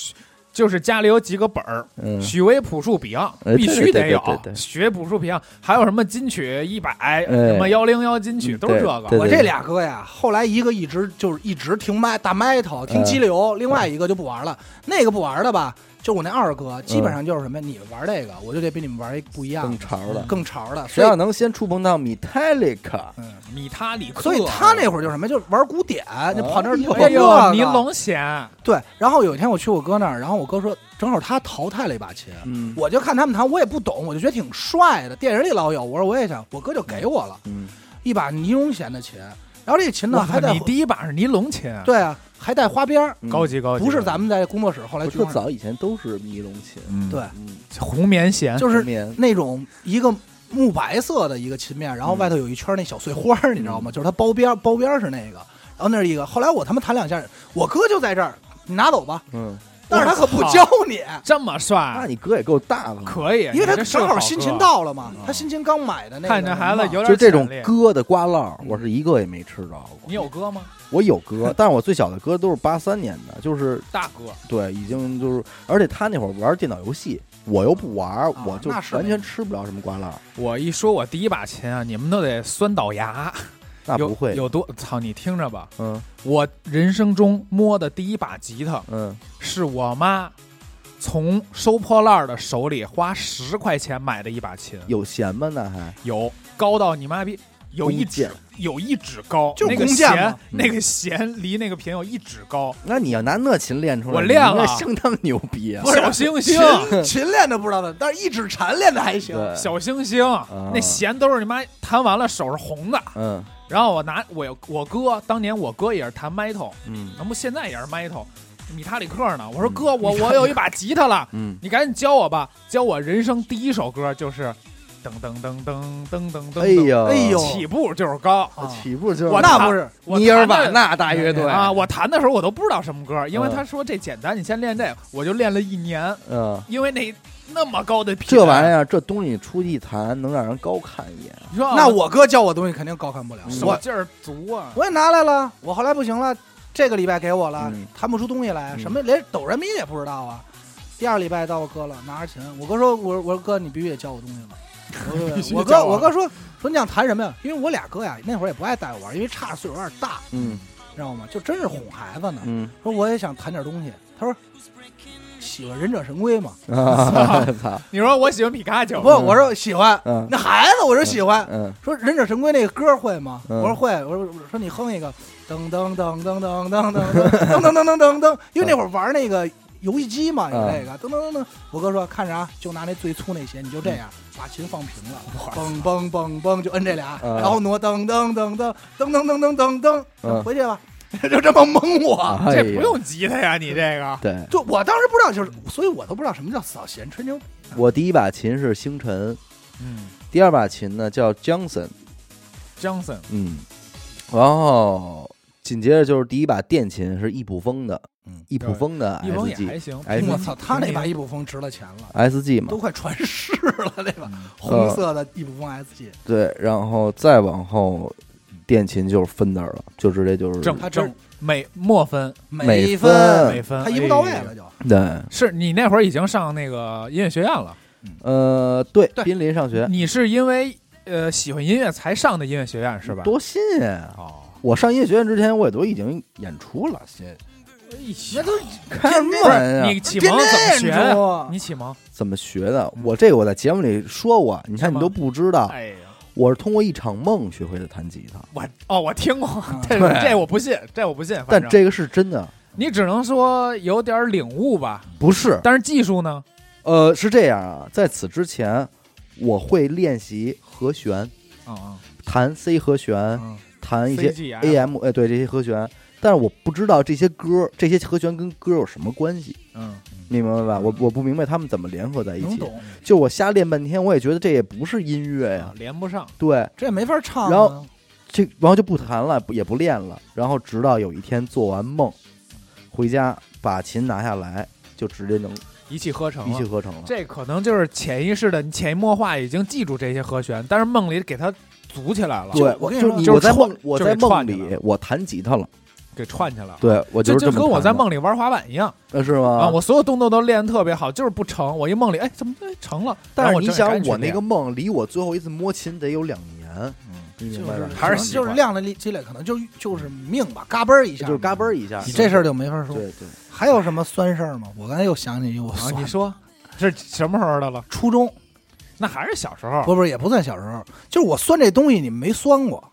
S2: 就是家里有几个本儿，
S1: 嗯，
S2: 许巍、朴树、Beyond
S1: 哎对
S2: 必须得
S1: 对对
S2: 有
S1: 对对，对哎
S2: 许巍、朴树、Beyond，还有什么金曲一百，什么幺零幺金曲，
S1: 嗯
S2: 都是这
S1: 对
S2: 个。
S3: 我这俩哥呀，后来一个一直就是一直听麦大麦头，听激
S2: 嗯
S3: 流，另外一个就不玩了。那个不玩的吧，就我那二哥，基本上就是什么，你们玩这个，我就得比你们玩一不一样
S1: 更
S3: 的、
S1: 潮了。
S3: 更潮的。
S1: 谁
S3: 所
S1: 要
S3: 以，
S1: 能先触碰到 Metallica，
S2: 米塔里克，
S3: 所以他那会儿就是什么，就是玩古典，就跑那儿
S1: 哎
S2: 哎
S3: 这
S2: 呦，
S3: 个
S2: 尼龙弦，
S3: 对。然后有一天我去我哥那儿，然后我哥说，正好他淘汰了一把琴，
S1: 嗯
S3: 我就看他们弹，我也不懂，我就觉得挺帅的，电影里老有。我说我也想，我哥就给我了
S1: 嗯，
S3: 一把尼龙弦的琴，然后这琴呢
S2: 哇
S3: 还带
S2: 你第一把是尼龙琴，
S3: 对啊，还带花边儿。
S1: 嗯
S2: 高级高级，
S3: 不是咱们在工作室后来
S1: 我
S3: 去
S1: 特早以前都是尼龙琴，
S2: 嗯
S3: 对
S1: 嗯，
S2: 红棉弦，
S3: 就是
S1: 棉
S3: 那种一个木白色的一个琴面，然后外头有一圈那小碎花
S2: 嗯
S3: 儿，你知道吗？就是它包边儿包边儿是那个，然后那是一个。后来我他妈弹两下，我哥就在这儿，你拿走吧。
S1: 嗯，
S3: 但是他可不
S2: 我操
S3: 教你，
S2: 这么
S1: 那
S2: 帅，
S1: 你歌也够大方的，
S2: 啊可以，
S3: 因为他
S2: 哎你这是
S3: 正好
S2: 歌
S3: 新琴，到了嘛，他新琴刚买的那个。
S2: 啊嗯看这孩子有点嗯
S1: 就这种
S2: 潜力
S1: 歌的瓜烙，我是一个也没吃着过。
S2: 你有歌吗？
S1: 我有歌，但是我最小的歌都是八三年的，就是
S2: 大哥，
S1: 对，已经就是，而且他那会儿玩电脑游戏，我又不玩，
S3: 啊
S1: 我就
S3: 那是
S1: 完全吃不了什么瓜烙。
S2: 我一说我第一把琴啊，你们都得酸倒牙，
S1: 那
S2: 有
S1: 不会，
S2: 有多操？你听着吧，
S1: 嗯
S2: 我人生中摸的第一把吉他
S1: 嗯，
S2: 是我妈从收破烂儿的手里花十块钱买的一把琴，
S1: 有弦吗？那还
S2: 有高到你妈逼，有一
S1: 弓箭
S2: 指有一指高，
S3: 就是
S2: 那个
S3: 弓箭
S2: 弦
S3: 嘛，
S2: 那个弦离那个频有一指高，
S1: 那你要拿那琴练出来，
S2: 我练了
S1: 你应该相当牛逼啊！
S2: 小星星。
S3: 琴琴练的不知道的，但是一指禅练的还行。
S1: 对，
S2: 小星星，
S3: 啊
S2: 那弦都是你妈弹完了手是红的。
S1: 嗯
S2: 然后我拿我我哥当年我哥也是弹 metal，
S1: 嗯
S2: 那不现在也是 metal，米塔里克呢。我说
S1: 嗯
S2: 哥，我我有一把吉他了，
S1: 嗯，
S2: 你赶紧教我吧。教我人生第一首歌就是噔噔噔噔噔噔噔，
S1: 哎，呦
S3: 哎呦
S2: 起步就是高。
S3: 啊
S1: 起步就是
S2: 我
S3: 那不是
S2: 我
S1: 尼尔
S2: 弹
S1: 瓦
S2: 的
S1: 纳大乐队
S2: 啊，，我弹的时候我都不知道什么歌，因为
S1: 嗯
S2: 他说这简单，你先练这，个，我就练了一年，
S1: 嗯。
S2: 因为那那么高的频，
S1: 这玩意儿，这东西出去一弹，能让人高看一眼。
S2: 你说啊
S3: 那我哥教我东西肯定高看不了，
S2: 手
S3: 我
S2: 劲儿足啊。
S3: 我也拿来了，我后来不行了，这个礼拜给我了
S1: 嗯，
S3: 弹不出东西来，
S1: 嗯
S3: 什么连哆来咪也不知道啊。第二礼拜到我哥了，拿着琴，我哥说，我我说哥，你必须得教我东西了。我
S2: 必须
S3: 说我
S2: 教
S3: 哥
S2: 我
S3: 我哥说说你想弹什么呀？因为我俩哥呀那会儿也不爱带我玩，因为差岁数有点大，
S1: 嗯
S3: 你知道吗？就真是哄孩子呢。
S1: 嗯
S3: 说我也想弹点东西，他说喜欢忍者神龟嘛？
S1: 啊，操，
S2: 你说我喜欢皮卡丘，
S3: 不，我说喜欢。
S1: 嗯
S3: 那孩子我说喜欢，
S1: 嗯
S3: 说忍者神龟那个歌会吗？
S1: 嗯
S3: 我说会，我说我说你哼一个，噔噔噔噔噔噔噔噔噔噔噔噔噔，因为那会儿玩那个游戏机嘛，有
S1: 嗯
S3: 那个噔噔噔噔。我哥说看着啊，就拿那最粗那弦，你就这样把琴放平了，嘣嘣嘣嘣就摁这俩，
S1: 嗯
S3: 然后挪噔噔噔噔噔噔噔噔噔噔，
S1: 嗯
S3: 回去吧， 就这么蒙我。
S2: 这
S1: 哎呦
S2: 不用吉他呀，你这个
S1: 对，
S3: 就我当时不知道，就是所以我都不知道什么叫扫弦吹牛。
S1: 我第一把琴是星辰，
S2: 嗯
S1: 第二把琴呢叫 Johnson，
S2: ，Johnson
S1: 嗯，然后紧接着就是第一把电琴是易卜峰的，
S3: 嗯
S1: 易卜峰的
S2: 一峰也还
S1: SG
S2: 行，
S1: 哎
S3: 我啊操，他那把一卜风值了钱了，
S1: SG 嘛
S3: 都，快传世了那把
S2: 嗯
S3: 红色的一卜风 SG。
S1: 对，然后再往后电琴就是 Fender 了，就直接就是
S2: 正
S3: 他这
S2: 正美莫分
S1: 美
S3: 分
S1: 分，
S2: 美分，
S3: 他一步到位
S2: 哎
S3: 了。就。
S1: 对，
S2: 是你那会儿已经上那个音乐学院了，
S1: 呃，对
S3: 对，
S1: 濒临上学
S2: 你是因为呃喜欢音乐才上的音乐学院是吧？
S1: 多新鲜啊！
S2: 哦，
S1: 我上音乐学院之前，我也都已经演出了，先
S2: 哎
S3: 那
S2: 呀
S3: 都
S1: 看什么玩意儿啊
S2: 你启蒙怎么学
S3: 天天
S2: 的？
S3: 中
S2: 你启蒙？
S1: 怎么学的？我这个我在节目里说过，你看
S2: 嗯是
S1: 你
S2: 吗
S1: 都不知道，
S2: 哎呀，
S1: 我是通过一场梦学会的弹吉他，
S2: 我哦，我听过
S3: 嗯，
S2: 这
S1: 啊对
S2: 这我不信，这我不信。反
S1: 但
S2: 正
S1: 这个是真的，
S2: 你只能说有点领悟吧，
S1: 不是。
S2: 但是技术呢？嗯
S1: 呃，是这样啊，在此之前，我会练习和弦，
S2: 嗯
S1: 弹 C 和
S2: 嗯
S1: 弦，
S2: 嗯
S1: 弹一些
S2: CG 啊
S1: AM，哎，对这些和弦，但是我不知道这些歌，这些和弦跟歌有什么关系，
S2: 嗯，
S1: 明白吧？我我不明白他们怎么联合在一
S3: 能
S1: 起。
S3: 懂，
S1: 就我瞎练半天，我也觉得这也不是音乐哎呀
S2: 啊。连不上，
S1: 对，
S3: 这也没法唱啊。
S1: 然后这然后就不弹了，不也不练了。然后直到有一天做完梦，回家把琴拿下来，就直接能
S2: 一气呵成
S1: 一气
S2: 了。
S1: 呵成了。
S2: 这可能就是潜意识的，你潜移默化已经记住这些和弦，但是梦里给它组起来了，
S1: 对，
S3: 我跟你
S1: 就
S3: 说
S1: 你
S2: 就是
S1: 我在
S2: 串
S1: 梦我
S2: 就是
S1: 在梦
S2: 串起
S1: 里我弹吉他了，
S2: 给串起来了。
S1: 对我
S2: 这
S1: 是这么
S2: 跟我
S1: 弹
S2: 在
S1: 的
S2: 梦里玩滑板一样
S1: 呃是吗？
S2: 啊！我所有动作都练得特别好，就是不成。我一梦里，哎，怎么哎成了？
S1: 但
S2: 然
S1: 是
S2: 后
S1: 你
S2: 睁眼
S1: 想
S2: 赶，紧
S1: 我
S2: 去
S1: 那
S2: 练
S1: 个梦离我最后一次摸琴得有两年，你
S3: 就
S1: 明白
S3: 是
S1: 吧？
S2: 还是
S3: 就
S2: 习
S3: 就
S2: 惯
S3: 是量的积累，可能就就是命吧，嘎嘣儿一下，
S1: 就是嘎嘣儿一下，
S3: 你这事儿就没法说。
S1: 对对，
S3: 还有什么酸事儿吗？我刚才又想起一个我
S2: 啊，
S3: 酸
S2: 你说这什么时候的了？
S3: 初中
S2: 那还是小时候。
S3: 不不也不算小时候，就是我酸这东西你们没酸过，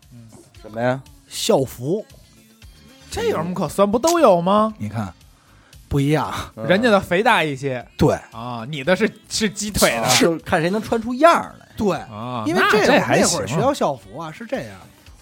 S1: 什么呀？
S3: 校服
S2: 这有什么可酸？不都有吗？
S3: 你看不一样，
S1: 呃
S2: 人家的肥大一些
S3: 对
S2: 啊，你的是是鸡腿
S3: 啊
S2: 的
S1: 是看谁能穿出样儿来。
S3: 对，
S2: 啊，
S3: 因为
S2: 那
S3: 这
S2: 这
S3: 会儿
S2: 还
S3: 那
S2: 行
S3: 会儿学校校服啊是这样，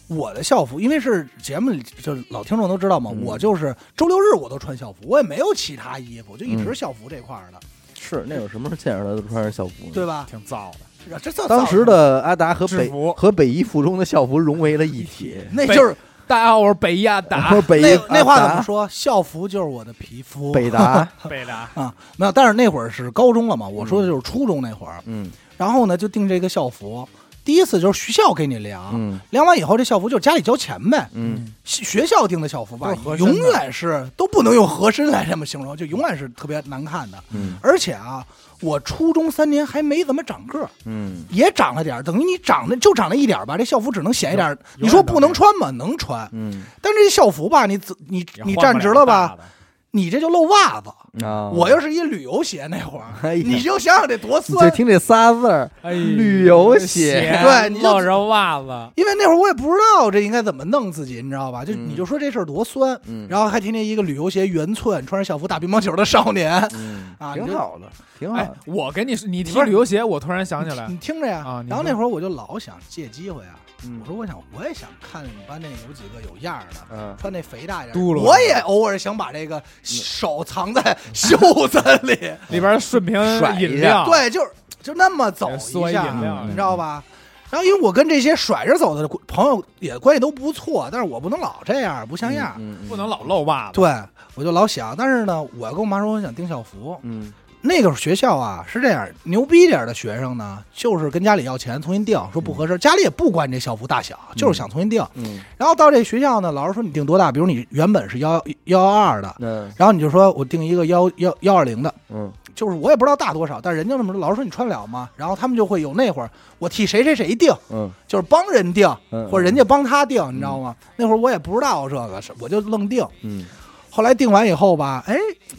S3: 我的校服因为是节目里就是老听众都知道嘛，
S1: 嗯
S3: 我就是周六日我都穿校服，我也没有其他衣服，就一直
S1: 嗯
S3: 校服这块儿的，
S1: 是那有什么时候见着他都穿着校服？
S3: 对，吧？
S2: 挺燥的，
S3: 这这
S1: 当时的阿达和
S2: 制
S1: 北
S2: 服
S1: 和北一附中的校服融为了一 体。
S3: 那就是
S2: 大家好，我是北亚
S1: 然
S2: 达
S1: 后北一
S3: 啊
S1: 啊
S3: 那那话怎么
S1: 达
S3: 说？校服就是我的皮肤。
S1: 北 达，
S2: 北达，
S3: 啊，没有，但是那会儿是高中了嘛，我说的就是初中那会儿。
S1: 嗯
S3: 然后呢，就定这个校服，第一次就是学校给你量，
S1: 嗯
S3: 量完以后这校服就是家里交钱呗。
S1: 嗯，
S3: 学学校定的校服吧
S2: 都是合，身
S3: 永
S2: 的
S3: 远是都不能用合身来这么形容，就永远是特别难看的。
S1: 嗯
S3: 而且啊，我初中三年还没怎么长个儿，
S1: 嗯，
S3: 也长了点儿，等于你长得就长了一点儿吧，这校服只能显一点儿。
S2: 有
S3: 你说
S2: 有点
S3: 不能
S2: 长
S3: 穿吗？能穿，
S1: 嗯
S3: 但是这校服吧，你自你
S2: 也
S3: 你
S2: 换
S3: 站
S2: 不
S3: 直
S2: 了
S3: 了
S2: 大
S3: 吧，
S2: 的？
S3: 你这就露袜子。
S1: 啊，
S3: 嗯我要是一旅游鞋那会儿，
S1: 哎呀
S3: 你就想想得多
S1: 你就
S3: 酸。啊
S1: 听这仨字儿，
S2: 哎
S1: 旅游鞋
S3: 对你就啊
S2: 露着袜子，
S3: 因为那会儿我也不知道这应该怎么弄自己，你知道吧？就
S1: 嗯
S3: 你就说这事儿多酸，
S1: 嗯
S3: 然后还天天一个旅游鞋圆寸穿着校服打乒乓球的少年，
S1: 嗯
S3: 啊
S1: 挺
S3: 你就
S1: 好的，挺好
S2: 哎
S1: 的，，
S2: 我跟你说，你提
S3: 不是
S2: 旅游鞋，我突然想起来
S3: 你，听着呀。
S2: 啊你
S3: 然后
S2: 说
S3: 那会儿我就老想借机会啊，
S1: 嗯
S3: 我说我想我也想看你们班那有几个有样儿的。
S1: 嗯，
S3: 穿那肥大一点，
S2: 嘟噜
S3: 我也偶尔想把这个手藏在袖子 里，
S2: 里边顺瓶
S1: 甩一下
S2: 饮料，，
S3: 对，就是就那么走
S2: 缩
S3: 一
S2: 一
S3: 下，
S2: 饮料
S3: 你知道吧？然后因为我跟这些甩着走的朋友也关系都不错，但是我不能老这样，不像样。
S1: 嗯，嗯
S2: 不能，老露袜子，
S3: 对，我就老想，但是呢，我跟我妈说我想订校服。
S1: 嗯
S3: 那个学校啊是这样，牛逼点儿的学生呢，就是跟家里要钱重新订，说不合适，家里也不管你这校服大小，就是想重新订。
S1: 嗯
S3: 然后到这学校呢，老师说你订多大，比如你原本是幺幺幺二的，
S1: 嗯
S3: 然后你就说我订一个幺幺幺二零的，
S1: 嗯
S3: 就是我也不知道大多少，但人家那么说，老师说你穿得了吗？然后他们就会有那会儿我替谁谁谁定，
S1: 嗯
S3: 就是帮人定，
S1: 嗯，
S3: 或者人家帮他定，你知道吗？那会儿我也不知道这个，是我就愣定。
S1: 嗯
S3: 后来定完以后吧，哎，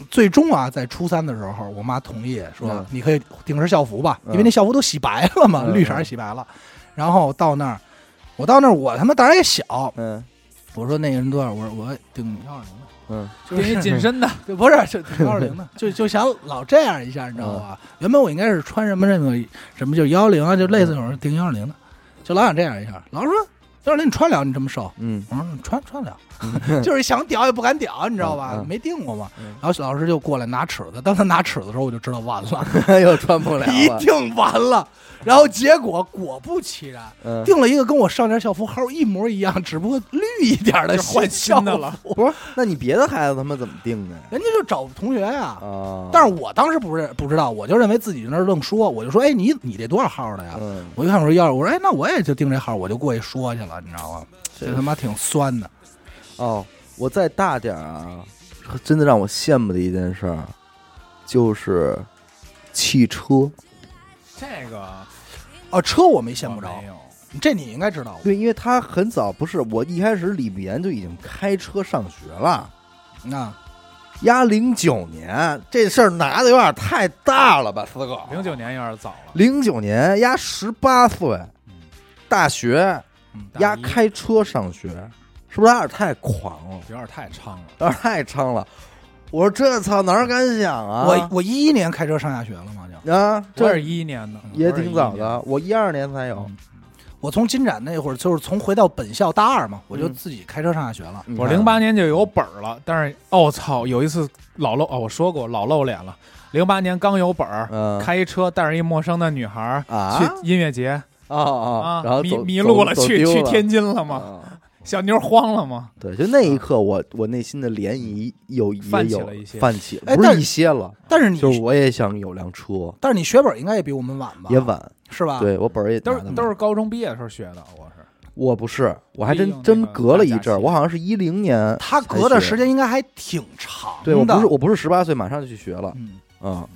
S3: 最终啊，在初三的时候，我妈同意说
S1: 嗯
S3: 你可以定身校服吧，
S1: 嗯
S3: 因为那校服都洗白了嘛，
S1: 嗯
S3: 绿色儿洗白了。然后到那儿，我到那儿，我他妈当然也小，
S1: 嗯
S3: 我说那个人多少，我说我定幺二零的，
S1: 嗯
S3: 就
S2: 给你
S3: 是
S2: 紧 身的，
S3: 对 不是就定幺二零 的，就就想老这样一下，你知道吧？
S1: 嗯
S3: 原本我应该是穿什么什么什么就幺零啊，就类似那种定幺二零的，就老想这样一下。老师说幺二零你穿得了，你这么瘦，
S1: 嗯
S3: 我说你穿穿得了， 就是想屌也不敢屌，你知道吧？
S1: 嗯嗯
S3: 没定过嘛。
S1: 嗯
S3: 然后老师就过来拿尺子，当他拿尺子的时候，我就知道完 了，
S1: 又穿不了
S3: 一
S1: 了，
S3: 定完了。然后结果果不其然，
S1: 嗯，
S3: 定了一个跟我上年校服号一模一样，只不过绿一点的
S2: 就换
S3: 新校
S2: 新的了
S3: 服。
S1: 不是，那你别的孩子他妈怎么定的啊呀？
S3: 人家就找同学呀。
S1: 啊，
S3: 但是我当时不是不知道，我就认为自己在那儿愣说，我就说，哎，你你这多少号的呀？
S1: 嗯，
S3: 我一看我说要，我说哎，那我也就定这号，我就过去说去了，你知道吗？这
S1: 是
S3: 他妈挺酸的，
S1: 哦，我再大点儿啊，真的让我羡慕的一件事儿，就是汽车。
S2: 这个
S3: 啊，车我没见不着
S2: 我，没有
S3: 这你应该知道。
S1: 对，因为他很早，不是我一开始李碧岩就已经开车上学了，
S3: 那
S1: 压零九年这事儿拿的有点太大了吧，四哥。
S2: 零九年有点早了，
S1: 零九年压十八岁
S2: 嗯，
S1: 大学
S3: 嗯
S2: 大
S1: 压
S2: 一
S1: 开车上学，是不是有点太狂了？
S2: 有点太猖了。
S1: 有点太猖了。我说这操哪儿敢想啊！
S3: 我我一一年开车上下学了嘛，就
S1: 啊，
S2: 我
S1: 这
S2: 是一一年的，
S1: 也
S2: 我是
S1: 挺早
S2: 11年
S1: 的，我一二年才有
S2: 嗯。
S3: 我从金展那会儿，就是从回到本校大二嘛，我就
S2: 嗯
S3: 自己开车上下学
S1: 嗯
S3: 了。
S2: 我零八年就有本儿了，但是哦操，有一次老露哦，我说过老露脸了。零八年刚有本儿，
S1: 嗯
S2: 开一车带着一陌生的女孩儿
S1: 啊
S2: 去音乐节
S1: 啊啊
S2: 啊，，
S1: 然后
S2: 迷
S1: 走
S2: 迷路
S1: 走
S2: 去
S1: 走丢
S2: 去
S1: 了
S2: 天津了哦吗？
S1: 啊
S2: 小妞慌了吗？
S1: 对，就那一刻，我我内心的涟漪有也
S2: 嗯泛起
S1: 有
S2: 了一些
S1: 泛起了，
S3: 哎
S1: 不
S3: 但
S1: 是
S3: 是
S1: 一些了，
S3: 但是你，
S1: 就是我也想有辆车，
S3: 但是你学本应该也比我们晚吧？
S1: 也晚，
S3: 是吧？，
S1: 对我本儿也
S2: 都
S1: 拿
S2: 是
S1: 得
S2: 都
S1: 晚
S2: 是高中毕业的时候学的，我是
S1: 我不是，我还
S2: 利用
S1: 真
S2: 那
S1: 真
S2: 个
S1: 隔了一
S2: 大假
S1: 阵儿，
S2: 期
S1: 我好像是一零年，
S3: 他隔的时间应该还挺长的。
S1: 对我不是我不是十八岁马上就去学了，
S3: 嗯，
S1: 嗯，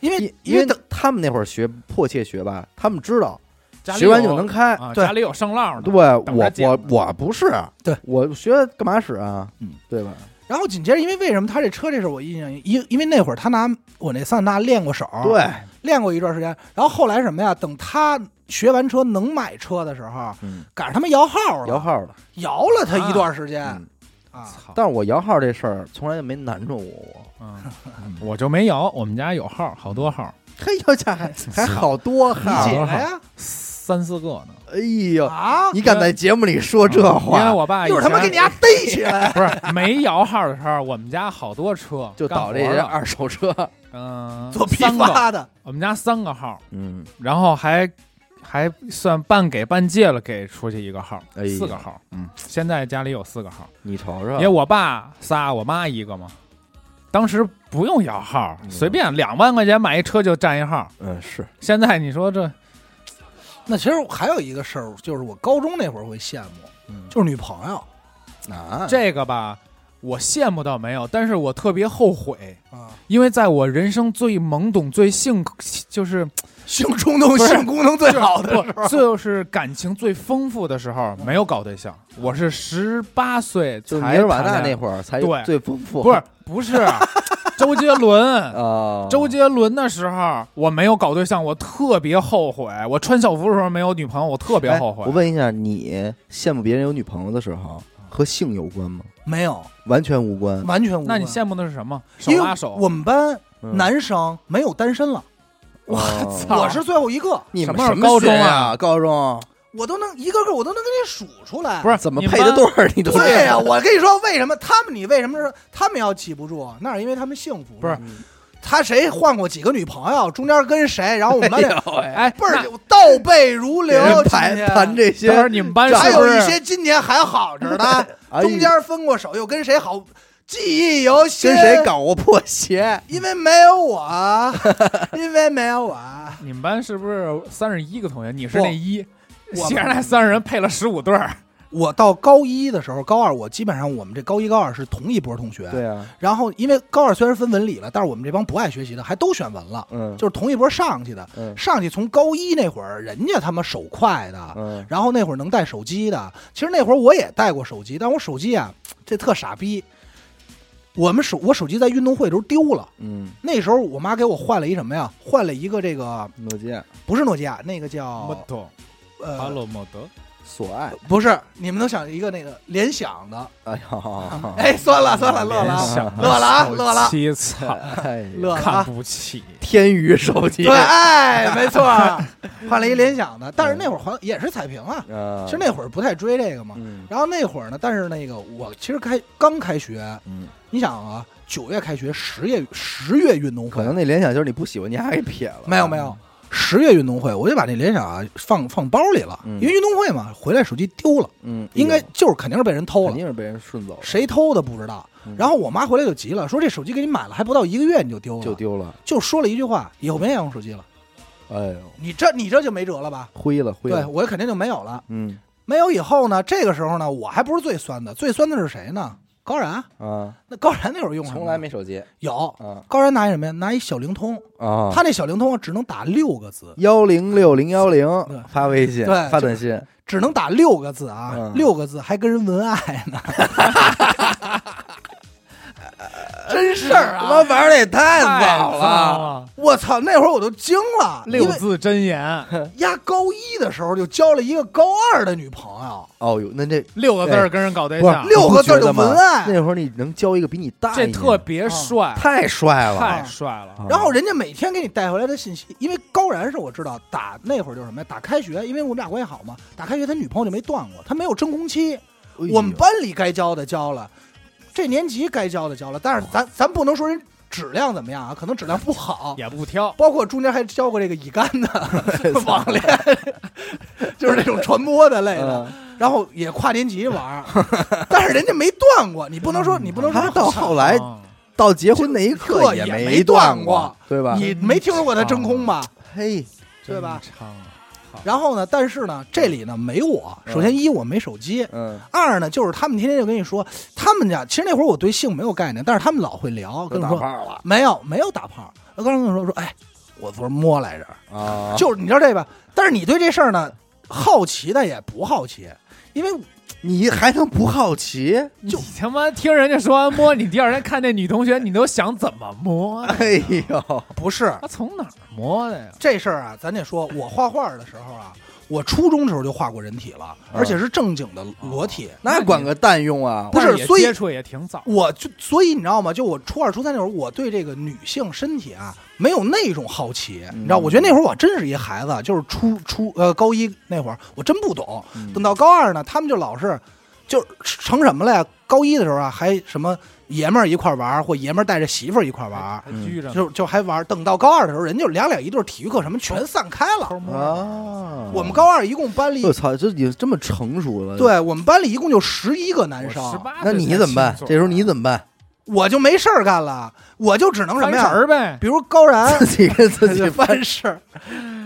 S3: 因为
S1: 因
S3: 因
S1: 因
S3: 为
S1: 为
S3: 等
S1: 他们那会儿学迫切学吧，他们知道
S2: 家里
S1: 学完就
S2: 有
S1: 能开，
S2: 啊，
S3: 对
S2: 家里有上烙呢。
S1: 对我
S2: 等着捡
S1: 我我不是，
S3: 对
S1: 我学干嘛使啊？
S3: 嗯，
S1: 对吧？
S3: 然后紧接着，因为为什么他这车这事儿我印象因因为那会儿他拿我那桑塔纳练过手，，
S1: 对，
S3: 练过一段时间。然后后来什么呀？等他学完车能买车的时候，
S1: 嗯，
S3: 赶上他们摇号了，
S1: 摇号了，
S3: 摇了他一段时间
S1: 嗯，
S3: 啊。
S2: 操！
S1: 但是我摇号这事儿从来就没难住我，我
S2: 嗯，我就没有，我们家有号，好多号，
S1: 嘿，要家还还好多
S3: 你姐
S1: 号，
S3: 呀
S2: 三四个呢。啊
S1: 哎呦，
S3: 啊，
S1: 你敢在节目里说哦这
S2: 因为
S1: 话？
S2: 我爸
S3: 一会儿他妈
S2: 以前！
S3: 给你丫逮起 来
S2: 不是没摇号的时候，我们家好多车
S1: 就
S2: 干
S1: 倒
S2: 活
S1: 这些
S2: 了
S1: 二手车，
S2: 嗯，
S3: 做批
S2: 三个，
S3: 发的，
S2: 我们家三个号，
S1: 嗯，
S2: 然后还还算半给半借了，给出去一个号，
S1: 哎呀
S2: 四个号，嗯，现在家里有四个号，
S1: 你瞅
S2: 因为
S1: 瞅，
S2: 我爸仨，我妈一个嘛。当时不用摇号，
S1: 嗯
S2: 随便两万块钱买一车就占一号。
S1: 嗯，是
S2: 现在你说这
S1: 嗯
S3: 那其实我还有一个事儿，就是我高中那会儿会羡慕，
S1: 嗯
S3: 就是女朋友
S1: 啊，
S2: 这个吧，我羡慕倒没有，但是我特别后悔，
S3: 啊，
S2: 因为在我人生最懵懂、最性就是
S3: 性冲动、性功能最好的时候，
S2: 不，就是感情最丰富的时候，没有搞对象。我是十八岁
S1: 就是
S2: 才
S1: 尼日瓦
S2: 谈恋
S1: 纳
S2: 爱
S1: 那会儿才
S2: 对
S1: 最丰富，
S2: 不是不是周杰伦。
S1: 啊，
S2: 周杰伦的时候，我没有搞对象，我特别后悔。我穿校服的时候没有女朋友，我特别
S1: 哎
S2: 后悔。
S1: 我问一下，你羡慕别人有女朋友的时候，和性有关吗？
S3: 没有，
S1: 完全无关。
S3: 完全无关。
S2: 那你羡慕的是什么？手
S3: 啊因为
S2: 拉手。
S3: 我们班
S1: 嗯，
S3: 男生没有单身了，
S1: 我
S2: 啊
S1: 操！
S3: 我是最后一个，
S1: 你们
S2: 什么时候
S1: 么
S2: 高中
S1: 学
S2: 啊
S1: 呀？高中
S3: 我都能一个个我都能给你数出来。
S2: 不是
S1: 怎么
S2: 你们
S1: 配的
S2: 班
S1: 对儿？你都
S3: 对呀、我跟你说，为什么他们你为什么说他们要记不住？那是因为他们幸福。
S2: 不是
S1: 嗯
S3: 他谁换过几个女朋友，中间跟谁，然后我们班里
S2: 哎，
S3: 倍儿
S2: 那
S3: 倒背如
S1: 给
S3: 流。
S1: 人
S3: 今
S1: 谈
S3: 天
S1: 谈这些
S2: 等会，儿你们班
S3: 还
S2: 是不
S3: 有一
S2: 是
S3: 些今年还好着 呢，
S1: 哎
S3: 中间分过手，又跟谁好，记忆犹新。
S1: 跟谁？搞过破鞋？
S3: 因为没有 我，因为没有我。
S2: 你们班是不是三十一个同学？你是那
S3: 不
S2: 一，
S3: 我
S2: 显然那三十人配了十五对儿。
S3: 我到高一的时候，高二我基本上我们这高一高二是同一波同学。。
S1: 啊，
S3: 然后因为高二虽然分文理了，但是我们这帮不爱学习的还都选文了，
S1: 嗯，
S3: 就是同一波上去的。
S1: 嗯
S3: 上去从高一那会儿，人家他妈手快的，
S1: 嗯
S3: 然后那会儿能带手机的，其实那会儿我也带过手机，但我手机啊，这特傻逼。我们手我手机在运动会的时候丢了，
S1: 嗯，
S3: 那时候我妈给我换了一什么呀？换了一个这个
S1: 诺基亚
S3: 不是诺基亚，那个叫
S2: 莫特，哈
S3: 呃
S2: 喽，莫德，
S1: 索爱，
S3: 不是，你们能想一个那个联想的？
S1: 哎呀，
S3: 哎，算了算了，乐了啊，
S2: 啊想
S3: 乐了啊，乐了啊，
S2: 凄惨，
S1: 哎呀，啊
S3: 乐了
S2: 看
S3: 啊！
S2: 不起。
S1: 天娱手机
S3: 对，哎，没错儿，换了一联想的，但是那会儿好像也是彩屏啊，
S1: 啊
S2: 嗯
S3: 其实那会儿不太追这个嘛。
S1: 嗯
S3: 然后那会儿呢，但是那个我其实开刚开学，
S1: 嗯，
S3: 你想啊，九月开学，十月十月运动
S1: 可
S3: 会
S1: 能那联想就是你不喜欢，你还给撇了。
S3: 没有没有，十月运动会我就把那联想啊放放包里了，
S1: 嗯
S3: 因为运动会嘛，回来手机丢了，
S1: 嗯，
S3: 应该就是肯定是被人偷
S1: 肯
S3: 了，
S1: 定是被人顺走了，
S3: 谁偷的不知道
S1: 嗯。
S3: 然后我妈回来就急了，说这手机给你买了还不到一个月你就丢了，
S1: 就丢了。
S3: 就说了一句话，以后别用手机了，
S1: 哎呦，
S3: 你这你这就没辙了吧？
S1: 灰了灰
S3: 对
S1: 了，
S3: 我肯定就没有了。
S1: 嗯
S3: 没有以后呢，这个时候呢，我还不是最酸的，最酸的是谁呢？高然，
S1: 啊，
S3: 那高然那会儿用什么
S1: 从来没手机
S3: 有。
S1: 啊
S3: 高然拿一什么呀？拿一小灵通，
S1: 啊，
S3: 他那小灵通啊只能打六个字，
S1: 幺零六零幺零
S3: 对
S1: 发微信
S3: 对
S1: 发短信，
S3: 只能打六个字啊，
S1: 嗯
S3: 六个字还跟人文爱呢，真事儿
S1: 他
S3: 啊！
S1: 妈玩的也太
S2: 早
S1: 早了，
S2: 了，
S3: 我操，那会儿我都惊了，
S2: 六
S3: 因为
S2: 字真言，
S3: 压高一的时候就交了一个高二的女朋友，道，
S1: 哦呦，那这
S2: 六个字儿跟人搞对
S3: 不是
S2: 象，
S3: 六个字儿
S1: 你不觉得
S3: 的
S1: 吗
S3: 文案，
S1: 那会儿你能交一个比你大一
S2: 这
S1: 点
S2: 特别帅，
S1: 太帅
S3: 哎
S1: 了
S3: 嗯
S2: 太，帅了。
S1: 啊
S3: 然后人家每天给你带回来的信息，因为高然是我知道打那会儿就是什么呀？打开学，因为我们俩关系好嘛，打开学他女朋友就没断过，他没有真空期。
S1: 哎呦
S3: 我们班里该教的教了，这年级该教的教了，但是咱咱不能说人质量怎么样啊，可能质量不好。
S2: 也不挑，
S3: 包括中间还教过这个乙肝的 网恋，就是那种传播的类的，
S1: 嗯
S3: 然后也跨年 级玩儿，但是人家没断过，你不能说你 不能说
S1: 他嗯到后
S3: 哎
S1: 来
S2: 嗯
S1: 到结婚那一刻
S3: 啊这也
S1: 没
S3: 没
S1: 断
S3: 断过，
S1: 对吧？嗯
S3: 你没听说过他真空吧？
S1: 嘿，
S3: 对吧？
S2: 真长啊
S3: 然后呢，但是呢，这里呢没我。
S1: 嗯
S3: 首先一我没手机，
S1: 嗯，
S3: 二呢就是他们天天就跟你说，他们家其实那会儿我对性没有概念，但是他们老会聊，跟我
S1: 嗯打
S3: 说
S1: 炮了
S3: 没有没有打炮。我刚才跟我说说，哎，我昨儿摸来着，
S1: 啊，
S3: 就是你知道这吧？但是你对这事儿呢好奇的也不好奇，因为
S1: 你还能不好奇？
S2: 你他妈听人家说完摸，你第二天看那女同学，你都想怎么摸 呀？
S1: 哎呦，
S3: 不是
S2: 她从哪儿摸的呀？
S3: 这事儿啊，咱得说，我画画的时候啊，我初中时候就画过人体了，而且是正经的裸体。
S1: 那管个蛋用啊！
S3: 不是
S2: 但也
S3: 所以
S2: 接触也挺早，
S3: 我就所以你知道吗？就我初二、初三那会儿，我对这个女性身体啊没有那种好奇，
S1: 嗯
S3: 你知道？我觉得那会儿我真是一孩子，就是初初呃高一那会儿，我真不懂。
S1: 嗯
S3: 等到高二呢，他们就老是就成什么了呀？高一的时候啊，还什么爷们儿一块儿玩儿，或爷们儿带着媳妇儿一块儿玩儿，
S2: 还拘着呢，
S3: 就就还玩儿。等到高二的时候，人就两两一对儿体育课什么全散开了。
S2: 偷摸
S1: 啊，
S3: 我们高二一共班里
S1: 我，操，这已经这么成熟了，，
S3: 对我们班里一共就十一个男生，
S2: 十八，
S1: 那你怎么办？这时候你怎么办？
S3: 我就没事儿干了，我就只能什
S2: 翻
S3: 么
S2: 神
S3: 呀？
S2: 儿呗？
S3: 比如高然，
S1: 自己跟自己
S3: 就犯事儿。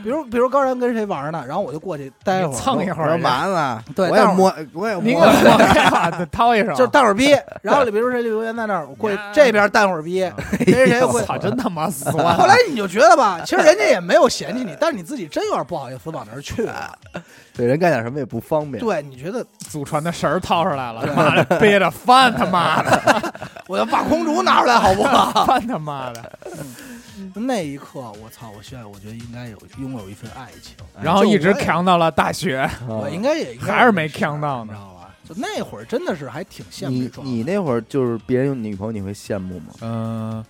S3: 比如比如高然跟谁玩呢，然后我就过去待会儿，
S2: 蹭一
S1: 我说
S2: 会儿，
S1: 嘛呢？
S3: 对
S1: 我也
S3: 待会儿
S1: 摸，我也
S2: 您
S1: 摸
S2: 给。我 呀掏一手，
S3: 就是待会 儿逼。然后比如谁留言在那儿，我过去
S2: 呀啊
S3: 这边待会儿逼，谁
S1: 哎
S3: 谁谁过去。
S2: 操，真他 妈酸！啊
S3: 后来你就觉得吧，其实人家也没有嫌 弃你，但是你自己真有点不好意思往那儿去
S1: 哎
S3: 了。
S1: 对，人干点什么也不方便。
S3: 对，你觉得
S2: 祖传的神儿掏出来了，妈的憋着翻他 妈的，
S3: 我要把公主拿出来好不好？
S2: 翻他妈的，
S3: 那一刻，我操！我现在我觉得应该有拥有一份爱情，
S1: 哎
S2: 然后一直
S3: 就我也
S2: 扛到了 大学，
S1: 啊，
S3: 我应该也应该
S2: 嗯还是没扛到
S3: 你知
S2: 呢。
S3: 道吧？就那会儿真的是还挺羡慕这啊
S1: 你
S3: 状态
S1: 你那会儿就是别人有女朋友，你会羡慕吗？
S2: 嗯，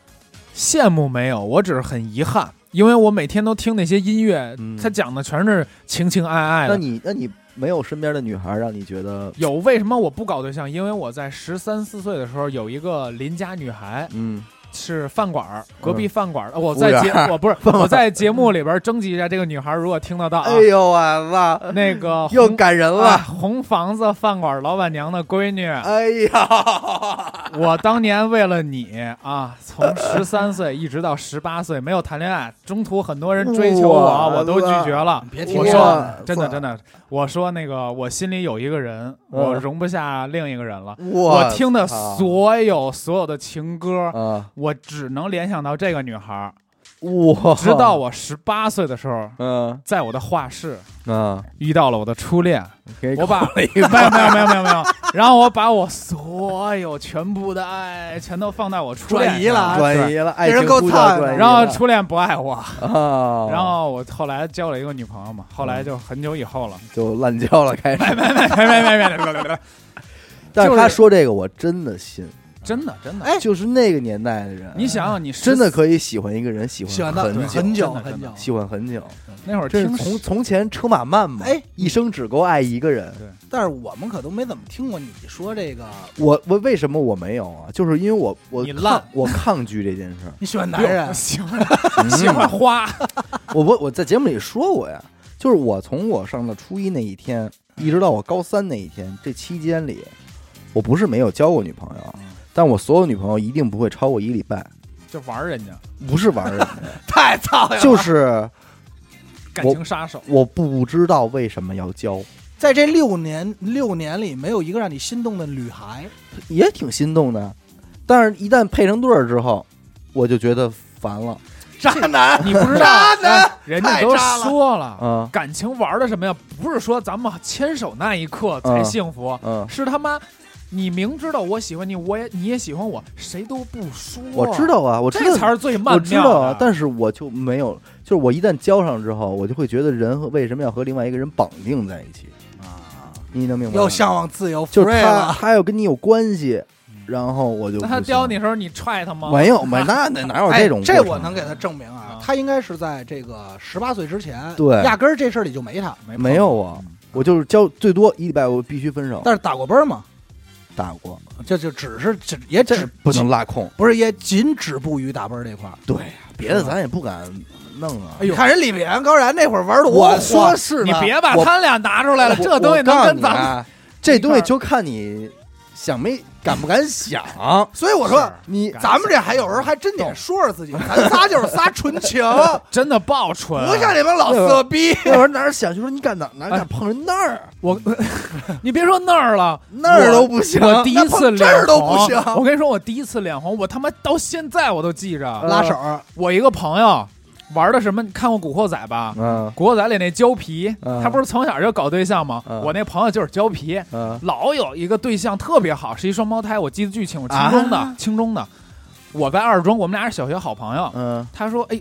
S2: 羡慕没有，我只是很遗憾，因为我每天都听那些音乐
S1: 嗯，
S2: 他讲的全是情情爱爱
S1: 那
S2: 的。
S1: 你那你没有身边的女孩让你觉得
S2: 有为什么我不搞对象？因为我在十三四岁的时候有一个邻家女孩，
S1: 嗯
S2: 是饭馆儿，隔壁饭馆儿。呃我
S1: 服务员
S2: 在
S1: 儿
S2: 节我不是
S1: 馆儿
S2: 我在节目里边征集一下这个女孩，如果听得到啊，
S1: 哎呦我操，
S2: 那个
S1: 又
S2: 红
S1: 感人
S2: 啊
S1: 了！
S2: 红房子饭馆老板娘的闺女。
S1: 哎 呀，
S2: 我当年为了你啊，从十三岁一直到十八岁没有谈恋爱，中途很多人追求
S1: 哇
S2: 我，我都拒绝了
S3: 你。别听
S2: 我
S1: 说
S2: 说
S1: 哇
S2: 真的
S1: 塞
S2: 真的，我说那个我心里有一个人，我容不下另一个人了。
S1: 我
S2: 我听的
S1: 操
S2: 所有所有的情歌，
S1: 啊，
S2: 我只能联想到这个女孩儿。
S1: 我
S2: 直到我十八岁的时候，
S1: 嗯
S2: 在我的画室
S1: 啊，
S2: 遇到了我的初恋，
S1: 给
S2: 我把没有没有没有没有没有，然后我把我所有全部的爱全都放在我初恋
S3: 转移了啊
S2: 上
S1: 转移了，爱
S3: 人
S1: 情
S3: 够
S1: 步
S3: 惨
S1: 调
S3: 的
S1: 转移
S2: 然后
S1: 了
S2: 初恋不爱我，
S1: 啊，
S2: 然后我后来交了一个女朋友嘛，后来就很久以后 了，
S1: 就滥交了，开始。
S2: 没没没没没没没，
S1: 但是
S2: 就是
S1: 他说这个我真的信，
S2: 真的真的，
S3: 哎
S1: 就是那个年代的人，
S2: 你想想你
S1: 真的
S2: 以
S1: 可以喜欢一个人，喜
S3: 喜欢
S1: 欢很
S3: 到
S1: 久，
S3: 很久
S2: 真的
S3: 很
S2: 真的
S3: 久。
S1: 喜欢很久。
S2: 那会儿
S1: 这是
S2: 听
S1: 从从前车马慢嘛，
S3: 哎
S1: 一生只够爱一个人。
S3: 但是我们可都没怎么听过你说 这个，
S1: 我我为什么我没有啊？就是因为我我
S2: 你
S1: 抗
S2: 烂
S1: 我抗拒这件事儿。
S3: 你喜欢 男人，
S2: 喜 欢
S1: 嗯
S2: 喜欢花，
S1: 我不我在节目里说过呀，就是我从我上的初一那一天，一直到我高三那一天，这期间里，我不是没有交过女朋友，
S2: 嗯
S1: 但我所有女朋友一定不会超过一礼拜，
S2: 就玩人家
S1: 不是玩儿 的，
S3: 太操心了。
S1: 就是
S2: 感情杀手，
S1: 我不知道为什么要交，
S3: 在这六年六年里，没有一个让你心动的女孩。
S1: 也挺心动的，但是一旦配成对儿之后，我就觉得烦了
S3: 渣男，
S2: 你不知道
S3: 渣，男
S2: 哎人家
S3: 太
S2: 都
S3: 渣了
S2: 说了
S1: 啊，
S2: 感情玩的什么呀？不是说咱们牵手那一刻才幸福，
S1: 嗯。
S2: 是他妈你明知道我喜欢你，我也你也喜欢我，谁都不说。
S1: 我知，道啊，我知
S2: 这才
S1: 道，
S2: 是最
S1: 我
S2: 曼妙的。
S1: 知道啊，但是我就没有，就是我一旦交上之后，我就会觉得人和为什么要和另外一个人绑定在一起？
S3: 啊，
S1: 你能明白吗？
S3: 要向往自由
S1: 就是
S3: free
S1: 他
S3: 了，
S1: 他要跟你有关系，然后我就
S2: 嗯那他
S1: 不行
S2: 叼你时候你踹他吗？
S1: 没有没那那哪有
S3: 哎，
S1: 种
S3: 这
S1: 过程
S3: 我能给他证明啊
S2: 啊，
S3: 他应该是在这个十八岁之前，
S1: 对
S3: 压根儿这事儿里就没他。
S2: 没
S1: 没有啊？
S2: 嗯
S1: 我就是交最多一礼拜，我必须分手。
S3: 但是打过奔嘛，
S1: 打过，
S3: 这就只是只也只
S1: 不能拉空。
S3: 不是也仅止步于打奔这块儿。
S1: 对呀，别的咱也不敢弄啊
S3: 哎。呦，看人李安高然那会儿玩的，
S1: 我说是
S2: 你
S1: 呢
S2: 别把
S1: 我
S2: 他俩拿出来了，
S1: 我
S2: 这东西
S1: 我
S2: 能
S1: 告诉
S2: 跟
S1: 你
S2: 咱们
S1: 啊这东西就看你想没敢不敢 想。
S3: 所以我说
S2: 是
S1: 你
S3: 咱们这还有时候还真得说说自己，咱仨就是仨纯 情，
S2: 真的爆啊纯。
S3: 不像你们老色逼。
S1: 那会儿哪儿想，就说你敢哪哪
S2: 哎
S1: 敢碰人那儿
S2: 我， 你别说那儿了，
S1: 那儿都不行。
S2: 我第一次
S3: 那碰这儿
S2: 脸
S3: 都不
S2: 红
S3: 行，
S2: 我跟你说，我第一次脸红，我他妈到现在我都记着。
S1: 呃
S3: 拉手，
S2: 我一个朋友玩的什么，你看过《古惑仔》吧？
S1: 嗯
S2: 古惑仔》里那胶皮，
S1: 嗯
S2: 他不是从小就搞对象吗？
S1: 嗯
S2: 我那朋友就是胶皮，
S1: 嗯，
S2: 老有一个对象特别好，是一双胞胎，我记得巨清，我
S1: 啊
S2: 清中的，清中的。我在二中，我们俩是小学好朋友。
S1: 嗯
S2: 他说：“哎，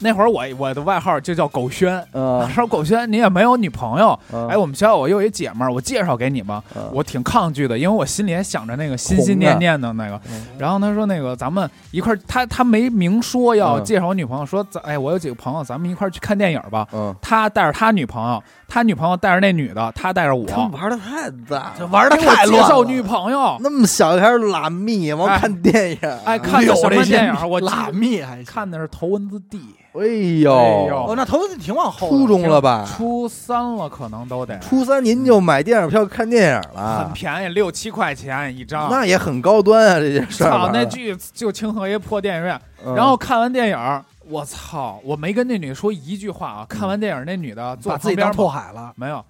S2: 那会儿我我的外号就叫狗轩。”他
S1: 嗯
S2: 说：“狗轩，你也没有女朋友？
S1: 嗯
S2: 哎，我们学校我又有一姐们儿，我介绍给你吧。
S1: 嗯
S2: 我挺抗拒的，因为我心里也想着那个心心念念的那个
S1: 嗯。
S2: 然后他说那个咱们一块儿，他他没明说要
S1: 嗯
S2: 介绍我女朋友，说咱哎我有几个朋友，咱们一块儿去看电影吧。
S1: 嗯，
S2: 他带着他女朋友，他女朋友带着那女的，他带着我，
S1: 他们玩的太大
S3: 这
S1: 了，
S3: 玩的
S2: 给我
S3: 太
S2: 介
S3: 乱
S2: 绍
S3: 了。
S2: 女朋友，
S1: 那么小就开始拉密，
S2: 哎
S1: 完看电影。
S2: 哎看的
S3: 有
S2: 什
S3: 这
S2: 么
S3: 些
S2: 电影？我记
S3: 拉密还行
S2: 看的是《头文字 D》，
S1: 哎
S2: 哎
S1: 呦
S2: 呦，
S3: 哦，那头挺往后的
S1: 初中了吧？
S2: 初三了可能都得，
S1: 啊初三您就买电影票看电影
S2: 很
S1: 了，
S2: 便宜，六七块钱一张。
S1: 那也很高端啊，这件事儿
S2: 操，
S1: 玩的。
S2: 那剧就清河一破电影院，
S1: 嗯
S2: 然后看完电影儿，我操，我没跟那女的说一句话啊！看完电影儿，那女的坐
S3: 把
S2: 我
S3: 自
S2: 旁
S3: 己
S2: 边
S3: 当
S2: 儿
S3: 拓海了。
S2: 没有，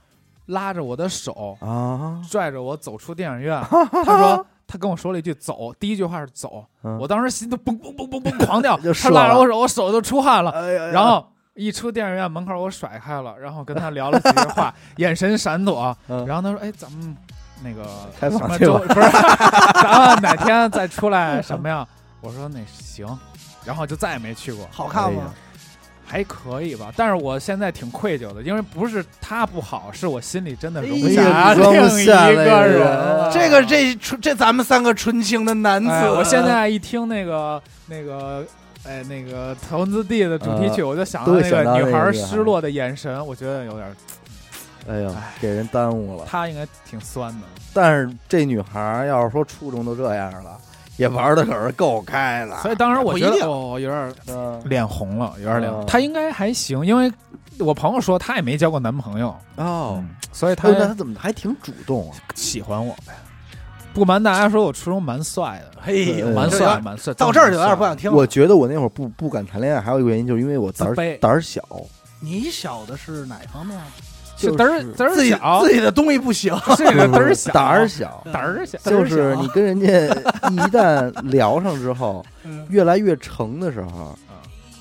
S2: 拉着我的手，
S1: 啊，
S2: 拽着我走出电影院。她说，她跟我说了一句“走”，第一句话是“走”，
S1: 嗯
S2: 我当时心都嘣嘣嘣嘣嘣狂跳
S1: 就，
S2: 她
S1: 射
S2: 拉着
S1: 了
S2: 我手，我手都出汗了，
S1: 哎呀
S2: 然后。一出电影院门口，我甩开了，然后跟她聊了几句话， 眼神闪躲。
S1: 嗯
S2: 然后她说：“哎，咱们那个
S1: 开
S2: 什
S1: 房
S2: 么
S1: 去
S2: 周
S1: 吧
S2: 不是，咱们哪天再出来什么呀？”我说：“那行。”然后就再也没去过。
S3: 好看吗？
S2: 还可以吧，但是我现在挺愧疚的，因为不是他不好，是我心里真的容
S1: 哎
S2: 下
S1: 呀
S2: 另
S1: 装不
S2: 一
S1: 下
S2: 个
S1: 那个
S2: 人啊
S1: 人啊
S2: 了。
S3: 这个这纯这咱们三个纯情的男 子，
S2: 哎，我现在一听那个那个。哎，那个《头文字 D》的主题曲，我就想到
S1: 呃都会想
S2: 那个
S1: 到那
S2: 女
S1: 个
S2: 孩
S1: 女孩
S2: 失落的眼神，我觉得有点，
S1: 哎呦
S2: 哎，
S1: 给人耽误了。
S2: 她应该挺酸的。
S1: 但是这女孩儿要是说初中都这样了，也玩的可是够开了。
S2: 所以当时我觉
S3: 啊不一
S2: 得
S3: 定哦
S2: 我我有点
S1: 嗯
S2: 脸红了，有点脸红。
S1: 嗯
S2: 她应该还行，因为我朋友说她也没交过男朋友，
S1: 哦，
S2: 嗯所以
S1: 哎
S2: 她
S1: 呦那她怎么还挺主动啊？
S2: 喜欢我呗。不瞒大家说，我初中蛮帅的，
S3: 嘿
S1: 嗯
S2: 蛮
S3: 这有
S2: 帅，
S3: 点
S2: 蛮帅。
S3: 到这儿就有点不想听了。
S1: 我觉得我那会儿不不敢谈恋爱，还有一个原因就是因为我胆
S2: 自卑
S1: 儿胆儿小，
S3: 你小的是哪方面？
S2: 就
S1: 就
S2: 嘚儿
S1: 是
S2: 嘚儿
S3: 自己
S2: 小，
S3: 自己的东西不行，
S2: 这个嘚儿小，
S1: 胆儿小，
S2: 胆儿小，
S1: 就是你跟人 家一旦聊上之后，
S3: 嗯
S1: 越来越成的时候，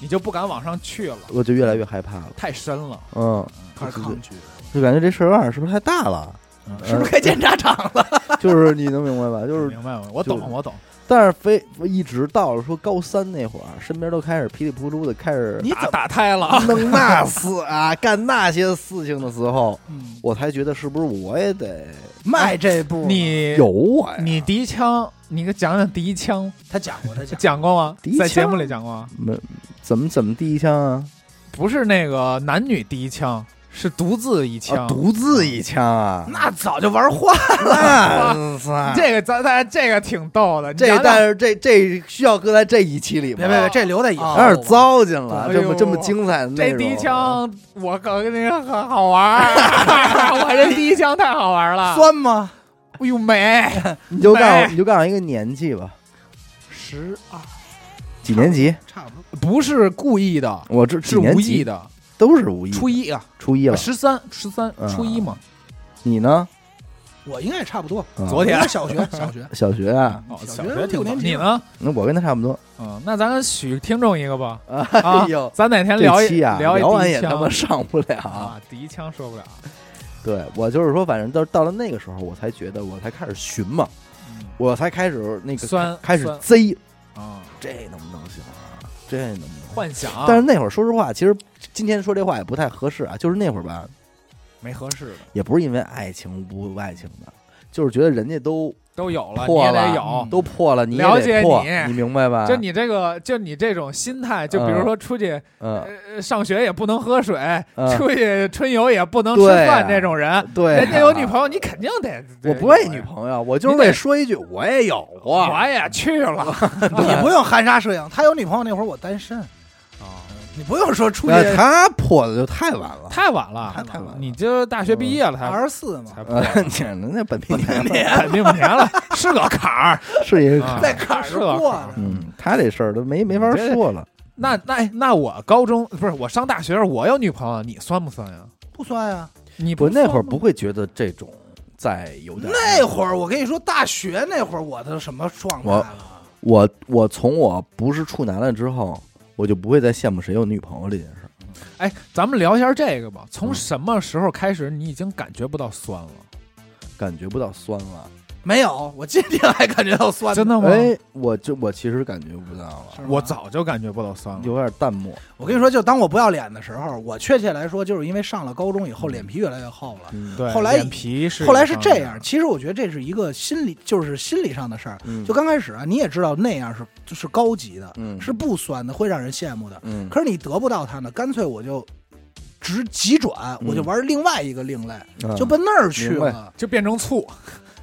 S2: 你就不敢往上去了，
S1: 我就越来越害怕了。
S2: 太深了。
S1: 嗯，
S3: 开始抗拒，
S1: 就感觉这事儿有点儿是不是太大了？
S2: 嗯
S3: 是不是该检查场了？
S1: 呃 就是你能明白吧？就是
S2: 明白吗？我
S1: 就
S2: 懂，我懂。
S1: 但是非一直到了说高三那会儿，身边都开始噼里扑噜的开始
S3: 你
S2: 打
S3: 怎么？
S2: 打胎了啊？
S1: 弄那事啊，干那些事情的时候，
S3: 嗯
S1: 我才觉得是不是我也得
S3: 迈这
S2: 嗯
S3: 步，
S2: 你
S1: 有我呀？
S2: 你第一枪，你给讲讲第一枪，
S3: 他讲过，他讲
S2: 讲过吗
S1: 第一？枪
S2: 在节目里讲过吗？
S1: 没怎么怎么第一枪啊？
S2: 不是那个男女第一枪，是独自一
S1: 啊
S2: 枪。啊
S1: 独自一枪啊
S3: 过，？那早就玩坏了。
S1: 那操
S2: 这个咱大家这个挺逗的，你
S1: 这
S2: 讲讲
S1: 但是这这需要搁在这一期里
S3: 别
S1: 面，
S3: 别别，这留在以后
S1: 有
S3: 吧。
S1: 点糟践了，
S2: 哎呦
S1: 这么这么精彩的内容啊
S2: 这第一枪，我告诉你很好 玩儿，我这第一枪太好玩了。
S3: 酸吗？
S2: 哎呦美，
S1: 你就告
S2: 没
S1: 你就告诉一个年纪吧，
S3: 十二，
S1: 几年级？
S3: 差不多。
S2: 不是故意的，
S1: 我这
S2: 是
S1: 几年
S2: 无
S1: 级
S2: 意的。
S1: 都是无意的，
S2: 初一啊，
S1: 初一了，
S2: 十三十三
S1: 嗯
S2: 初一嘛，
S1: 你呢？
S3: 我应该也差不多。
S1: 啊
S2: 昨天
S3: 我小 学，小学
S1: 小学啊，
S2: 哦，小
S3: 小学
S2: 学挺
S3: 六年级
S2: 你呢？
S1: 那我跟他差不 多。
S2: 嗯，那咱许听众一 个吧。啊
S1: 哎呦，
S2: 咱哪天聊
S1: 这
S2: 一
S1: 期啊，
S2: 聊一
S1: 聊完
S2: 第
S1: 也
S2: 一
S1: 他妈
S2: 枪
S1: 上不了。
S2: 啊，第一枪说不了。
S1: 对我就是说，反正到到了那个时候，我才觉得我才开始寻嘛，
S2: 嗯
S1: 我才开始那个
S2: 酸
S1: 开始
S2: 酸
S1: 贼，
S2: 啊，
S1: 这能不能行啊？这能不能？
S2: 幻想。
S1: 啊但是那会儿说实话，其实今天说这话也不太合适啊。就是那会儿吧，
S2: 没合适的
S1: 也不是因为爱情不爱情的，就是觉得人家都
S2: 都有了，你
S1: 破
S2: 也
S1: 了嗯
S2: 得有。
S1: 都破了，你也
S2: 了解
S1: 得破，
S2: 你
S1: 你明白吧？
S2: 就你这个，就你这种心态，就比如说出去、
S1: 嗯，
S2: 呃、上学也不能喝水，
S1: 嗯
S2: 出去春游也不能吃
S1: 对啊
S2: 饭，这种人，
S1: 对，
S2: 呃
S1: 啊
S2: 人家有女朋友，你肯定得。
S1: 我不为女朋友，啊我就是
S2: 你得
S1: 为说一句我也有
S2: 友，
S1: 过，
S2: 我也去了。
S3: 你不用含沙射影。他有女朋友那会儿我单身，你不用说出去
S1: 那呃他破的就太晚了，
S2: 太晚了，
S3: 太晚了
S2: 你就大学毕业了才
S3: 二十四嘛，
S2: 才
S1: 呃，你那本命年
S2: 肯定不年了，是个 坎儿。
S1: 是一
S2: 啊
S1: 个，
S3: 在坎儿上过着。
S1: 嗯，他这事儿都没没法说了，
S2: 那那那我高中不是我上大学时候我有女朋友，你算不算呀？
S3: 不算啊呀。
S2: 你
S1: 我那
S2: 算
S1: 会儿
S2: 吗
S1: 不会觉得这种再有点
S3: 那会儿我跟你说，大学那会儿我的什么状态
S1: 我
S3: 了？
S1: 我我从我不是处男了之后，我就不会再羡慕谁有女朋友这件事儿。
S2: 哎，咱们聊一下这个吧。从
S1: 嗯
S2: 什么时候开始你已经感觉不到酸了？
S1: 感觉不到酸了，
S3: 没有，我今天还感觉到酸呢。
S2: 真的吗？
S1: 哎，我就我其实感觉不到了，
S3: 是吗
S2: 我早就感觉不到酸了。
S1: 有点淡漠。
S3: 我跟你说，就当我不要脸的时候，我确切来说，就是因为上了高中以后，脸皮越来越厚了。
S1: 嗯，
S2: 对，
S3: 后来
S2: 脸皮是
S3: 后来是这样，
S2: 一
S3: 其实我觉得这是一个心理，就是心理上的事儿。
S1: 嗯
S3: 就刚开始啊，你也知道那样是就是高级的，
S1: 嗯
S3: 是不酸的，会让人羡慕的。
S1: 嗯
S3: 可是你得不到它呢，干脆我就直急转，
S1: 嗯
S3: 我就玩另外一个另类，
S1: 嗯
S3: 就奔那儿去
S1: 明白
S3: 了。
S2: 就变成醋。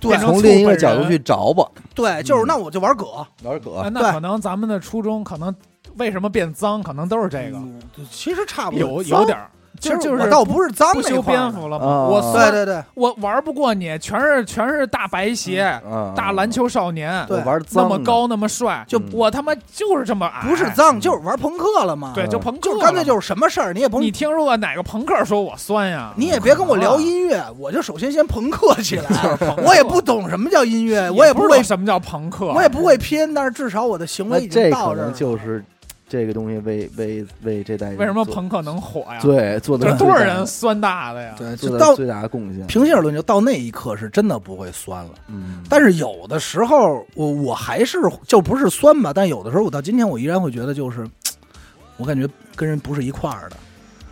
S3: 对
S2: 变成
S1: 从另一个角度去找吧，
S3: 对，就是
S1: 嗯
S3: 那我就玩葛。
S1: 老师哥
S2: 啊，那
S3: 对
S2: 可能咱们的初衷可能为什么变脏，可能都是这个，
S3: 嗯，其实差不
S2: 有
S3: 多，脏
S2: 有点。儿，
S3: 其
S2: 就
S3: 实
S2: 就
S3: 我
S2: 是
S3: 倒不是脏
S2: 不
S3: 那
S2: 修
S3: 块儿
S2: 边
S3: 的，
S2: 幅哎了嘛。
S1: 啊
S2: 我
S3: 对
S2: 酸
S3: 对对，
S2: 我玩不过你，全是全是大白鞋、
S3: 嗯
S1: 啊，
S2: 大篮球少年，
S3: 对
S1: 我玩
S2: 那
S1: 脏
S2: 么
S1: 的，
S2: 高那么帅，
S3: 就
S1: 嗯
S2: 我他妈就是这么矮，
S3: 不是脏，就是玩朋克了嘛。
S2: 嗯对，
S1: 嗯
S2: 就朋克
S3: 就
S2: 了
S3: 是
S2: 嘛，
S3: 干脆就是什么事儿你也甭
S2: 你听说过哪个朋克说我酸呀？
S3: 你也别跟我聊音乐，我就首先先朋克起来。我也不懂什么叫音乐，我也
S2: 不
S3: 不
S2: 知道
S3: 会，
S2: 什么叫朋克，
S3: 我也不会拼，但是至少我的行为
S1: 那
S3: 已经
S1: 这
S3: 到
S1: 可
S3: 这儿
S1: 能
S3: 了。
S1: 就是这个东西为为为这代人
S2: 为什么
S1: 做
S2: 朋克能火呀？，
S1: 对做的
S2: 这多少人酸大的呀？
S3: 对，
S1: 做
S3: 就
S1: 的
S3: 到
S1: 最大的贡献？
S3: 平心而论，就到那一刻是真的不会酸了。
S1: 嗯，
S3: 但是有的时候，我我还是就不是酸吧，但有的时候我到今天我依然会觉得就是，我感觉跟人不是一块儿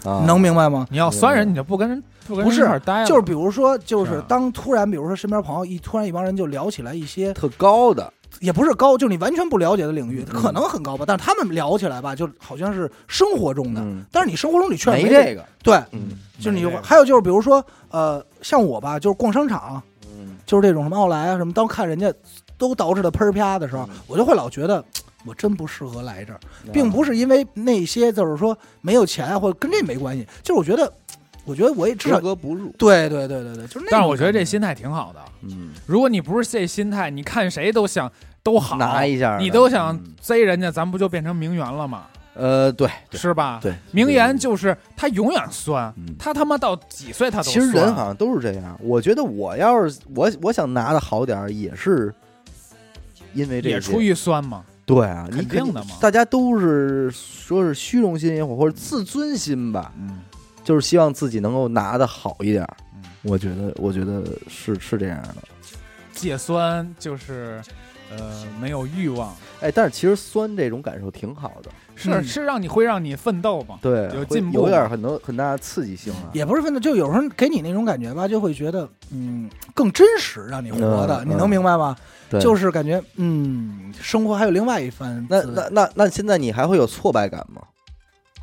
S3: 的，
S1: 啊
S3: 能明白吗？
S2: 你要酸人，你就不跟人不跟
S3: 不
S2: 人一
S3: 是
S2: 块儿待了，
S3: 就是比如说，就是是
S2: 哎啊
S3: 当突然，比如说身边朋友一突然一帮人就聊起来一些
S1: 特高的，
S3: 也不是高，就是你完全不了解的领域，
S1: 嗯
S3: 可能很高吧，但是他们聊起来吧，就好像是生活中的，
S1: 嗯，
S3: 但是你生活中你确实
S1: 没
S3: 这
S1: 这个，
S3: 对，
S1: 嗯
S3: 就是你
S2: 没这个
S3: 还有就是比如说呃，像我吧，就是逛商场，
S1: 嗯
S3: 就是这种什么奥莱啊什么，当看人家都捯饬的喷儿啪的时候
S1: 嗯，
S3: 我就会老觉得。嘖我真不适合来这儿，
S2: 啊
S3: 并不是因为那些就是说没有钱啊，或者跟这没关系，就是我觉得，嘖我觉得我也至
S1: 格
S3: 少
S1: 格不入，
S3: 对对对对对，就是那种感。
S2: 但是我觉得这心态挺好的。
S1: 嗯，
S2: 如果你不是这心态，你看谁都想都好，
S1: 拿一下的，
S2: 你都想
S1: 嗯
S2: 贼人家，咱不就变成名媛了吗？
S1: 呃，对对
S2: 是吧？
S1: 对，
S2: 名言
S1: 对
S2: 就是他永远酸
S1: 嗯，
S2: 他他妈到几岁他都
S1: 其实人
S2: 酸
S1: 好像都是这样，我觉得我要是我我想拿的好点儿，也是因为这
S2: 也
S1: 些
S2: 出于酸嘛。
S1: 对啊，你
S2: 肯定的嘛
S1: 大家都是说是虚荣心也好，或者自尊心吧，
S2: 嗯，
S1: 就是希望自己能够拿的好一点儿
S2: 嗯。
S1: 我觉得，我觉得是是这样的。
S2: 戒酸就是呃没有欲望，
S1: 哎，但是其实酸这种感受挺好的，
S2: 是、
S3: 嗯
S2: 是让你会让你奋斗嘛？
S1: 对，
S2: 有
S1: 会
S2: 进步
S1: 有点儿很多很大的刺激性啊。
S3: 也不是分的，就有时候给你那种感觉吧，就会觉得嗯更真实，让你活的，
S1: 嗯
S3: 你能明白吗？
S1: 对，
S3: 就是是感觉嗯，生活还有另外一番
S1: 那
S3: 滋味
S1: 那那那现在你还会有挫败感吗？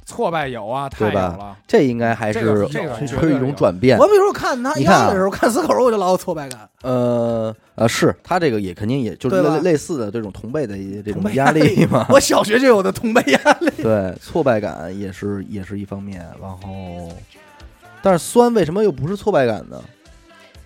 S2: 挫败有啊，太有
S1: 对吧
S2: 了。
S1: 这应该还
S2: 这
S1: 是
S2: 个这个绝
S1: 会
S2: 对
S1: 有一种
S2: 有
S1: 转变
S3: 我。比如说看他
S1: 你看啊
S3: 压的时候，看死狗肉我就老有挫败 感，
S1: 呃呃，是他这个也肯定也就是
S3: 对吧
S1: 类类似的这种同辈的一这
S3: 同
S1: 种
S3: 辈
S1: 压力嘛。
S3: 我小学就有的同辈压力。
S1: 对，挫败感也是也是一方面，然后，但是酸为什么又不是挫败感呢？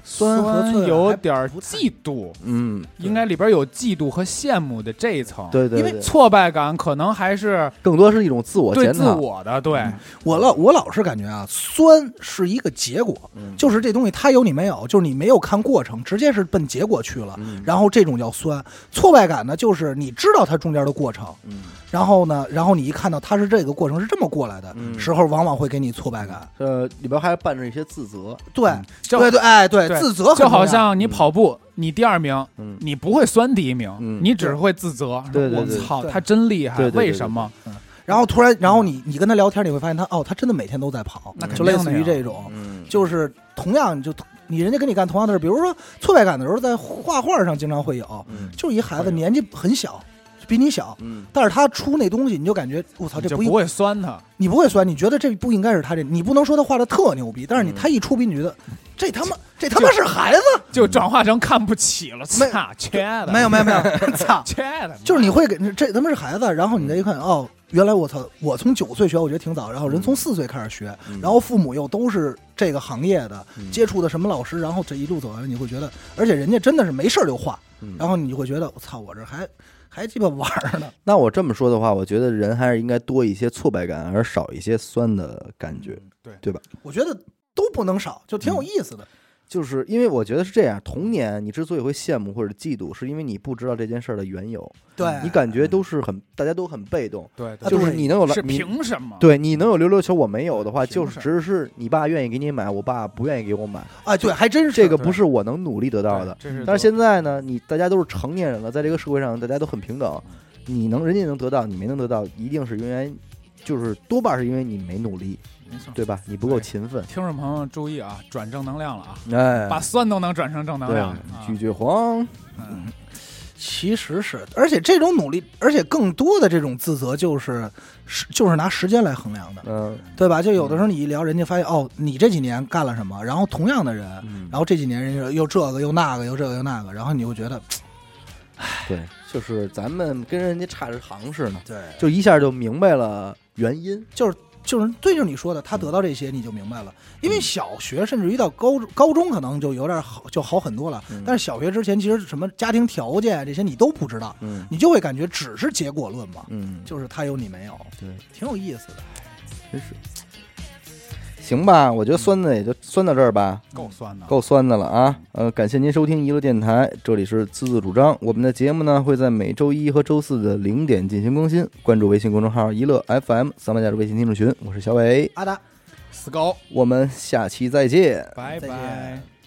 S3: 酸和脆
S2: 有
S3: 还
S2: 点儿
S3: 不太
S2: 嫉妒，
S1: 嗯，
S2: 应该里边有嫉妒和羡慕的这一层。，
S1: 对对
S3: 因为
S1: 对，
S2: 挫败感可能还是
S1: 更多是一种自我
S2: 对
S1: 检
S2: 自
S1: 讨。嗯
S2: 我的，对，
S3: 我老 我老是感觉啊，酸是一个结果，
S1: 嗯
S3: 就是这东西它有你没有，就是你没有看过程，直接是奔结果去了。
S1: 嗯
S3: 然后这种叫酸，挫败感呢，就是你知道它中间的过程，
S1: 嗯，
S3: 然后呢，然后你一看到它是这个过程是这么过来的、
S1: 嗯
S3: 时候，往往会给你挫败感。
S1: 这呃里边还伴着一些自责。
S3: 对，
S1: 嗯
S2: 就
S3: 对对，哎，对，
S2: 对
S3: 自责很
S2: 就好
S3: 重要
S2: 像你
S1: 嗯
S2: 跑步，你第二名，
S1: 嗯，
S2: 你不会酸第一名，
S1: 嗯
S2: 你只会自责。
S1: 对对
S2: 我
S1: 对
S2: 操，
S3: 对
S2: 他真厉害，
S1: 对对对
S2: 为什么？
S3: 然后突然，然后你你跟他聊天，你会发现他哦，他真的每天都在跑，
S2: 那肯
S3: 就
S2: 定
S3: 类
S2: 的
S3: 似于
S2: 呀
S3: 这种。
S1: 嗯，
S3: 就是同样你就你人家跟你干同样的事，比如说挫败感的时候，在画画上经常会有，
S1: 嗯
S3: 就是一孩
S2: 会
S3: 子
S2: 有
S3: 年纪很小，比你小，
S1: 嗯，
S3: 但是他出那东西，你就感觉我操，
S2: 你
S3: 这
S2: 就
S3: 不应
S2: 不会酸他，
S3: 你不会酸，你觉得这不应该是他这，你不能说他画的特牛逼，但是你
S1: 嗯
S3: 他一出逼，你觉得这他妈这他妈是孩子，
S2: 就转化成看不起了，
S3: 没
S2: 操，缺的，
S3: 没有没有 没有，操，
S2: 缺的，
S3: 就是你会给这他妈是孩子，然后你再一看
S1: 嗯
S3: 哦，原来我操，我从九岁学，我觉得挺早，然后人从四岁开始学，
S1: 嗯
S3: 然后父母又都是这个行业的，
S1: 嗯
S3: 接触的什么老师，然后这一路走来，你会觉得，而且人家真的是没事儿就画，
S1: 嗯
S3: 然后你会觉得我操，我这还还鸡巴玩儿呢，
S1: 那我这么说的话，我觉得人还是应该多一些挫败感，而少一些酸的感觉。
S2: 对
S1: 对吧？
S3: 我觉得都不能少，就挺有意思的，
S1: 就是因为我觉得是这样，童年你之所以会羡慕或者嫉妒，是因为你不知道这件事儿的缘由，
S3: 对
S1: 你感觉都是很大家都很被动，
S2: 对，
S3: 啊
S2: 对
S1: 就是你能有来
S2: 是
S1: 你
S2: 凭什么？
S1: 对你能有溜溜球，我没有的话，
S2: 凭
S1: 就是
S2: 什
S1: 只是你爸愿意给你买，我爸不愿意给我买，
S3: 啊，对，还真是
S1: 嗯这个
S2: 对
S1: 不是我能努力得
S2: 对，
S1: 到的。
S2: 这是
S1: 但是现在呢，你大家都是成年人了，在这个社会上，大家都很平等，你能人家能得到，你没能得到，一定是因为就是多半是因为你没努力，
S2: 没错，
S1: 对吧？你不够
S2: 对
S1: 勤奋。
S2: 听众朋友注意啊，转正能量了啊，
S1: 哎，
S2: 把酸都能转成正能
S1: 对
S2: 量，啊，
S1: 拒绝黄，
S2: 嗯
S3: 其实是，而且这种努力，而且更多的这种自责就是时就是拿时间来衡量的，
S1: 嗯
S3: 对吧？就有的时候你一聊，人家发现哦，你这几年干了什么，然后同样的人，
S1: 嗯
S3: 然，后这几年人家又这个又那个又这个又那个，然后你就觉得
S1: 对，就是咱们跟人家差着行市呢，
S3: 对，
S1: 就一下就明白了原因。
S3: 就是就是对，就是你说的，他得到这些你就明白了，
S1: 嗯
S3: 因为小学甚至于到高中高中可能就有点好就好很多了，
S1: 嗯
S3: 但是小学之前其实什么家庭条件啊这些你都不知道，
S1: 嗯
S3: 你就会感觉只是结果论嘛，
S1: 嗯，
S3: 就是他有你没有，
S1: 对，
S3: 挺有意思的。
S1: 真是。行吧，我觉得酸的也就酸到这儿吧，
S2: 够酸的，
S1: 够酸的了啊。呃，感谢您收听娱乐电台，这里是自作主张。我们的节目呢会在每周一和周四的零点进行更新，关注微信公众号“一乐 FM”，三百加入微信听众群，我是小伟，
S3: 阿达。
S2: 死狗，
S1: 我们下期再见。
S2: 拜
S3: 再
S2: 拜
S3: 见。